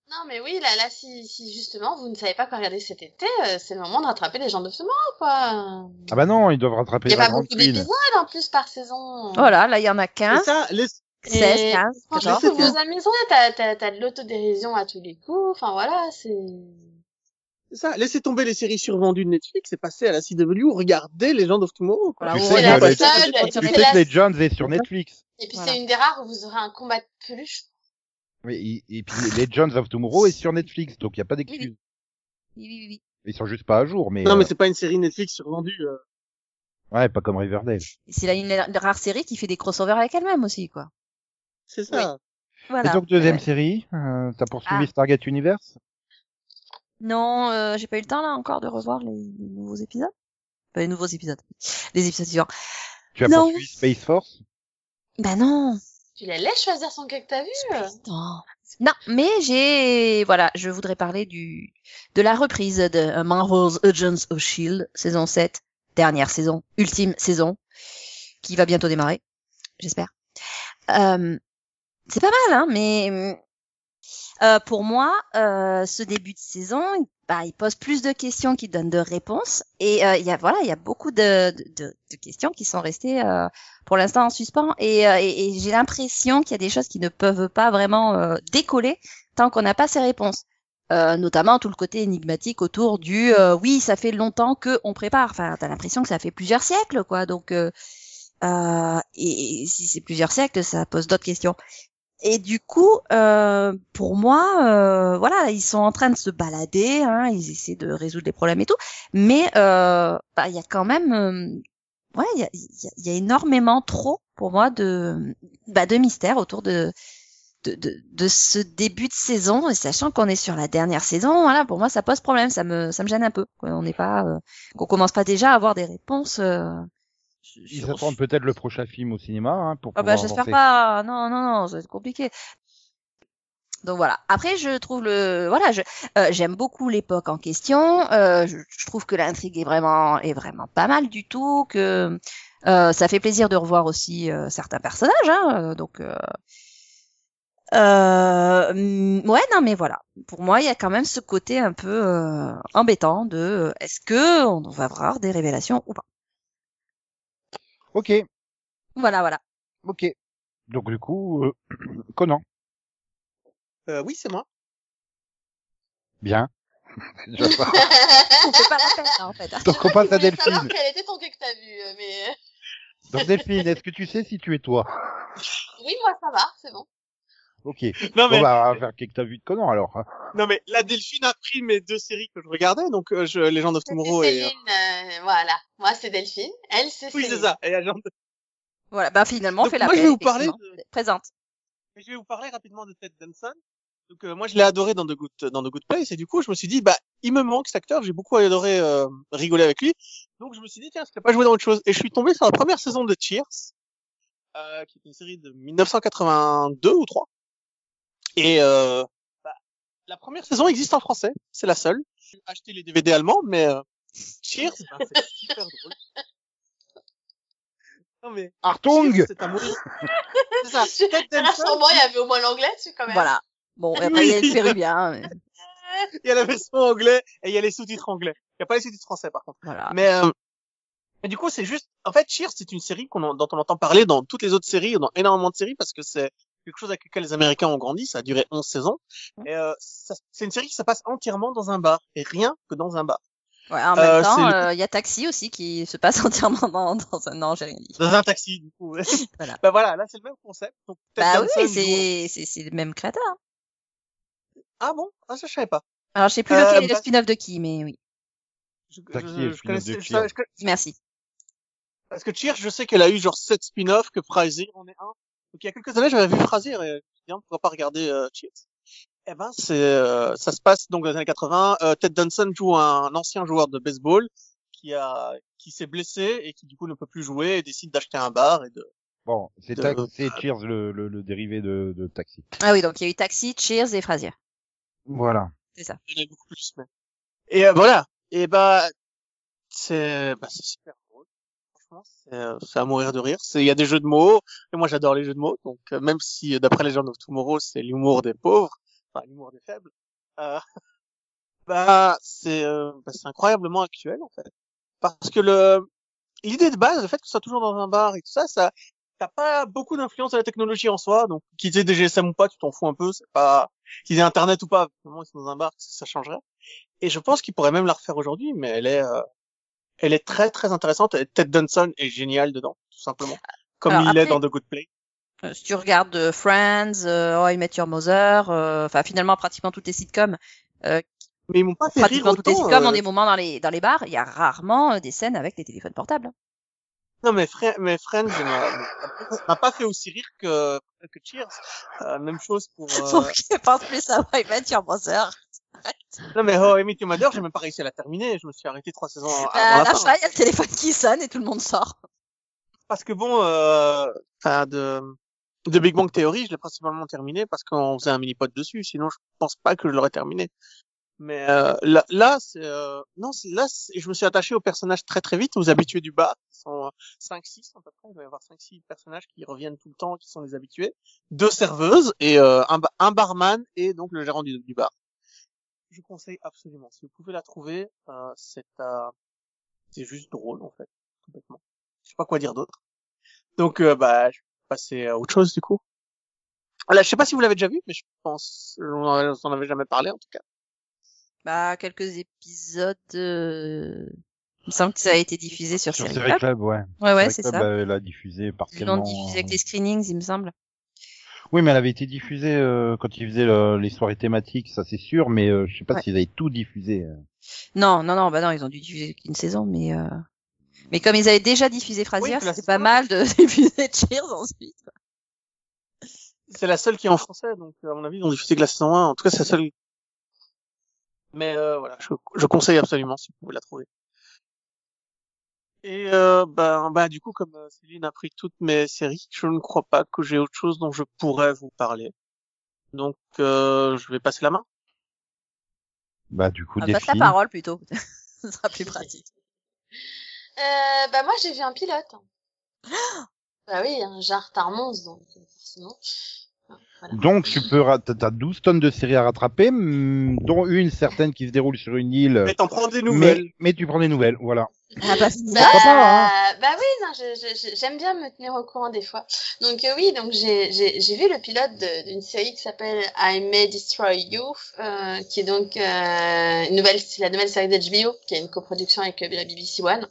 [SPEAKER 4] Non, mais oui, là, là, si, si justement vous ne savez pas quoi regarder cet été, euh, c'est le moment de rattraper les gens de ce moment, quoi.
[SPEAKER 2] Ah bah non, ils doivent rattraper
[SPEAKER 4] Il n'y a
[SPEAKER 2] la
[SPEAKER 4] pas
[SPEAKER 2] grande
[SPEAKER 4] beaucoup
[SPEAKER 2] queen.
[SPEAKER 4] d'épisodes en plus par saison.
[SPEAKER 5] Voilà, là il y en a
[SPEAKER 6] Et
[SPEAKER 4] Hein
[SPEAKER 5] 15,
[SPEAKER 6] ça, laisse...
[SPEAKER 5] 16, 15,
[SPEAKER 4] Franchement,
[SPEAKER 5] 14.
[SPEAKER 4] vous vous amuserez, t'as, t'as, t'as de l'autodérision à tous les coups, enfin voilà, c'est...
[SPEAKER 6] C'est ça. Laissez tomber les séries survendues de Netflix et passez à la CW, regardez Legend of Tomorrow, quoi.
[SPEAKER 5] Voilà, oh,
[SPEAKER 2] Tu
[SPEAKER 5] on
[SPEAKER 2] sais
[SPEAKER 5] va
[SPEAKER 2] que
[SPEAKER 5] la
[SPEAKER 2] les-
[SPEAKER 5] passer à
[SPEAKER 4] tu
[SPEAKER 5] cette
[SPEAKER 4] sais
[SPEAKER 2] Tu
[SPEAKER 5] prochaine
[SPEAKER 2] sais
[SPEAKER 4] Hélas.
[SPEAKER 2] que Legends est sur Netflix.
[SPEAKER 4] Et puis
[SPEAKER 5] Voilà.
[SPEAKER 4] c'est une des rares où vous aurez un combat de peluche.
[SPEAKER 2] Oui, et, et puis Legends of Tomorrow est sur Netflix, donc il n'y a pas d'excuse.
[SPEAKER 5] Oui, oui, oui.
[SPEAKER 2] Ils sont juste pas à jour, mais,
[SPEAKER 6] Non, mais
[SPEAKER 2] euh,
[SPEAKER 6] c'est pas une série Netflix survendue. euh.
[SPEAKER 2] ouais, pas comme Riverdale.
[SPEAKER 5] C'est la- une des rares séries qui fait des crossovers avec elle-même aussi, quoi.
[SPEAKER 6] C'est ça.
[SPEAKER 5] Voilà.
[SPEAKER 2] Et donc deuxième
[SPEAKER 5] Ouais.
[SPEAKER 2] série, euh, t'as poursuivi
[SPEAKER 5] Ah.
[SPEAKER 2] Stargate Universe
[SPEAKER 5] Non, euh, j'ai pas eu le temps là encore de revoir les, les nouveaux épisodes. Pas les nouveaux épisodes. Les épisodes suivants.
[SPEAKER 2] Tu as
[SPEAKER 5] Non.
[SPEAKER 2] poursuivi Space Force
[SPEAKER 5] Bah non.
[SPEAKER 4] Tu la laisses choisir son cas que t'as vu. euh.
[SPEAKER 5] Non. Non, mais j'ai voilà, je voudrais parler du de la reprise de euh, Marvel's Agents of Shield E saison 7, dernière saison, ultime saison qui va bientôt démarrer, j'espère. Euh, c'est pas mal hein, mais euh, pour moi, euh, ce début de saison, bah, il pose plus de questions qu'il donne de réponses et euh, il y a voilà, il y a beaucoup de, de, de- de questions qui sont restées euh, pour l'instant en suspens et, euh, et- et j'ai l'impression qu'il y a des choses qui ne peuvent pas vraiment euh, décoller tant qu'on n'a pas ces réponses. Euh, notamment tout le côté énigmatique autour du euh, oui ça fait longtemps que on prépare enfin t'as l'impression que ça fait plusieurs siècles quoi donc euh, euh, et, et si c'est plusieurs siècles ça pose d'autres questions et du coup euh, pour moi euh, voilà ils sont en train de se balader hein, ils essaient de résoudre les problèmes et tout mais euh, bah, il y a quand même euh, ouais, il y a, il y a- il y a énormément trop pour moi de bah, de mystères autour de de, de de ce début de saison et sachant qu'on est sur la dernière saison, voilà, pour moi ça pose problème, ça me ça me gêne un peu. quoi. On n'est pas euh, qu'on commence pas déjà à avoir des réponses. euh, sur-
[SPEAKER 2] Ils
[SPEAKER 5] sur-
[SPEAKER 2] attendent peut-être le prochain film au cinéma hein, pour
[SPEAKER 5] ah
[SPEAKER 2] pouvoir
[SPEAKER 5] bah j'espère
[SPEAKER 2] avancer.
[SPEAKER 5] pas. Non non non, ça va être compliqué. Donc voilà. Après je trouve le voilà, je euh, j'aime beaucoup l'époque en question. Euh, je, je trouve que l'intrigue est vraiment est vraiment pas mal du tout. Que euh, ça fait plaisir de revoir aussi euh, certains personnages. Hein, euh, donc euh, euh, mm, ouais non mais voilà. Pour moi il y a quand même ce côté un peu euh, embêtant de euh, est-ce que on va avoir des révélations ou pas.
[SPEAKER 2] Ok,
[SPEAKER 5] Voilà voilà.
[SPEAKER 2] ok. Donc du coup, euh, Conan.
[SPEAKER 6] Euh, oui, c'est moi.
[SPEAKER 2] Bien. Déjà ça.
[SPEAKER 5] On fait pas la peine là, en fait. hein.
[SPEAKER 2] Donc on passe à
[SPEAKER 4] Je voulais savoir
[SPEAKER 2] Delphine.
[SPEAKER 4] quel était ton cas que t'as vu, euh, mais euh,
[SPEAKER 2] Donc Delphine, est-ce que tu sais si tu es toi
[SPEAKER 4] euh, oui, moi ça va, c'est bon.
[SPEAKER 2] Ok.
[SPEAKER 6] Non, mais,
[SPEAKER 2] Bon bah on va faire quelques t'as vu de Conan alors. hein.
[SPEAKER 6] non, mais la Delphine a pris mes deux séries que je regardais, donc, euh, je, Legend of Tomorrow
[SPEAKER 4] C'était
[SPEAKER 6] et, euh,
[SPEAKER 4] Céline, euh, voilà. Moi c'est Delphine, elle c'est
[SPEAKER 6] oui,
[SPEAKER 4] Céline.
[SPEAKER 6] c'est ça, et Agent
[SPEAKER 5] Voilà, bah finalement, on
[SPEAKER 6] Donc,
[SPEAKER 5] fait la
[SPEAKER 6] moi, je
[SPEAKER 5] paix,
[SPEAKER 6] vais vous parler
[SPEAKER 5] effectivement. Présente.
[SPEAKER 6] Mais je vais vous parler rapidement de Ted Danson. Donc euh, moi je l'ai adoré dans The Good dans The Good Place et du coup je me suis dit bah il me manque cet acteur, j'ai beaucoup adoré euh, rigoler avec lui. Donc je me suis dit tiens, je serait pas joué dans autre chose et je suis tombé sur la première saison de Cheers euh, qui est une série de 1982 ou 3. Et euh, bah, la première saison existe en français, c'est la seule. J'ai acheté les DVD allemands mais euh, Cheers bah, c'est super drôle. Non mais
[SPEAKER 2] Artung
[SPEAKER 6] Cheers, c'est à mourir. C'est ça.
[SPEAKER 4] Je-
[SPEAKER 6] Ted Danson.
[SPEAKER 4] Rassemblement, il y avait au moins l'anglais dessus quand même.
[SPEAKER 5] Voilà. Bon, et après, il y a le péruvien. mais
[SPEAKER 6] il y a la version anglais et il y a les sous-titres anglais. Il n'y a pas les sous-titres français par contre.
[SPEAKER 5] Voilà.
[SPEAKER 6] Mais, euh, mais du coup, c'est juste. En fait, Cheers, c'est une série qu'on en- dont on entend parler dans toutes les autres séries, dans énormément de séries, parce que c'est quelque chose avec lequel les Américains ont grandi. Ça a duré 11 saisons. Et euh, ça- c'est une série qui se passe entièrement dans un bar et rien que dans un bar.
[SPEAKER 5] Ouais, en
[SPEAKER 6] Euh,
[SPEAKER 5] même
[SPEAKER 6] c'est
[SPEAKER 5] temps,
[SPEAKER 6] le-
[SPEAKER 5] euh, il y a Taxi aussi qui se passe entièrement dans, dans un... Non, j'ai rien dit.
[SPEAKER 6] Dans un taxi, du coup.
[SPEAKER 5] Voilà.
[SPEAKER 6] bah voilà, là c'est le même concept. Donc, Ted
[SPEAKER 5] Bah
[SPEAKER 6] Danson
[SPEAKER 5] oui,
[SPEAKER 6] joue-
[SPEAKER 5] c'est c'est- c'est le même créateur. hein.
[SPEAKER 6] Ah bon Ah, ça, je savais pas.
[SPEAKER 5] Alors, je sais plus
[SPEAKER 6] Euh,
[SPEAKER 5] lequel est le
[SPEAKER 6] bah-
[SPEAKER 5] spin-off de qui, mais oui.
[SPEAKER 6] Je, je,
[SPEAKER 2] Taxi est
[SPEAKER 6] je,
[SPEAKER 2] le
[SPEAKER 6] je
[SPEAKER 2] spin-off
[SPEAKER 6] connaissais-
[SPEAKER 2] de hein?
[SPEAKER 6] je-
[SPEAKER 2] Cheers.
[SPEAKER 6] je- je-
[SPEAKER 5] Merci.
[SPEAKER 6] Parce que Cheers, je sais qu'elle a eu genre 7 spin-offs, que Frasier en est un. Donc il y a quelques années, j'avais vu Frasier et je me suis dit, on pourrait pas regarder euh, Cheers. Eh ben, c'est, euh, ça se passe donc dans les années 80. Euh, Ted Danson joue un ancien joueur de baseball qui a, qui s'est blessé et qui du coup ne peut plus jouer et décide d'acheter un bar et de.
[SPEAKER 2] Bon, c'est
[SPEAKER 5] Euh,
[SPEAKER 6] De-
[SPEAKER 2] Tax- c'est Cheers le, le, le dérivé de, de Taxi.
[SPEAKER 5] Ah oui, donc il y a eu Taxi, Cheers et Frasier.
[SPEAKER 2] Voilà.
[SPEAKER 6] Il y en a beaucoup plus. Mais... Et euh, voilà. Et bah, c'est, bah, c'est super drôle. Franchement, c'est, euh, c'est à mourir de rire. C'est, il y a des jeux de mots. Et moi, j'adore les jeux de mots. Donc, euh, même si, euh, d'après Legend of Tomorrow, c'est l'humour des pauvres, enfin, l'humour des faibles, euh, bah, c'est, euh, bah, c'est incroyablement actuel, en fait. Parce que le, l'idée de base, le fait que ce soit toujours dans un bar et tout ça, ça, t'as pas beaucoup d'influence à la technologie en soi. Donc, qu'ils aient des GSM ou pas, tu t'en fous un peu. C'est pas, qu'ils aient internet ou pas, au moment où ils sont dans un bar, ça changerait. Et je pense qu'il pourrait même la refaire aujourd'hui, mais elle est, euh, elle est très très intéressante. Et Ted Danson est génial dedans, tout simplement. Comme
[SPEAKER 5] Alors,
[SPEAKER 6] il est
[SPEAKER 5] après-
[SPEAKER 6] dans The Good Place.
[SPEAKER 5] Euh, si tu regardes euh, Friends, euh, How I Met Your Mother, euh, enfin finalement pratiquement toutes les sitcoms,
[SPEAKER 6] Mais ils m'ont pas fait Ah, rire
[SPEAKER 5] pratiquement
[SPEAKER 6] autant.
[SPEAKER 5] toutes les sitcoms
[SPEAKER 6] euh,
[SPEAKER 5] ont des moments dans les dans les bars, il y a rarement euh, des scènes avec des téléphones portables.
[SPEAKER 6] Non, mais, Fre- mais Friends il m'a m'a pas fait aussi rire que, que Cheers. Euh, même chose pour... euh,
[SPEAKER 5] Faut que je pense plus à How I Met Your Mother.
[SPEAKER 6] Non, mais Oh, Emmett Mother, j'ai même pas réussi à la terminer. Je me suis arrêté trois saisons avant
[SPEAKER 5] Euh, à
[SPEAKER 6] la
[SPEAKER 5] la
[SPEAKER 6] fin.
[SPEAKER 5] fin, il y a le téléphone qui sonne et tout le monde sort.
[SPEAKER 6] Parce que bon, euh, enfin, de, de Big Bang Theory, je l'ai principalement terminé parce qu'on faisait un mini-pod dessus. Sinon, je pense pas que je l'aurais terminé. Mais euh, là, là, c'est, euh, non, c'est- là, c'est- je me suis attaché aux personnages très très vite, aux habitués du bar, qui sont 5-6 à peu près. Il va y avoir 5-6 personnages qui reviennent tout le temps, qui sont les habitués. Deux serveuses et euh, un, ba- un barman et donc le gérant du, du bar. Je conseille absolument. Si vous pouvez la trouver, euh, c'est euh, c'est juste drôle en fait, complètement. Je sais pas quoi dire d'autre. Donc, euh, bah, je vais passer à autre chose, du coup. Là, je sais pas si vous l'avez déjà vu, mais je pense, on en on en avait jamais parlé, en tout cas.
[SPEAKER 5] Bah quelques épisodes. euh, Il me semble que ça a été diffusé sur,
[SPEAKER 2] Sur
[SPEAKER 5] Série
[SPEAKER 2] Série
[SPEAKER 5] Club.
[SPEAKER 2] Club, ouais.
[SPEAKER 5] Ouais ouais
[SPEAKER 2] Série
[SPEAKER 5] c'est
[SPEAKER 2] Club,
[SPEAKER 5] ça.
[SPEAKER 2] euh, Elle a diffusé par
[SPEAKER 5] Ils l'ont
[SPEAKER 2] tellement,
[SPEAKER 5] diffusé avec
[SPEAKER 2] euh,
[SPEAKER 5] les screenings, il me semble.
[SPEAKER 2] Oui, mais elle avait été diffusée euh, quand ils faisaient le- les soirées thématiques, ça c'est sûr, mais euh, je sais pas
[SPEAKER 5] Ouais.
[SPEAKER 2] s'ils avaient tout diffusé. euh.
[SPEAKER 5] Non, non, non, bah non, ils ont dû diffuser qu'une saison, mais euh... mais comme ils avaient déjà diffusé Frasier,
[SPEAKER 6] la
[SPEAKER 5] c'était pas
[SPEAKER 6] saison-
[SPEAKER 5] mal de diffuser Cheers ensuite.
[SPEAKER 6] C'est la seule qui est en français, donc, à mon avis, ils ont diffusé que la saison 1. En tout cas, c'est la seule. Mais, euh, voilà, je, je conseille absolument si vous pouvez la trouver. Et, euh, bah, bah, du coup, comme euh, Céline a pris toutes mes séries, je ne crois pas que j'ai autre chose dont je pourrais vous parler. Donc, euh, je vais passer la main.
[SPEAKER 2] Bah du coup,
[SPEAKER 5] Ah,
[SPEAKER 2] des
[SPEAKER 5] passe la
[SPEAKER 2] films.
[SPEAKER 5] parole plutôt, ce sera plus pratique.
[SPEAKER 4] Euh, bah moi j'ai vu un pilote. bah oui, un genre t'as un monstre donc euh, forcément.
[SPEAKER 2] Donc tu peux, ra- t'as t'as 12 tonnes de séries à rattraper, mm, dont une certaine qui se déroule sur une île.
[SPEAKER 6] Mais t'en prends des nouvelles.
[SPEAKER 2] Euh, Mais, mais tu prends des nouvelles, voilà.
[SPEAKER 5] Ah bah, fini.
[SPEAKER 4] Bah,
[SPEAKER 2] pas,
[SPEAKER 4] bah oui, non, je- je- je- j'aime bien me tenir au courant des fois. Donc euh, oui, donc j'ai j'ai- j'ai vu le pilote de- d'une série qui s'appelle I May Destroy You, euh, qui est donc euh, une nouvelle, c'est la nouvelle série d'HBO, qui a une coproduction avec euh, la BBC One.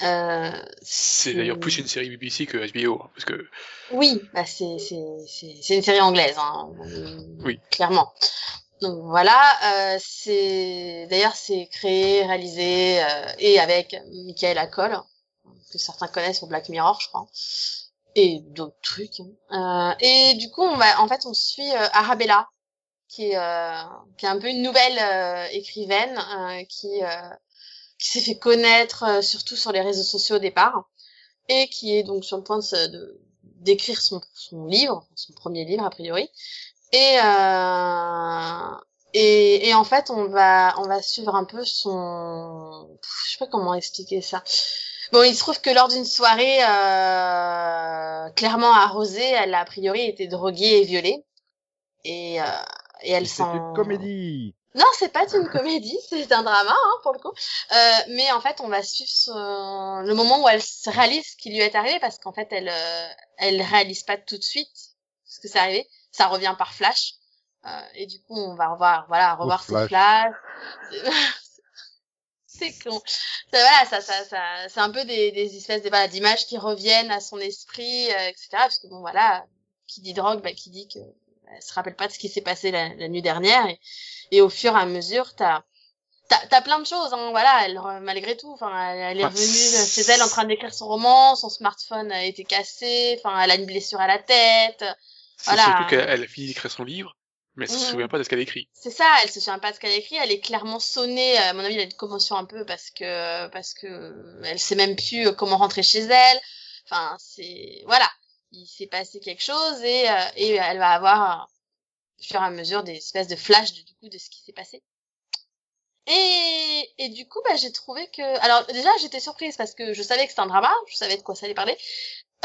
[SPEAKER 4] Euh,
[SPEAKER 3] C'est d'ailleurs plus une série BBC que HBO, hein, parce que
[SPEAKER 4] Oui, bah c'est c'est c'est c'est une série anglaise, hein,
[SPEAKER 3] Oui.
[SPEAKER 4] clairement. Donc voilà, euh, c'est d'ailleurs c'est créé, réalisé euh, et avec Michael Acol, que certains connaissent pour Black Mirror, je crois, et d'autres trucs. hein. Euh, et du coup, on va en fait on suit euh, Arabella, qui est euh, qui est un peu une nouvelle euh, écrivaine euh, qui euh, qui s'est fait connaître euh, surtout sur les réseaux sociaux au départ et qui est donc sur le point de, se- de- d'écrire son, son livre, son premier livre a priori. Et, euh, et et en fait on va on va suivre un peu son, Pff, je sais pas comment expliquer ça. Bon, il se trouve que lors d'une soirée euh, clairement arrosée, elle a a priori été droguée et violée. Et euh, et elle
[SPEAKER 2] C'est
[SPEAKER 4] s'en
[SPEAKER 2] une comédie.
[SPEAKER 4] non, c'est pas une comédie, c'est un drama hein, pour le coup. Euh, mais en fait, on va suivre son- le moment où elle se réalise ce qui lui est arrivé parce qu'en fait, elle euh, elle réalise pas tout de suite ce que c'est arrivé. Ça revient par flash Euh, et du coup, on va revoir voilà revoir ses
[SPEAKER 2] flash.
[SPEAKER 4] flashs. c'est con. Ça, voilà, ça ça ça c'est un peu des des espèces de- voilà, d'images qui reviennent à son esprit, euh, etc. Parce que bon voilà, qui dit drogue, bah, qui dit que elle se rappelle pas de ce qui s'est passé la, la nuit dernière et, et au fur et à mesure t'as t'as t'as plein de choses hein, voilà elle re- malgré tout enfin elle, elle est
[SPEAKER 3] Ouais.
[SPEAKER 4] revenue chez elle en train d'écrire son roman son smartphone a été cassé enfin elle a une blessure à la tête
[SPEAKER 3] c'est
[SPEAKER 4] Voilà.
[SPEAKER 3] surtout qu'elle elle a fini d'écrire son livre, mais elle se
[SPEAKER 4] Mhm.
[SPEAKER 3] souvient pas de ce qu'elle écrit.
[SPEAKER 4] c'est ça elle se souvient pas de ce qu'elle a écrit elle est clairement sonnée à mon avis elle a une commotion un peu parce que parce que elle sait même plus euh, comment rentrer chez elle enfin c'est voilà il s'est passé quelque chose et euh, et elle va avoir euh, au fur et à mesure des espèces de flashs du coup de ce qui s'est passé Et, et du coup, bah, j'ai trouvé que... Alors déjà, j'étais surprise parce que je savais que c'était un drama, je savais de quoi ça allait parler.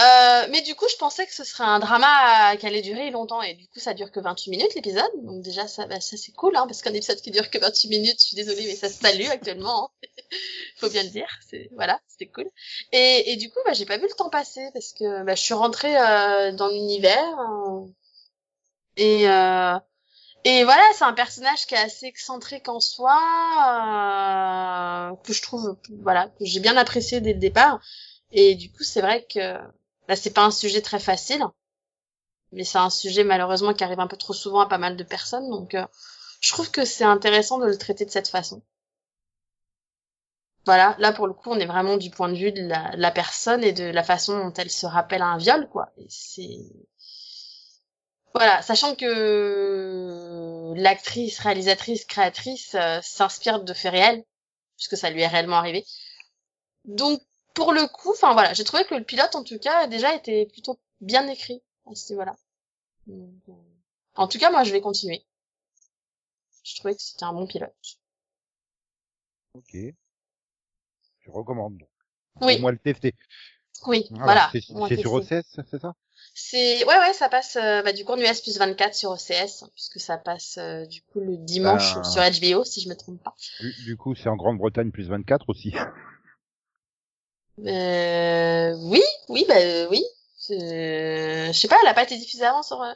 [SPEAKER 4] Euh, mais du coup, je pensais que ce serait un drama euh, qui allait durer longtemps. Et du coup, ça dure que 28 minutes l'épisode. Donc déjà, ça, bah, ça c'est cool, hein, parce qu'un épisode qui dure que 28 minutes, je suis désolée, mais ça se salue actuellement. hein. Faut bien le dire. C'est Voilà, c'était cool. Et, et du coup, bah, j'ai pas vu le temps passer parce que bah, je suis rentrée hein. euh, dans l'univers. euh, et... Euh... Et voilà, c'est un personnage qui est assez excentrique en soi, euh, que je trouve, voilà, que j'ai bien apprécié dès le départ. Et du coup, c'est vrai que là, Bah, c'est pas un sujet très facile, mais c'est un sujet malheureusement qui arrive un peu trop souvent à pas mal de personnes. Donc, euh, je trouve que c'est intéressant de le traiter de cette façon. Voilà, là pour le coup, on est vraiment du point de vue de la, de la personne et de la façon dont elle se rappelle un viol, quoi. Et c'est voilà, sachant que l'actrice, réalisatrice, créatrice euh, s'inspire de faits réels, puisque ça lui est réellement arrivé. Donc, pour le coup, enfin voilà, j'ai trouvé que le pilote, en tout cas, a déjà été plutôt bien écrit à ce niveau-là. Donc, euh, En tout cas, moi, je vais continuer. Je trouvais que c'était un bon pilote.
[SPEAKER 2] Ok. Tu recommandes donc.
[SPEAKER 4] Oui,
[SPEAKER 2] Pour moi le tester.
[SPEAKER 4] oui,
[SPEAKER 2] Alors,
[SPEAKER 4] voilà.
[SPEAKER 2] Ah bah, C'est
[SPEAKER 4] Moi,
[SPEAKER 2] c'est sur
[SPEAKER 4] testé.
[SPEAKER 2] OCS, ça, c'est ça
[SPEAKER 4] C'est ouais ouais ça passe euh, bah, du coup en US plus 24 sur OCS puisque ça passe euh, du coup le dimanche
[SPEAKER 2] Ben.
[SPEAKER 4] sur HBO si je me trompe pas.
[SPEAKER 2] du, du coup, c'est en Grande-Bretagne plus 24 aussi.
[SPEAKER 4] Euh, oui oui bah euh, oui. Euh, je sais pas elle a pas été diffusée avant sur. euh,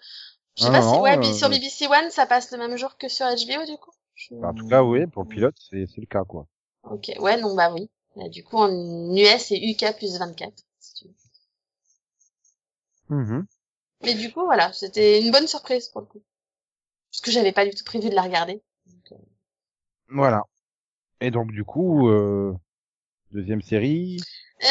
[SPEAKER 4] Je sais
[SPEAKER 2] Ah
[SPEAKER 4] pas
[SPEAKER 2] non,
[SPEAKER 4] si ouais
[SPEAKER 2] euh,
[SPEAKER 4] bi- sur BBC One ça passe le même jour que sur HBO du coup. Je-
[SPEAKER 2] Enfin, Bah, en tout cas, oui,
[SPEAKER 4] Mmh.
[SPEAKER 2] pour le pilote, c'est c'est le cas, quoi.
[SPEAKER 4] Ok ouais non bah oui. Là, du coup en US et UK plus 24. si tu veux.
[SPEAKER 2] Mhm.
[SPEAKER 4] Mais du coup voilà c'était une bonne surprise pour le coup parce que j'avais pas du tout prévu de la regarder.
[SPEAKER 2] Voilà. Et donc, du coup, euh, deuxième série.
[SPEAKER 4] Euh,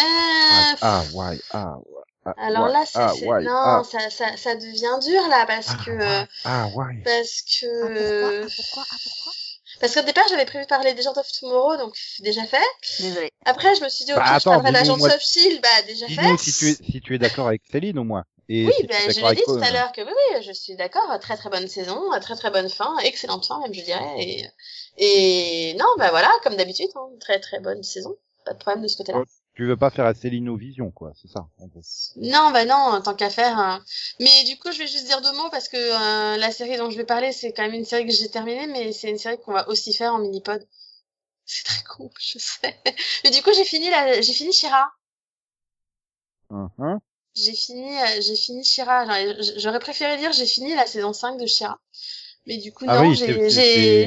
[SPEAKER 2] Ah, ouais, ah, ouais. ah,
[SPEAKER 4] Alors
[SPEAKER 2] ouais,
[SPEAKER 4] là, ça,
[SPEAKER 2] ah,
[SPEAKER 4] c'est...
[SPEAKER 2] ouais,
[SPEAKER 4] non,
[SPEAKER 2] ah,
[SPEAKER 4] ça, ça, ça devient dur là parce
[SPEAKER 2] ah,
[SPEAKER 4] que
[SPEAKER 2] ouais, ah, ouais.
[SPEAKER 4] parce
[SPEAKER 5] Ah, pourquoi
[SPEAKER 4] que
[SPEAKER 5] Ah, pourquoi Ah, pourquoi
[SPEAKER 4] parce qu'au départ j'avais prévu de parler des gens of Tomorrow donc déjà fait.
[SPEAKER 5] Désolée.
[SPEAKER 4] Après je me suis dit ok
[SPEAKER 2] Bah,
[SPEAKER 4] je
[SPEAKER 2] attends,
[SPEAKER 4] parlerai
[SPEAKER 2] dis-nous,
[SPEAKER 4] d'Agents
[SPEAKER 2] moi-
[SPEAKER 4] of Shield bah déjà fait.
[SPEAKER 2] Dis-nous si tu es, si tu es d'accord avec Céline, au moins. Et
[SPEAKER 4] Oui
[SPEAKER 2] si tu es
[SPEAKER 4] bah, je
[SPEAKER 2] d'accord
[SPEAKER 4] l'ai
[SPEAKER 2] avec
[SPEAKER 4] dit tout
[SPEAKER 2] Paul.
[SPEAKER 4] à l'heure que oui oui je suis d'accord très très bonne saison très très bonne fin excellente fin même je dirais et et non bah voilà comme d'habitude hein, très très bonne saison pas de problème de ce côté-là.
[SPEAKER 2] Tu veux pas faire à Céline aux visions, quoi, c'est ça. en gros.
[SPEAKER 4] Non, bah non, tant qu'à faire. hein. Mais du coup, je vais juste dire deux mots parce que euh, la série dont je vais parler, c'est quand même une série que j'ai terminée, mais c'est une série qu'on va aussi faire en mini-pod. C'est très con, je sais. Mais du coup, j'ai fini la, j'ai fini Shira.
[SPEAKER 2] Hein, hein
[SPEAKER 4] J'ai fini, euh, j'ai fini Shira. J'aurais- J'aurais préféré dire j'ai fini la saison 5 de Shira. Mais du coup,
[SPEAKER 2] Ah
[SPEAKER 4] non,
[SPEAKER 2] oui, c'est-
[SPEAKER 4] j'ai,
[SPEAKER 2] c'est
[SPEAKER 4] j'ai,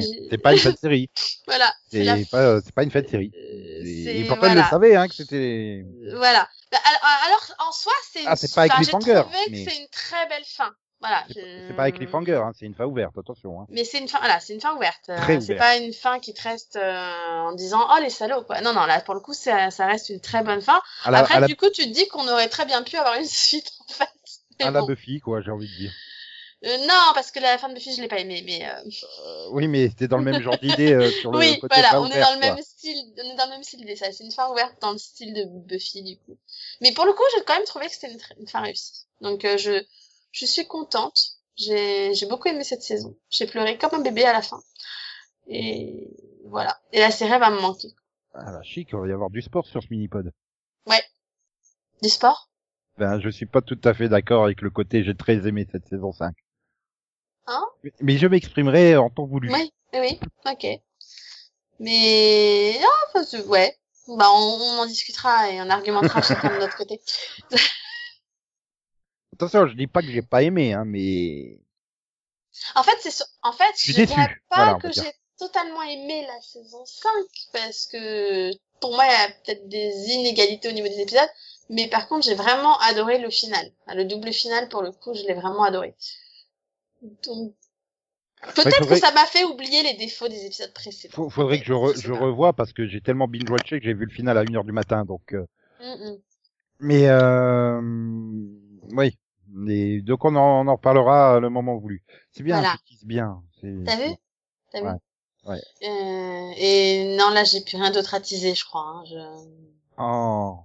[SPEAKER 2] c'est-
[SPEAKER 4] j'ai-
[SPEAKER 2] c'est pas une fête série.
[SPEAKER 4] voilà. C'est la-
[SPEAKER 2] C'est pas, c'est pas une fête série.
[SPEAKER 4] euh,
[SPEAKER 2] Et,
[SPEAKER 4] c'est-
[SPEAKER 2] et pourtant, elle
[SPEAKER 4] voilà.
[SPEAKER 2] le savait, hein, que c'était...
[SPEAKER 4] Voilà. Bah, al- alors, en soi, c'est
[SPEAKER 2] Ah, c'est pas avec
[SPEAKER 4] enfin, j'ai
[SPEAKER 2] cliffhanger,
[SPEAKER 4] trouvé que
[SPEAKER 2] mais-
[SPEAKER 4] c'est une très belle fin. Voilà.
[SPEAKER 2] C'est pas-
[SPEAKER 4] je-
[SPEAKER 2] c'est pas avec cliffhanger, hein, c'est une fin ouverte, attention. Hein.
[SPEAKER 4] Mais c'est une fin, voilà, c'est une fin ouverte. Euh,
[SPEAKER 2] Très
[SPEAKER 4] c'est
[SPEAKER 2] ouverte.
[SPEAKER 4] pas une fin qui te reste euh, en disant oh les salauds quoi. Non non là pour le coup ça, ça reste une très bonne fin.
[SPEAKER 2] À la,
[SPEAKER 4] Après
[SPEAKER 2] à la,
[SPEAKER 4] du coup tu te dis qu'on aurait très bien pu avoir une suite en fait. Mais
[SPEAKER 2] à la
[SPEAKER 4] bon.
[SPEAKER 2] Buffy, quoi, j'ai envie de dire.
[SPEAKER 4] Euh, non parce que la fin de Buffy je l'ai pas aimée mais euh,
[SPEAKER 2] Euh, oui, mais c'était dans le même genre d'idée euh, sur le
[SPEAKER 4] oui
[SPEAKER 2] côté
[SPEAKER 4] voilà
[SPEAKER 2] fin
[SPEAKER 4] on est
[SPEAKER 2] ouvert,
[SPEAKER 4] dans le
[SPEAKER 2] quoi.
[SPEAKER 4] même style on est dans le même style des ça c'est une fin ouverte dans le style de Buffy du coup. Mais pour le coup j'ai quand même trouvé que c'était une, tr- une fin réussie. Donc euh, je je suis contente. J'ai j'ai beaucoup aimé cette saison. J'ai pleuré comme un bébé à la fin. Et voilà. Et la série va me manquer.
[SPEAKER 2] Ah la chic, il va y avoir du sport sur ce mini-pod.
[SPEAKER 4] Du sport
[SPEAKER 2] Ben, je suis pas tout à fait d'accord avec le côté j'ai très aimé cette saison 5.
[SPEAKER 4] Hein
[SPEAKER 2] Mais- Mais je m'exprimerai en temps voulu.
[SPEAKER 4] Oui, oui, Eh oui, ok. Mais... Ah, enfin, c'est- ouais. Bah, on, on en discutera et on argumentera chacun de notre côté.
[SPEAKER 2] Attention, je dis pas que j'ai pas aimé, hein, mais...
[SPEAKER 4] En fait, c'est sur- en fait,
[SPEAKER 2] Je suis
[SPEAKER 4] je dirais
[SPEAKER 2] déçu.
[SPEAKER 4] pas
[SPEAKER 2] Voilà, on
[SPEAKER 4] que
[SPEAKER 2] peut dire.
[SPEAKER 4] j'ai totalement aimé la saison 5 parce que pour moi, il y a peut-être des inégalités au niveau des épisodes. Mais par contre, j'ai vraiment adoré le final. Enfin, Le double final, pour le coup, je l'ai vraiment adoré. Donc, peut-être que
[SPEAKER 2] faudrait-
[SPEAKER 4] ça m'a fait oublier les défauts des épisodes précédents.
[SPEAKER 2] Faut- faudrait que je, re-
[SPEAKER 4] sais
[SPEAKER 2] je
[SPEAKER 4] pas.
[SPEAKER 2] revoie parce que j'ai tellement binge-watché que j'ai vu le final à 1h du matin, donc... euh,
[SPEAKER 4] Mm, mm.
[SPEAKER 2] Mais euh... oui, mais donc on en, on en reparlera à le moment voulu. C'est bien,
[SPEAKER 4] Voilà.
[SPEAKER 2] tu teases bien. c'est-
[SPEAKER 4] T'as vu T'as
[SPEAKER 2] Ouais.
[SPEAKER 4] vu
[SPEAKER 2] Ouais.
[SPEAKER 4] Euh, et non, là, j'ai plus rien d'autre à teaser, je crois. hein. Je...
[SPEAKER 2] Oh.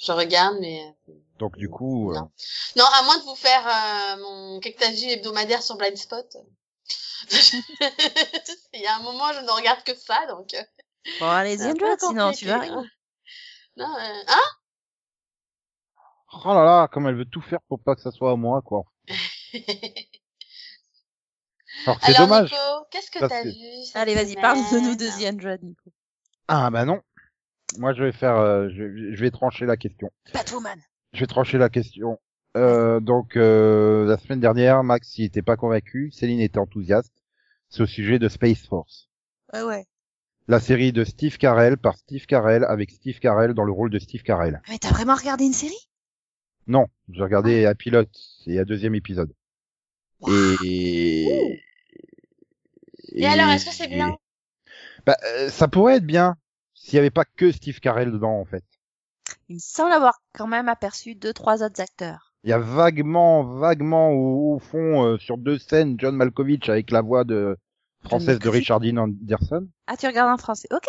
[SPEAKER 4] je regarde, mais... euh,
[SPEAKER 2] Donc du coup, euh,
[SPEAKER 4] Non. Non, à moins de vous faire euh, mon cactagie hebdomadaire sur Blind Spot. Il y a un moment, je ne regarde que ça, donc... euh,
[SPEAKER 5] Bon, allez-y,
[SPEAKER 4] un peu
[SPEAKER 5] Android, sinon tu
[SPEAKER 4] compliqué,
[SPEAKER 5] vas
[SPEAKER 4] hein. Non, euh, hein
[SPEAKER 2] oh là là, comme elle veut tout faire pour pas que ça soit à moi, quoi. Alors que c'est
[SPEAKER 4] Alors,
[SPEAKER 2] dommage.
[SPEAKER 4] Nico, qu'est-ce que
[SPEAKER 2] Parce
[SPEAKER 4] t'as
[SPEAKER 2] que-
[SPEAKER 4] vu cette
[SPEAKER 5] Allez, vas-y,
[SPEAKER 4] semaine
[SPEAKER 5] parle de nous deux, The Android, Nico.
[SPEAKER 2] Ah bah non. Moi je vais faire, euh, je, je vais trancher la question.
[SPEAKER 5] Batwoman.
[SPEAKER 2] Je vais trancher la question. Euh, donc euh, la semaine dernière, Max il était pas convaincu, Céline était enthousiaste. C'est au sujet de Space Force.
[SPEAKER 5] Ouais, ouais.
[SPEAKER 2] La série de Steve Carell par Steve Carell avec Steve Carell dans le rôle de Steve Carell.
[SPEAKER 5] Ah, mais t'as vraiment regardé une série
[SPEAKER 2] Non, j'ai
[SPEAKER 5] Ah.
[SPEAKER 2] regardé un pilote et un deuxième épisode. Et...
[SPEAKER 4] Et alors, est-ce que c'est bien
[SPEAKER 2] Bah, euh, ça pourrait être bien s'il n'y avait pas que Steve Carell dedans en fait.
[SPEAKER 5] Il me semble avoir quand même aperçu deux, trois autres acteurs.
[SPEAKER 2] Il y a vaguement, vaguement au, au fond euh, sur deux scènes John Malkovich avec la voix de française de
[SPEAKER 5] Malkovich
[SPEAKER 2] Richard Dean Anderson.
[SPEAKER 5] Ah, tu regardes en français. Ok,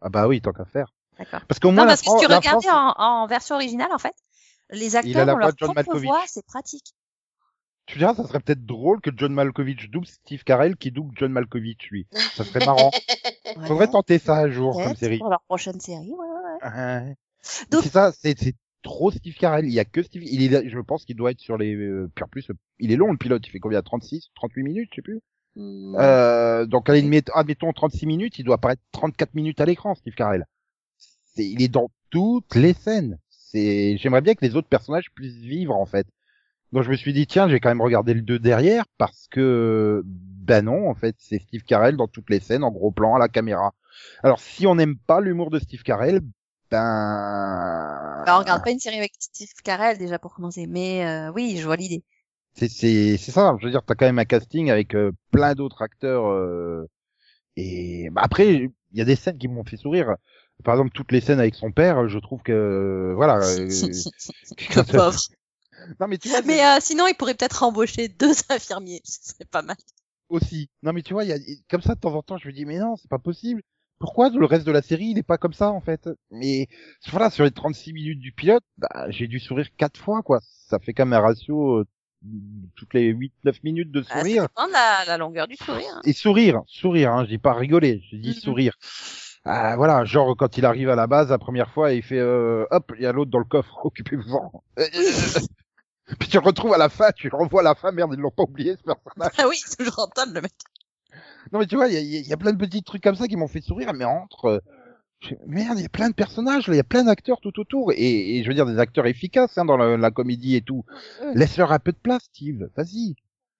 [SPEAKER 2] Ah bah oui, tant qu'à faire.
[SPEAKER 5] d'accord.
[SPEAKER 2] Parce qu'au moins
[SPEAKER 5] Non,
[SPEAKER 2] la
[SPEAKER 5] parce que si
[SPEAKER 2] Fran-
[SPEAKER 5] tu
[SPEAKER 2] la
[SPEAKER 5] regardais
[SPEAKER 2] France-
[SPEAKER 5] en, en version originale, en fait, les
[SPEAKER 2] a
[SPEAKER 5] acteurs
[SPEAKER 2] la
[SPEAKER 5] ont
[SPEAKER 2] voix
[SPEAKER 5] leur
[SPEAKER 2] de John
[SPEAKER 5] propre
[SPEAKER 2] Malkovich.
[SPEAKER 5] voix, c'est pratique. hein.
[SPEAKER 2] Tu diras, ça serait peut-être drôle que John Malkovich double Steve Carell qui double John Malkovich, lui. Ça serait marrant. Faudrait
[SPEAKER 5] Ouais,
[SPEAKER 2] tenter ça un jour comme
[SPEAKER 5] peut-être,
[SPEAKER 2] série.
[SPEAKER 5] Pour leur prochaine série, ouais. ouais.
[SPEAKER 2] Ouais.
[SPEAKER 5] Donc-
[SPEAKER 2] C'est ça, c'est c'est trop Steve Carell. Il y a que Steve. Il est, je pense qu'il doit être sur les euh, pure plus. Il est long le pilote. Il fait combien 36, 38 minutes, je sais plus.
[SPEAKER 5] Hmm.
[SPEAKER 2] Euh, donc allez, admettons- admettons 36 minutes. Il doit apparaître 34 minutes à l'écran, Steve Carell. C'est, il est dans toutes les scènes. C'est, j'aimerais bien que les autres personnages puissent vivre en fait. Donc je me suis dit tiens, j'ai quand même regardé le 2 derrière parce que ben non en fait, c'est Steve Carell dans toutes les scènes en gros plan à la caméra. Alors si on n'aime pas l'humour de Steve Carell, ben
[SPEAKER 5] Bah, on regarde pas une série avec Steve Carell déjà pour commencer, mais euh, oui, je vois l'idée.
[SPEAKER 2] c'est c'est c'est ça je veux dire t'as quand même un casting avec euh, plein d'autres acteurs euh, et bah, après il y a des scènes qui m'ont fait sourire par exemple toutes les scènes avec son père je trouve que euh, voilà euh,
[SPEAKER 5] Le pauvre.
[SPEAKER 2] non mais tu vois
[SPEAKER 5] Mais euh, sinon, il pourrait peut-être embaucher deux infirmiers, ce serait pas mal.
[SPEAKER 2] aussi non mais tu vois il y a comme ça de temps en temps je me dis mais non c'est pas possible pourquoi le reste de la série il est pas comme ça en fait mais voilà sur les 36 minutes du pilote bah, j'ai dû sourire quatre fois quoi ça fait quand même un ratio euh, toutes les 8 9 minutes de
[SPEAKER 5] Ah, ça
[SPEAKER 2] sourire
[SPEAKER 5] dépend de la, la longueur du sourire. hein.
[SPEAKER 2] Et sourire, sourire, hein, je dis pas rigoler, je dis
[SPEAKER 5] Mhm.
[SPEAKER 2] sourire. Ah, voilà, genre quand il arrive à la base la première fois, il fait euh, hop, il y a l'autre dans le coffre, occupez-vous-en. Euh, euh, Puis tu le retrouves à la fin, tu le revois à la fin, merde, ils l'ont pas oublié ce personnage.
[SPEAKER 5] Ah oui, c'est toujours rentable le mec.
[SPEAKER 2] Non mais tu vois, il y a, il y a- il y a plein de petits trucs comme ça qui m'ont fait sourire, mais entre... euh, je- Merde, il y a plein de personnages, là, il y a plein d'acteurs tout autour, et, et je veux dire des acteurs efficaces hein, dans la, la comédie et tout. Laisse-leur un peu de place, Steve, vas-y.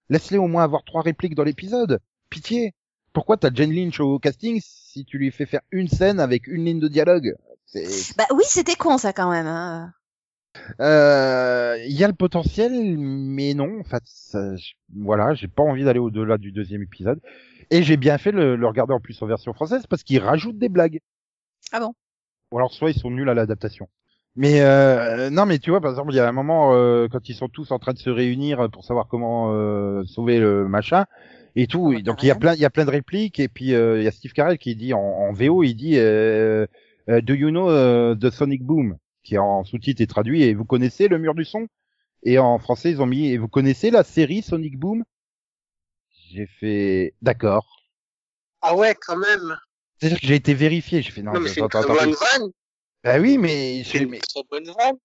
[SPEAKER 2] Laisse-les au moins avoir trois répliques dans l'épisode. Pitié. Pourquoi t'as Jane Lynch au casting si tu lui fais faire une scène avec une ligne de dialogue C'est-
[SPEAKER 5] Bah oui, c'était con ça quand même. hein.
[SPEAKER 2] Euh, Il y a le potentiel, mais non. En fait, ça- je- voilà, j'ai pas envie d'aller au-delà du deuxième épisode. Et j'ai bien fait de le, le regarder en plus en version française parce qu'il rajoute des blagues.
[SPEAKER 5] Ah bon
[SPEAKER 2] Ou alors soit ils sont nuls à l'adaptation. Mais euh, non, mais tu vois, par exemple, il y a un moment euh, quand ils sont tous en train de se réunir pour savoir comment euh, sauver le machin et tout.
[SPEAKER 5] Ah,
[SPEAKER 2] Et donc il y a
[SPEAKER 5] carrément.
[SPEAKER 2] plein, il y a plein de répliques et puis euh, il y a Steve Carell qui dit en, en VO, il dit euh, euh, Do you know euh, the Sonic Boom, qui en sous-titre est traduit et vous connaissez le mur du son. Et en français ils ont mis et vous connaissez la série Sonic Boom. J'ai fait d'accord.
[SPEAKER 6] Ah ouais, quand même.
[SPEAKER 2] C'est-à-dire que j'ai été vérifié. J'ai fait non.
[SPEAKER 6] Non, mais
[SPEAKER 2] attends,
[SPEAKER 6] c'est une
[SPEAKER 2] attends,
[SPEAKER 6] très
[SPEAKER 2] attends.
[SPEAKER 6] bonne vanne.
[SPEAKER 2] Bah oui, mais,
[SPEAKER 6] C'est
[SPEAKER 2] j'ai-
[SPEAKER 6] une
[SPEAKER 2] mais-
[SPEAKER 6] très bonne vanne.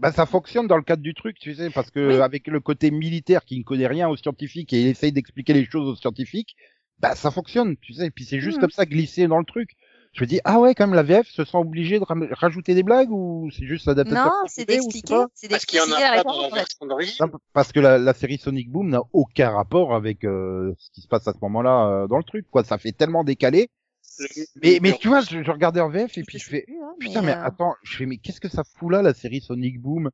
[SPEAKER 2] bah ça fonctionne dans le cadre du truc, tu sais, parce que
[SPEAKER 5] Oui.
[SPEAKER 2] avec le côté militaire qui ne connaît rien aux scientifiques et il essaye d'expliquer les choses aux scientifiques, bah ça fonctionne, tu sais. Et puis c'est juste
[SPEAKER 5] Mhm.
[SPEAKER 2] comme ça glissé dans le truc. Je me dis ah ouais, quand même la VF se sent obligée de ram- rajouter des blagues ou c'est juste l'adaptation
[SPEAKER 5] Non, c'est
[SPEAKER 2] trouvé ou
[SPEAKER 5] d'expliquer.
[SPEAKER 2] pas
[SPEAKER 5] C'est
[SPEAKER 6] Parce qu'il y en
[SPEAKER 5] d'expliquer
[SPEAKER 6] a pas
[SPEAKER 5] la
[SPEAKER 6] dans la
[SPEAKER 5] réponse. en fait.
[SPEAKER 6] version d'origine.
[SPEAKER 2] Non, parce que la, la série Sonic Boom n'a aucun rapport avec euh, ce qui se passe à ce moment-là euh, dans le truc, quoi. Ça fait tellement décalé. Mais mais tu vois, je, je regardais en VF et puis je fais
[SPEAKER 5] plus, hein,
[SPEAKER 2] Putain, mais
[SPEAKER 5] euh,
[SPEAKER 2] attends, je fais, mais qu'est-ce que ça fout là, la série Sonic Boom?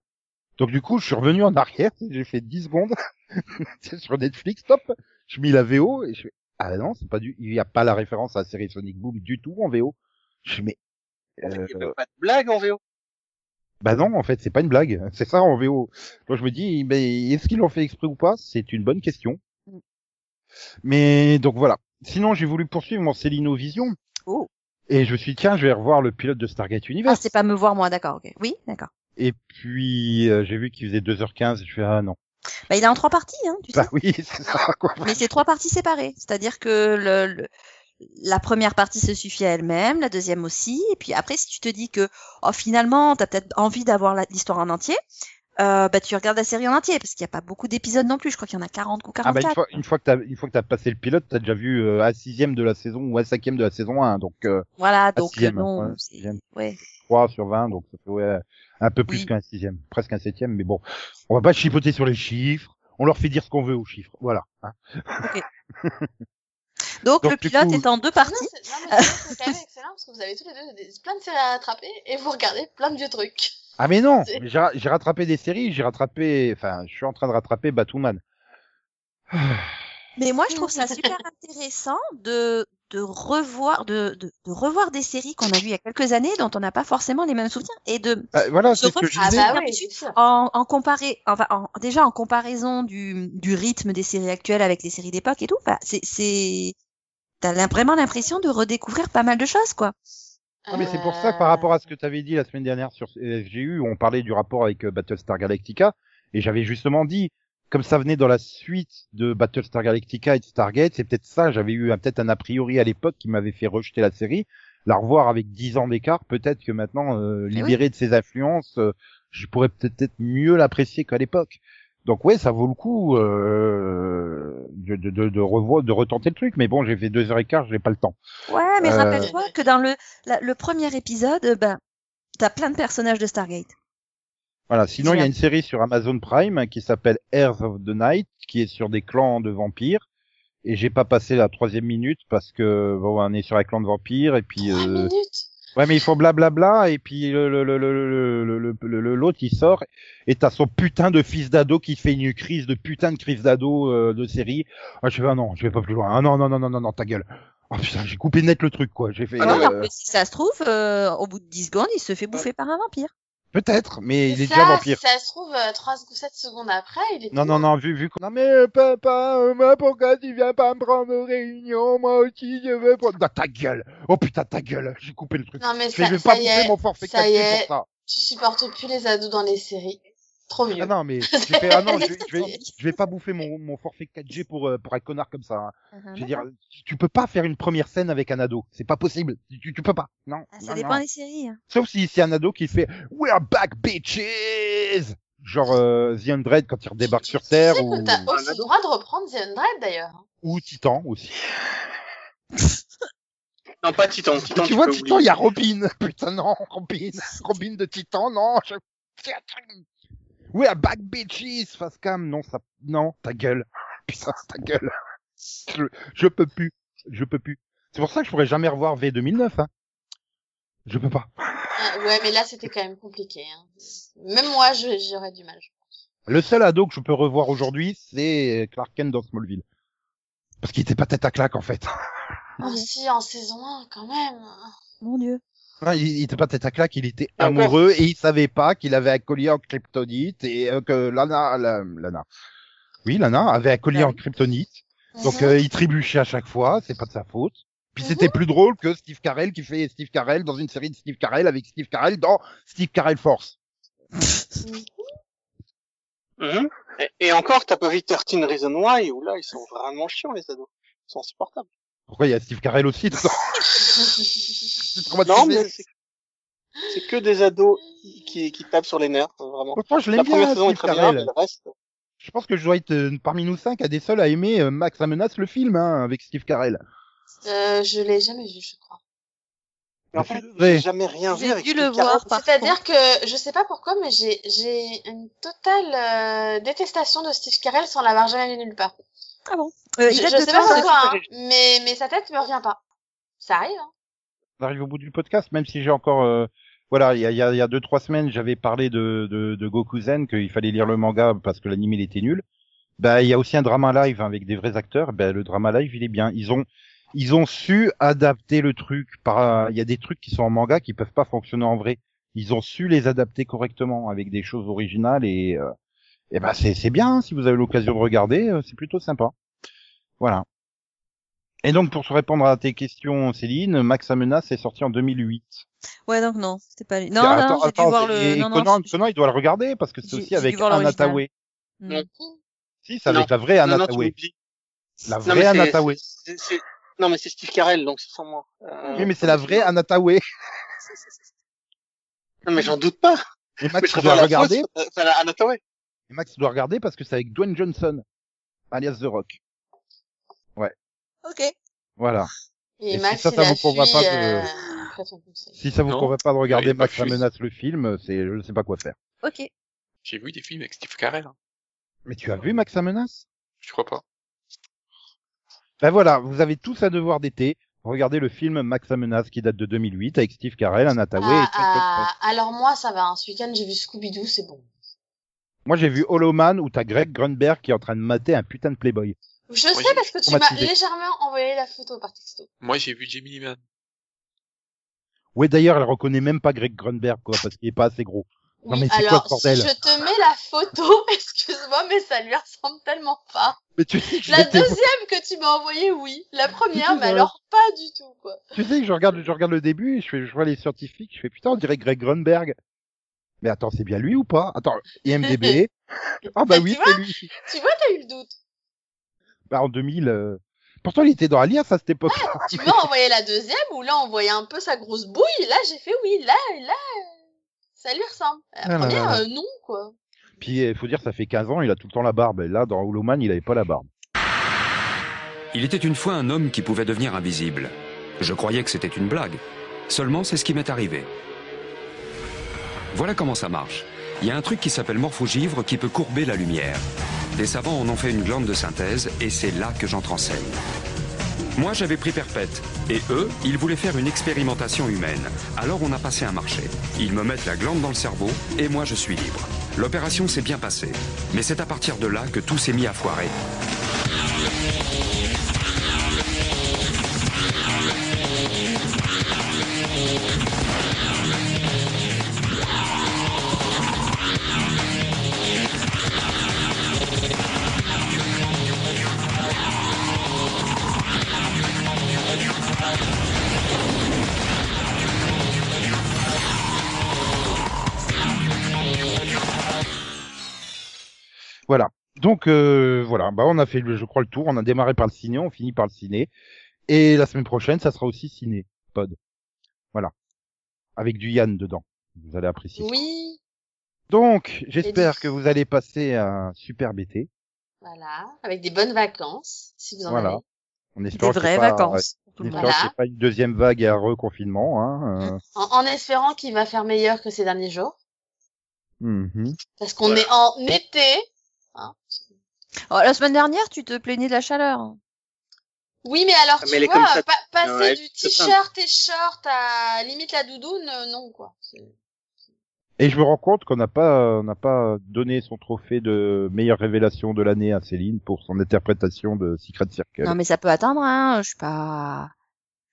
[SPEAKER 2] Donc, du coup, je suis revenu en arrière, j'ai fait 10 secondes sur Netflix, stop, je mis la VO et je fais, ah non, c'est pas du, il y a pas la référence à la série Sonic Boom du tout en VO. Je fais, mais, euh,
[SPEAKER 6] Il n'y a pas de blague en VO.
[SPEAKER 2] bah non, en fait, c'est pas une blague, c'est ça en VO. Donc, je me dis, mais est-ce qu'ils l'ont fait exprès ou pas? C'est une bonne question.
[SPEAKER 5] Mm.
[SPEAKER 2] Mais, donc voilà. Sinon, j'ai voulu poursuivre mon Célino Vision.
[SPEAKER 5] Oh.
[SPEAKER 2] Et je me suis dit, tiens, je vais revoir le pilote de Stargate Universe.
[SPEAKER 5] Ah, c'est pas me voir moi, d'accord, ok. Oui, d'accord.
[SPEAKER 2] Et puis euh, j'ai vu qu'il faisait 2h15 et je fais ah non.
[SPEAKER 5] Bah, il est en trois parties, hein, tu
[SPEAKER 2] Bah
[SPEAKER 5] sais.
[SPEAKER 2] oui, c'est ça quoi.
[SPEAKER 5] Mais c'est trois parties séparées. C'est-à-dire que le, le- la première partie se suffit à elle-même, la deuxième aussi. Et puis après, si tu te dis que oh, finalement, t'as peut-être envie d'avoir la- l'histoire en entier, euh, bah, tu regardes la série en entier, parce qu'il n'y a pas beaucoup d'épisodes non plus. Je crois qu'il y en a 40 ou
[SPEAKER 2] Ah bah
[SPEAKER 5] 44.
[SPEAKER 2] une fois, une fois que t'as une fois que t'as passé le pilote, t'as déjà vu euh, un sixième de la saison ou un cinquième de la saison 1, donc euh,
[SPEAKER 5] Voilà, donc
[SPEAKER 2] sixième,
[SPEAKER 5] euh, non,
[SPEAKER 2] ouais,
[SPEAKER 5] c'est-
[SPEAKER 2] sixième.
[SPEAKER 5] ouais.
[SPEAKER 2] 3 sur 20, donc ça fait ouais, un peu plus
[SPEAKER 5] Oui.
[SPEAKER 2] qu'un sixième, presque un septième, mais bon, on va pas chipoter sur les chiffres, on leur fait dire ce qu'on veut aux chiffres, voilà. hein.
[SPEAKER 5] Donc,
[SPEAKER 2] Donc,
[SPEAKER 5] le
[SPEAKER 2] du
[SPEAKER 5] pilote
[SPEAKER 2] coup-
[SPEAKER 5] est en deux
[SPEAKER 4] Non,
[SPEAKER 5] parties.
[SPEAKER 4] c'est- non, mais c'est c'est quand même excellent parce que vous avez tous les deux des- plein de séries à attraper et vous regardez plein de vieux trucs.
[SPEAKER 2] Ah mais non,
[SPEAKER 4] C'est-
[SPEAKER 2] j'ai ra- j'ai rattrapé des séries, j'ai rattrapé, enfin, je suis en train de rattraper Batwoman.
[SPEAKER 5] Mais moi, je trouve ça super intéressant de, de revoir, de, de, de revoir des séries qu'on a vues il y a quelques années dont on n'a pas forcément les mêmes souvenirs et de
[SPEAKER 2] Euh, voilà,
[SPEAKER 5] Se
[SPEAKER 2] c'est ce que je
[SPEAKER 5] Ah
[SPEAKER 4] Ah
[SPEAKER 5] refait.
[SPEAKER 2] disais.
[SPEAKER 5] bah
[SPEAKER 4] bah
[SPEAKER 5] oui,
[SPEAKER 4] oui,
[SPEAKER 5] c'est en, en comparer, enfin, en- déjà en comparaison du, du rythme des séries actuelles avec les séries d'époque et tout, enfin, c'est, c'est, t'as l'im- vraiment l'impression de redécouvrir pas mal de choses, quoi.
[SPEAKER 2] Ah, mais c'est pour
[SPEAKER 4] Euh,
[SPEAKER 2] ça que par rapport à ce que tu avais dit la semaine dernière sur FGU, on parlait du rapport avec euh, Battlestar Galactica, et j'avais justement dit, comme ça venait dans la suite de Battlestar Galactica et de Stargate, c'est peut-être ça, j'avais eu un- peut-être un a priori à l'époque qui m'avait fait rejeter la série, la revoir avec 10 ans d'écart, peut-être que maintenant, euh,
[SPEAKER 5] oui.
[SPEAKER 2] libéré de ses influences, euh, je pourrais peut-être mieux l'apprécier qu'à l'époque. Donc ouais, ça vaut le coup euh, de, de, de, de revoir, de retenter le truc, mais bon, j'ai fait deux heures et quart, j'ai pas le temps.
[SPEAKER 5] Ouais, mais
[SPEAKER 2] Euh,
[SPEAKER 5] rappelle-toi que dans le, la- le premier épisode, ben, t'as plein de personnages de Stargate.
[SPEAKER 2] Voilà. Sinon, il y a
[SPEAKER 5] Génial.
[SPEAKER 2] une série sur Amazon Prime hein, qui s'appelle Heirs of the Night, qui est sur des clans de vampires. Et j'ai pas passé la troisième minute parce que bon, on est sur un clan de vampires et puis
[SPEAKER 4] Trois
[SPEAKER 2] euh,
[SPEAKER 4] minutes.
[SPEAKER 2] ouais, mais ils font blablabla et puis le le le le le- le- le- le- l'autre il sort et t'as son putain de fils d'ado qui fait une crise de putain de crise d'ado euh, de série. Ah, je fais ah non, je vais pas plus loin. Ah non non non non non non ta gueule. Ah putain, j'ai coupé net le truc quoi. J'ai fait
[SPEAKER 3] Ah
[SPEAKER 5] Non,
[SPEAKER 3] non,
[SPEAKER 2] euh,
[SPEAKER 5] alors que si ça se trouve, euh, au bout de 10 secondes, il se fait bouffer par un vampire.
[SPEAKER 2] peut-être, mais il est
[SPEAKER 4] ça,
[SPEAKER 2] déjà vampire.
[SPEAKER 4] Si ça se trouve, 3 ou 7 secondes après, il est.
[SPEAKER 2] Non,
[SPEAKER 4] tout
[SPEAKER 2] non,
[SPEAKER 4] mort.
[SPEAKER 2] non, vu, vu qu'on... Non, mais euh, papa, euh, moi, pourquoi tu viens pas me prendre aux réunions Moi aussi, je veux prendre... Dans ta gueule Oh putain, ta gueule J'ai coupé le truc.
[SPEAKER 4] Non, mais
[SPEAKER 2] je vais
[SPEAKER 4] ça,
[SPEAKER 2] pas
[SPEAKER 4] ça y
[SPEAKER 2] bouffer
[SPEAKER 4] est,
[SPEAKER 2] mon forfait
[SPEAKER 4] ça y
[SPEAKER 2] café
[SPEAKER 4] est.
[SPEAKER 2] pour ça.
[SPEAKER 4] tu supportes plus les ados dans les séries. Trop mieux.
[SPEAKER 2] Ah non, mais j'ai fait... Ah non, je,
[SPEAKER 4] Laisse
[SPEAKER 2] je vais,
[SPEAKER 4] tomber.
[SPEAKER 2] je vais pas bouffer mon, mon forfait 4G pour, euh, pour un connard comme ça. hein.
[SPEAKER 4] Ah
[SPEAKER 5] Ah,
[SPEAKER 2] Je veux dire, tu- tu peux pas faire une première scène avec un ado. C'est pas possible. Tu, tu- tu peux pas. Non,
[SPEAKER 5] Ah,
[SPEAKER 2] non,
[SPEAKER 5] ça
[SPEAKER 2] non.
[SPEAKER 5] dépend des séries. hein.
[SPEAKER 2] Sauf si c'est un ado qui fait « We're back, bitches !» Genre euh, The Undread quand il redébarque sur Terre
[SPEAKER 4] Tu sais
[SPEAKER 2] ou,
[SPEAKER 4] que t'as
[SPEAKER 6] Un
[SPEAKER 4] aussi le
[SPEAKER 6] ado.
[SPEAKER 4] droit de reprendre The Undread d'ailleurs.
[SPEAKER 2] ou Titan aussi.
[SPEAKER 6] Non, pas Titan. Titan
[SPEAKER 2] tu vois,
[SPEAKER 6] peux
[SPEAKER 2] Titan, il
[SPEAKER 6] oublier.
[SPEAKER 2] y a Robin. Putain, non, Robin. Robin de Titan, non. Je... We are back bitches. Face cam, non, ça, non, ta gueule. Putain, ta gueule. Je, je peux plus. Je peux plus. C'est pour ça que je pourrais jamais revoir V2009, hein. Je peux pas.
[SPEAKER 4] Euh, ouais, mais là c'était quand même compliqué. Hein. Même moi, je- j'aurais du mal.
[SPEAKER 2] Le seul ado que je peux revoir aujourd'hui, c'est Clark Kent dans Smallville. Parce qu'il était pas tête à claque, en fait.
[SPEAKER 5] Ah
[SPEAKER 4] Oh,
[SPEAKER 5] bon.
[SPEAKER 4] si, en saison 1, quand même.
[SPEAKER 5] Mon dieu.
[SPEAKER 2] Ouais, Il, il était pas tête à claque, il était
[SPEAKER 6] Et encore.
[SPEAKER 2] amoureux et il savait pas qu'il avait un collier en kryptonite et euh, que Lana, la- Lana, oui Lana avait un collier
[SPEAKER 5] Ah
[SPEAKER 2] en
[SPEAKER 5] oui.
[SPEAKER 2] kryptonite. Donc
[SPEAKER 4] Mhm.
[SPEAKER 2] euh, il trébuchait à chaque fois, c'est pas de sa faute. Puis
[SPEAKER 4] Mhm.
[SPEAKER 2] c'était plus drôle que Steve Carell qui fait Steve Carell dans une série de Steve Carell avec Steve Carell dans Steve Carell Force.
[SPEAKER 6] Mhm. Et, et encore, t'as pas vu 13 Reasons Why, où là, ils sont vraiment chiants, les ados. Ils sont insupportables.
[SPEAKER 2] Pourquoi il y a Steve Carell aussi dedans Je suis traumatisé.
[SPEAKER 6] Non, mais c'est c'est que des ados qui, qui, qui tapent sur les nerfs, euh, vraiment.
[SPEAKER 2] Pourtant, je
[SPEAKER 6] La
[SPEAKER 2] l'aime
[SPEAKER 6] première
[SPEAKER 2] bien
[SPEAKER 6] saison est
[SPEAKER 2] Steve
[SPEAKER 6] très bien, mais
[SPEAKER 2] Carell.
[SPEAKER 6] le reste,
[SPEAKER 2] Je pense que je dois être euh, parmi nous cinq à des seuls à aimer euh, Max la menace le film hein, avec Steve Carell.
[SPEAKER 4] Euh, je l'ai jamais vu, je crois.
[SPEAKER 6] mais en
[SPEAKER 2] Je
[SPEAKER 6] fait,
[SPEAKER 2] devrais.
[SPEAKER 6] j'ai jamais rien vu
[SPEAKER 5] J'ai
[SPEAKER 6] avec
[SPEAKER 5] dû
[SPEAKER 6] Steve
[SPEAKER 5] le
[SPEAKER 6] Carell.
[SPEAKER 5] voir. par
[SPEAKER 4] C'est-à-dire que je sais pas pourquoi, mais j'ai j'ai une totale euh, détestation de Steve Carell sans l'avoir jamais vu nulle part.
[SPEAKER 5] Ah bon. Euh,
[SPEAKER 4] je
[SPEAKER 5] il
[SPEAKER 4] je
[SPEAKER 5] date de
[SPEAKER 4] sais pas
[SPEAKER 5] quand, ça
[SPEAKER 4] pourquoi, hein,
[SPEAKER 6] c'est-
[SPEAKER 4] mais mais sa tête me revient pas. Ça arrive. Hein.
[SPEAKER 2] on arrive au bout du podcast, même si j'ai encore, euh, voilà, il y a, il y a- il y a deux trois semaines, j'avais parlé de, de, de Gokuzen qu'il fallait lire le manga parce que l'anime il était nul. Bah, il y a aussi un drama live hein, avec des vrais acteurs. Bah, le drama live il est bien. Ils ont ils ont su adapter le truc. Par, il y a des trucs qui sont en manga qui peuvent pas fonctionner en vrai. Ils ont su les adapter correctement avec des choses originales et euh, et bah c'est c'est bien hein, si vous avez l'occasion de regarder, euh, c'est plutôt sympa. Voilà. Et donc, pour se répondre à tes questions, Céline, Max Amenas est sorti en 2008.
[SPEAKER 5] Ouais, donc non, c'était pas lui. Non,
[SPEAKER 2] Bah, Attends,
[SPEAKER 5] non, j'ai dû
[SPEAKER 2] attends,
[SPEAKER 5] voir
[SPEAKER 2] et-
[SPEAKER 5] le.
[SPEAKER 2] et
[SPEAKER 5] Non, non,
[SPEAKER 2] Conan,
[SPEAKER 5] j'ai-
[SPEAKER 2] Conan, il doit le regarder parce que c'est
[SPEAKER 5] J'ai-
[SPEAKER 2] aussi
[SPEAKER 5] j'ai
[SPEAKER 2] avec
[SPEAKER 5] dû voir
[SPEAKER 2] Anna
[SPEAKER 5] l'original.
[SPEAKER 2] Tawai.
[SPEAKER 5] Hmm.
[SPEAKER 2] Si, c'est avec
[SPEAKER 6] Non.
[SPEAKER 2] la vraie Anna
[SPEAKER 6] Non, non, tu
[SPEAKER 2] Tawai.
[SPEAKER 6] m'oublies.
[SPEAKER 2] La
[SPEAKER 6] Non,
[SPEAKER 2] vraie
[SPEAKER 6] mais
[SPEAKER 2] Anna
[SPEAKER 6] c'est-
[SPEAKER 2] Tawai.
[SPEAKER 6] c'est- c'est- non, mais c'est Steve Carell, donc c'est sans moi. Euh,
[SPEAKER 2] Oui, mais c'est la vraie Anna Tawai.
[SPEAKER 6] Non, mais j'en doute pas.
[SPEAKER 2] Et
[SPEAKER 6] Mais
[SPEAKER 2] Max
[SPEAKER 6] je
[SPEAKER 2] doit
[SPEAKER 6] préfère la
[SPEAKER 2] regarder.
[SPEAKER 6] Ah, regarder. Enfin, la Anna Tawai.
[SPEAKER 2] Et Max doit regarder parce que c'est avec Dwayne Johnson, alias The Rock.
[SPEAKER 5] Ok.
[SPEAKER 2] Voilà.
[SPEAKER 4] Et,
[SPEAKER 2] Et si
[SPEAKER 4] Max,
[SPEAKER 2] ça, ça
[SPEAKER 4] il a
[SPEAKER 2] vous convainc
[SPEAKER 4] fui,
[SPEAKER 2] pas de-
[SPEAKER 4] euh, après ton conseil.
[SPEAKER 2] Si ça vous
[SPEAKER 3] Non.
[SPEAKER 2] convainc pas de regarder
[SPEAKER 3] Ah, il est pas
[SPEAKER 2] Max
[SPEAKER 3] fui.
[SPEAKER 2] Amenas le film, c'est, je ne sais pas quoi faire.
[SPEAKER 5] Ok.
[SPEAKER 3] J'ai vu des films avec Steve Carell. hein.
[SPEAKER 2] Mais tu as vu Max Amenas?
[SPEAKER 3] Je crois pas.
[SPEAKER 2] Ben voilà, vous avez tous un devoir d'été. Regardez le film Max à menace qui date de 2008 avec Steve Carell, Anna Tawai et
[SPEAKER 4] Ah,
[SPEAKER 2] Tom Hanks.
[SPEAKER 4] ah, alors moi, ça va. hein. Ce week-end, j'ai vu Scooby-Doo, c'est bon.
[SPEAKER 2] Moi j'ai vu Hollow Man où t'as Greg Grunberg qui est en train de mater un putain de Playboy.
[SPEAKER 4] Je
[SPEAKER 3] Moi,
[SPEAKER 4] sais
[SPEAKER 3] j'ai-
[SPEAKER 4] parce que tu m'as
[SPEAKER 2] traumatisé.
[SPEAKER 4] légèrement envoyé la photo par texto.
[SPEAKER 3] Moi, j'ai vu Jimmy Liman.
[SPEAKER 2] Ouais d'ailleurs elle reconnaît même pas Greg Grunberg quoi parce qu'il est pas assez gros. Non,
[SPEAKER 4] Oui,
[SPEAKER 2] mais c'est quoi
[SPEAKER 4] alors,
[SPEAKER 2] ce bordel
[SPEAKER 4] si je te mets la photo, excuse-moi, mais ça lui ressemble tellement pas.
[SPEAKER 2] Mais tu sais que je
[SPEAKER 4] La
[SPEAKER 2] l'étais-
[SPEAKER 4] deuxième que tu m'as envoyée, oui. La première,
[SPEAKER 2] tout,
[SPEAKER 4] mais
[SPEAKER 2] ouais.
[SPEAKER 4] alors pas du tout, quoi.
[SPEAKER 2] Tu sais que je regarde, je regarde le début, et je, fais- je vois les scientifiques, je fais putain, on dirait Greg Grunberg. Mais attends, c'est bien lui ou pas Attends, IMDB. Ah bah
[SPEAKER 4] Tu
[SPEAKER 2] oui,
[SPEAKER 4] vois
[SPEAKER 2] c'est lui.
[SPEAKER 4] Tu vois, t'as eu le doute.
[SPEAKER 2] Bah en 2000. euh, Pourtant, il était dans Alias à cette époque.
[SPEAKER 4] Tu m'as envoyé la deuxième où là, on voyait un peu sa grosse bouille. Là, j'ai fait oui. Là, là, euh, ça lui ressemble.
[SPEAKER 2] Ah là
[SPEAKER 4] La première,
[SPEAKER 2] là.
[SPEAKER 4] euh, non, quoi.
[SPEAKER 2] Puis il faut dire, ça fait 15 ans, il a tout le temps la barbe. Et là, dans Holoman, il avait pas la barbe.
[SPEAKER 8] Il était une fois un homme qui pouvait devenir invisible. Je croyais que c'était une blague. Seulement, c'est ce qui m'est arrivé. Voilà comment ça marche. Il y a un truc qui s'appelle morphogivre qui peut courber la lumière. Des savants en ont fait une glande de synthèse et c'est là que j'entre en scène. Moi, j'avais pris perpète. Et eux, ils voulaient faire une expérimentation humaine. Alors, on a passé un marché. Ils me mettent la glande dans le cerveau et moi, je suis libre. L'opération s'est bien passée. Mais c'est à partir de là que tout s'est mis à foirer.
[SPEAKER 2] Donc euh, voilà, bah on a fait, je crois, le tour. On a démarré par le ciné, on finit par le ciné. Et la semaine prochaine, ça sera aussi ciné, pod. Voilà, avec du Yann dedans. Vous allez apprécier.
[SPEAKER 4] Oui.
[SPEAKER 2] Donc, j'espère
[SPEAKER 4] du-
[SPEAKER 2] que vous allez passer un superbe été.
[SPEAKER 4] Voilà. Avec des bonnes vacances, si vous en
[SPEAKER 2] Voilà.
[SPEAKER 4] avez.
[SPEAKER 2] On
[SPEAKER 5] Des
[SPEAKER 2] espère que
[SPEAKER 5] vraies
[SPEAKER 2] c'est pas- euh,
[SPEAKER 5] vacances. pour tout
[SPEAKER 2] On
[SPEAKER 5] le
[SPEAKER 2] espère
[SPEAKER 5] monde.
[SPEAKER 2] que
[SPEAKER 4] Voilà.
[SPEAKER 2] c'est pas une deuxième vague et un reconfinement. Hein.
[SPEAKER 4] En, en espérant qu'il va faire meilleur que ces derniers jours.
[SPEAKER 2] euh, mhm.
[SPEAKER 4] Parce qu'on
[SPEAKER 3] Voilà.
[SPEAKER 4] est en été. hein.
[SPEAKER 5] Oh, la semaine dernière, tu te plaignais de la chaleur.
[SPEAKER 4] Oui, mais alors,
[SPEAKER 6] Ah, mais
[SPEAKER 4] tu
[SPEAKER 6] elle est
[SPEAKER 4] vois,
[SPEAKER 6] comme ça.
[SPEAKER 4] pa- passer
[SPEAKER 6] Ouais,
[SPEAKER 4] du
[SPEAKER 6] c'est ça.
[SPEAKER 4] t-shirt et short à limite la doudoune, euh, non, quoi. C'est-
[SPEAKER 2] Et je me rends compte qu'on n'a pas, on n'a pas donné son trophée de meilleure révélation de l'année à Céline pour son interprétation de Secret Circle.
[SPEAKER 5] Non, mais ça peut attendre, hein. Je suis pas,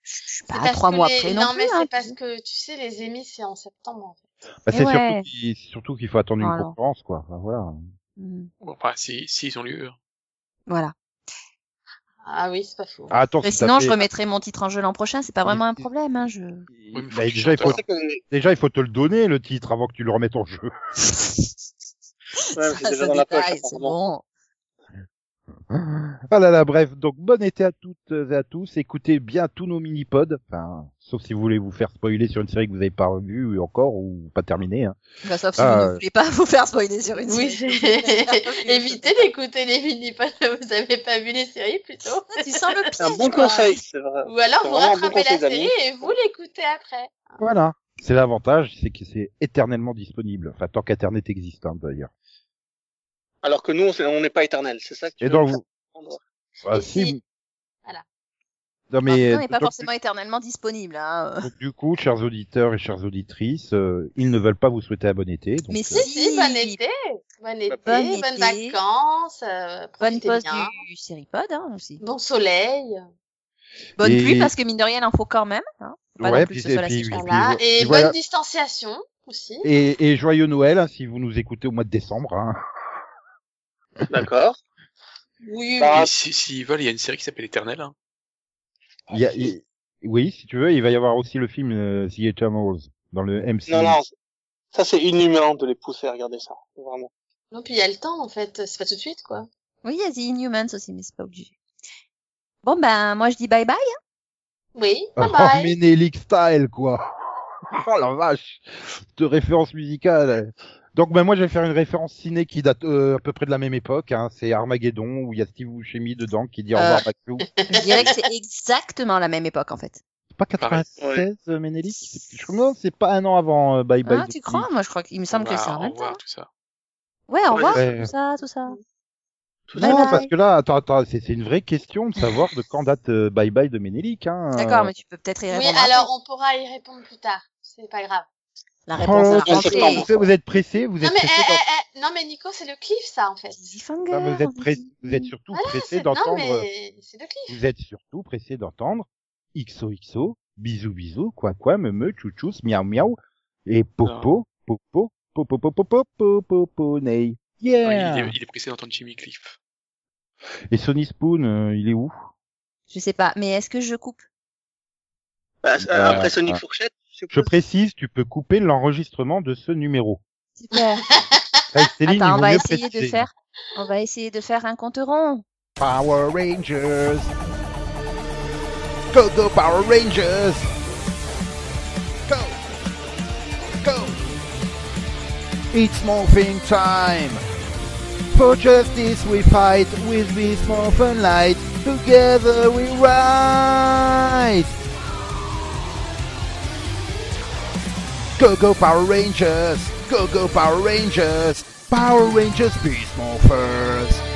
[SPEAKER 5] je je suis
[SPEAKER 4] c'est
[SPEAKER 5] pas
[SPEAKER 4] parce
[SPEAKER 5] Bah, trois
[SPEAKER 4] que
[SPEAKER 5] mois
[SPEAKER 4] les-
[SPEAKER 5] après non,
[SPEAKER 4] Non, mais
[SPEAKER 5] plus, hein.
[SPEAKER 4] c'est parce que, tu sais, les émis, c'est en septembre, en fait.
[SPEAKER 2] Bah, c'est
[SPEAKER 5] mais ouais. Oh
[SPEAKER 2] surtout qu'il- c'est surtout qu'il faut attendre une
[SPEAKER 5] Voilà.
[SPEAKER 2] conférence, quoi. Enfin, voilà.
[SPEAKER 5] Mm.
[SPEAKER 3] Bon, enfin, si, si, ils ont lieu. hein.
[SPEAKER 5] Voilà.
[SPEAKER 4] Ah oui, c'est pas faux.
[SPEAKER 2] Ah, attends,
[SPEAKER 5] Mais
[SPEAKER 2] c'est
[SPEAKER 5] sinon,
[SPEAKER 2] tapé.
[SPEAKER 5] je remettrai mon titre en jeu l'an prochain. C'est pas vraiment un problème, hein. Je...
[SPEAKER 3] Oui, mais faut
[SPEAKER 2] Bah,
[SPEAKER 3] qu'ils
[SPEAKER 2] déjà, il
[SPEAKER 3] chantent,
[SPEAKER 2] faut,
[SPEAKER 3] alors.
[SPEAKER 6] que... Ouais,
[SPEAKER 2] déjà, il faut te le donner le titre avant que tu le remettes en jeu.
[SPEAKER 6] mais c'est
[SPEAKER 5] Ça,
[SPEAKER 6] déjà
[SPEAKER 5] ça
[SPEAKER 6] dans la poche, hein,
[SPEAKER 5] détaille, c'est
[SPEAKER 6] apparemment.
[SPEAKER 5] bon.
[SPEAKER 2] Ah là là, bref, donc bon été à toutes et à tous. Écoutez bien tous nos mini-pods, enfin, sauf si vous voulez vous faire spoiler sur une série que vous n'avez pas revue encore ou pas terminée. Hein.
[SPEAKER 5] Bah, sauf si
[SPEAKER 2] Ah,
[SPEAKER 5] vous
[SPEAKER 2] euh.
[SPEAKER 5] ne voulez pas vous faire spoiler sur une
[SPEAKER 4] Oui,
[SPEAKER 5] série.
[SPEAKER 4] c'est- évitez d'écouter les mini pods vous avez pas vu les séries plutôt.
[SPEAKER 5] Ah, Tu sens le
[SPEAKER 6] C'est un
[SPEAKER 5] piège,
[SPEAKER 6] bon
[SPEAKER 5] quoi.
[SPEAKER 6] conseil, c'est vrai.
[SPEAKER 4] Ou alors
[SPEAKER 6] C'est
[SPEAKER 4] vous
[SPEAKER 6] vraiment un bon
[SPEAKER 4] rattrapez la
[SPEAKER 6] conseil d'amis.
[SPEAKER 4] série et vous l'écoutez après.
[SPEAKER 2] Voilà. C'est l'avantage, c'est que c'est éternellement disponible. Enfin, tant qu'Internet existe, hein, d'ailleurs.
[SPEAKER 6] Alors que nous, on s'est- on n'est pas éternel, c'est ça que tu
[SPEAKER 2] Et
[SPEAKER 6] veux
[SPEAKER 2] donc,
[SPEAKER 6] me
[SPEAKER 2] vous...
[SPEAKER 6] faire comprendre.
[SPEAKER 2] Ah,
[SPEAKER 4] Et
[SPEAKER 2] si,
[SPEAKER 4] si-
[SPEAKER 2] vous-
[SPEAKER 4] Voilà.
[SPEAKER 2] Non,
[SPEAKER 5] Enfin,
[SPEAKER 2] mais euh,
[SPEAKER 5] on n'est pas
[SPEAKER 2] donc,
[SPEAKER 5] forcément éternellement disponible, hein.
[SPEAKER 2] donc, du coup, chers auditeurs et chères auditrices, euh, ils ne veulent pas vous souhaiter un bon été. Donc,
[SPEAKER 5] Mais
[SPEAKER 2] euh,
[SPEAKER 5] si,
[SPEAKER 4] Si, si, Bah, bon été. Bon été,
[SPEAKER 5] Bon
[SPEAKER 4] bonnes
[SPEAKER 5] été.
[SPEAKER 4] vacances, euh,
[SPEAKER 5] Bonne
[SPEAKER 4] profitez
[SPEAKER 5] pause
[SPEAKER 4] bien.
[SPEAKER 5] du Seripod, hein, aussi.
[SPEAKER 4] Bon soleil.
[SPEAKER 5] Bonne
[SPEAKER 2] Et-
[SPEAKER 5] pluie, parce que mine de rien, il en faut quand même, hein. Faut pas
[SPEAKER 2] Ouais,
[SPEAKER 5] non plus
[SPEAKER 2] puis-
[SPEAKER 5] que ce soit la
[SPEAKER 2] puis-
[SPEAKER 5] sécheresse.
[SPEAKER 4] Voilà.
[SPEAKER 2] puis-
[SPEAKER 4] Et
[SPEAKER 2] puis
[SPEAKER 4] bonne
[SPEAKER 2] voilà.
[SPEAKER 4] distanciation aussi.
[SPEAKER 2] et, et joyeux Noël, hein, si vous nous écoutez au mois de décembre. Hein.
[SPEAKER 6] D'accord.
[SPEAKER 4] Oui,
[SPEAKER 6] Bah,
[SPEAKER 3] Et si, s'ils veulent, il y a une série qui s'appelle Éternel. Hein.
[SPEAKER 2] Il y a- il- Oui, si tu veux, il va y avoir aussi le film euh, The Eternals dans le MCU.
[SPEAKER 6] Non, non. Ça, c'est inhumain de les pousser à regarder ça. Vraiment.
[SPEAKER 4] Non, puis il y a le temps en fait, c'est pas tout de suite quoi.
[SPEAKER 5] Oui, il y a The Inhumans aussi, mais c'est pas obligé. Bon, ben, moi, je dis bye bye.
[SPEAKER 4] Oui,
[SPEAKER 2] Oh,
[SPEAKER 4] bye bye.
[SPEAKER 2] Menelik style, quoi. Oh la vache. De référence musicale. Donc, ben, moi, je vais faire une référence ciné qui date euh, à peu près de la même époque. Hein. C'est Armageddon, où il y a Steve Buscemi dedans qui dit au revoir,
[SPEAKER 5] Euh.
[SPEAKER 2] Maclou.
[SPEAKER 5] Je dirais que c'est exactement la même époque, en fait.
[SPEAKER 2] C'est pas 96, euh, Menelik C'est- Je crois que c'est pas un an avant euh, Bye Bye.
[SPEAKER 5] Ah, tu crois? Moi, je crois qu'il me semble que
[SPEAKER 3] Bah,
[SPEAKER 5] c'est en
[SPEAKER 3] au
[SPEAKER 5] même temps.
[SPEAKER 3] revoir, tout ça.
[SPEAKER 5] Ouais, au revoir,
[SPEAKER 2] Ouais.
[SPEAKER 5] Ah, tout ça, tout ça.
[SPEAKER 2] Bah Non,
[SPEAKER 5] Bye bye.
[SPEAKER 2] parce que là, attends, attends, c'est c'est une vraie question de savoir de quand date euh, Bye Bye de Ménélique. Hein.
[SPEAKER 5] D'accord, mais tu peux peut-être y
[SPEAKER 4] Oui,
[SPEAKER 5] répondre. après.
[SPEAKER 4] alors on pourra y répondre plus tard. C'est pas grave.
[SPEAKER 5] la
[SPEAKER 2] Oh,
[SPEAKER 5] réponse à la
[SPEAKER 6] c'est
[SPEAKER 5] rentrée.
[SPEAKER 6] septembre.
[SPEAKER 2] vous, savez, vous êtes pressé, vous
[SPEAKER 4] Non
[SPEAKER 2] êtes
[SPEAKER 4] mais,
[SPEAKER 2] pressé.
[SPEAKER 4] eh, eh, eh, non mais Nico, c'est le cliff ça en fait.
[SPEAKER 5] Cliffhanger.
[SPEAKER 2] d'en- enfin, vous êtes pressé-
[SPEAKER 5] eh,
[SPEAKER 2] vous êtes surtout pressé
[SPEAKER 4] C'est- Non
[SPEAKER 2] d'entendre.
[SPEAKER 4] mais c'est le cliff.
[SPEAKER 2] Vous êtes surtout pressé d'entendre XOXO, bisous bisous, quoi quoi, me me, chouchous, miaou miaou, et popo, popo, popo, popo, popo, popo, ney.
[SPEAKER 3] Il,
[SPEAKER 2] Yeah!
[SPEAKER 3] est, il est pressé d'entendre Jimmy Cliff.
[SPEAKER 2] Et Sony Spoon, euh, il est où?
[SPEAKER 5] Je sais pas, mais est-ce que je coupe
[SPEAKER 6] Bah,
[SPEAKER 2] Bah,
[SPEAKER 6] après Sonic
[SPEAKER 2] bah.
[SPEAKER 6] Fourchette,
[SPEAKER 2] Je précise, tu peux couper l'enregistrement de ce numéro.
[SPEAKER 5] Super.
[SPEAKER 2] Ouais, Céline, il
[SPEAKER 5] Ah, Attends, on
[SPEAKER 2] vaut
[SPEAKER 5] va
[SPEAKER 2] mieux
[SPEAKER 5] essayer de
[SPEAKER 2] préciser.
[SPEAKER 5] faire. On va essayer de faire un compte rond.
[SPEAKER 2] Power Rangers. Go go Power Rangers. Go. Go. It's morphing time. For justice we fight with this morphin light. Together we rise. Go go Power Rangers. Go go Power Rangers. Power Rangers Beast Morphers.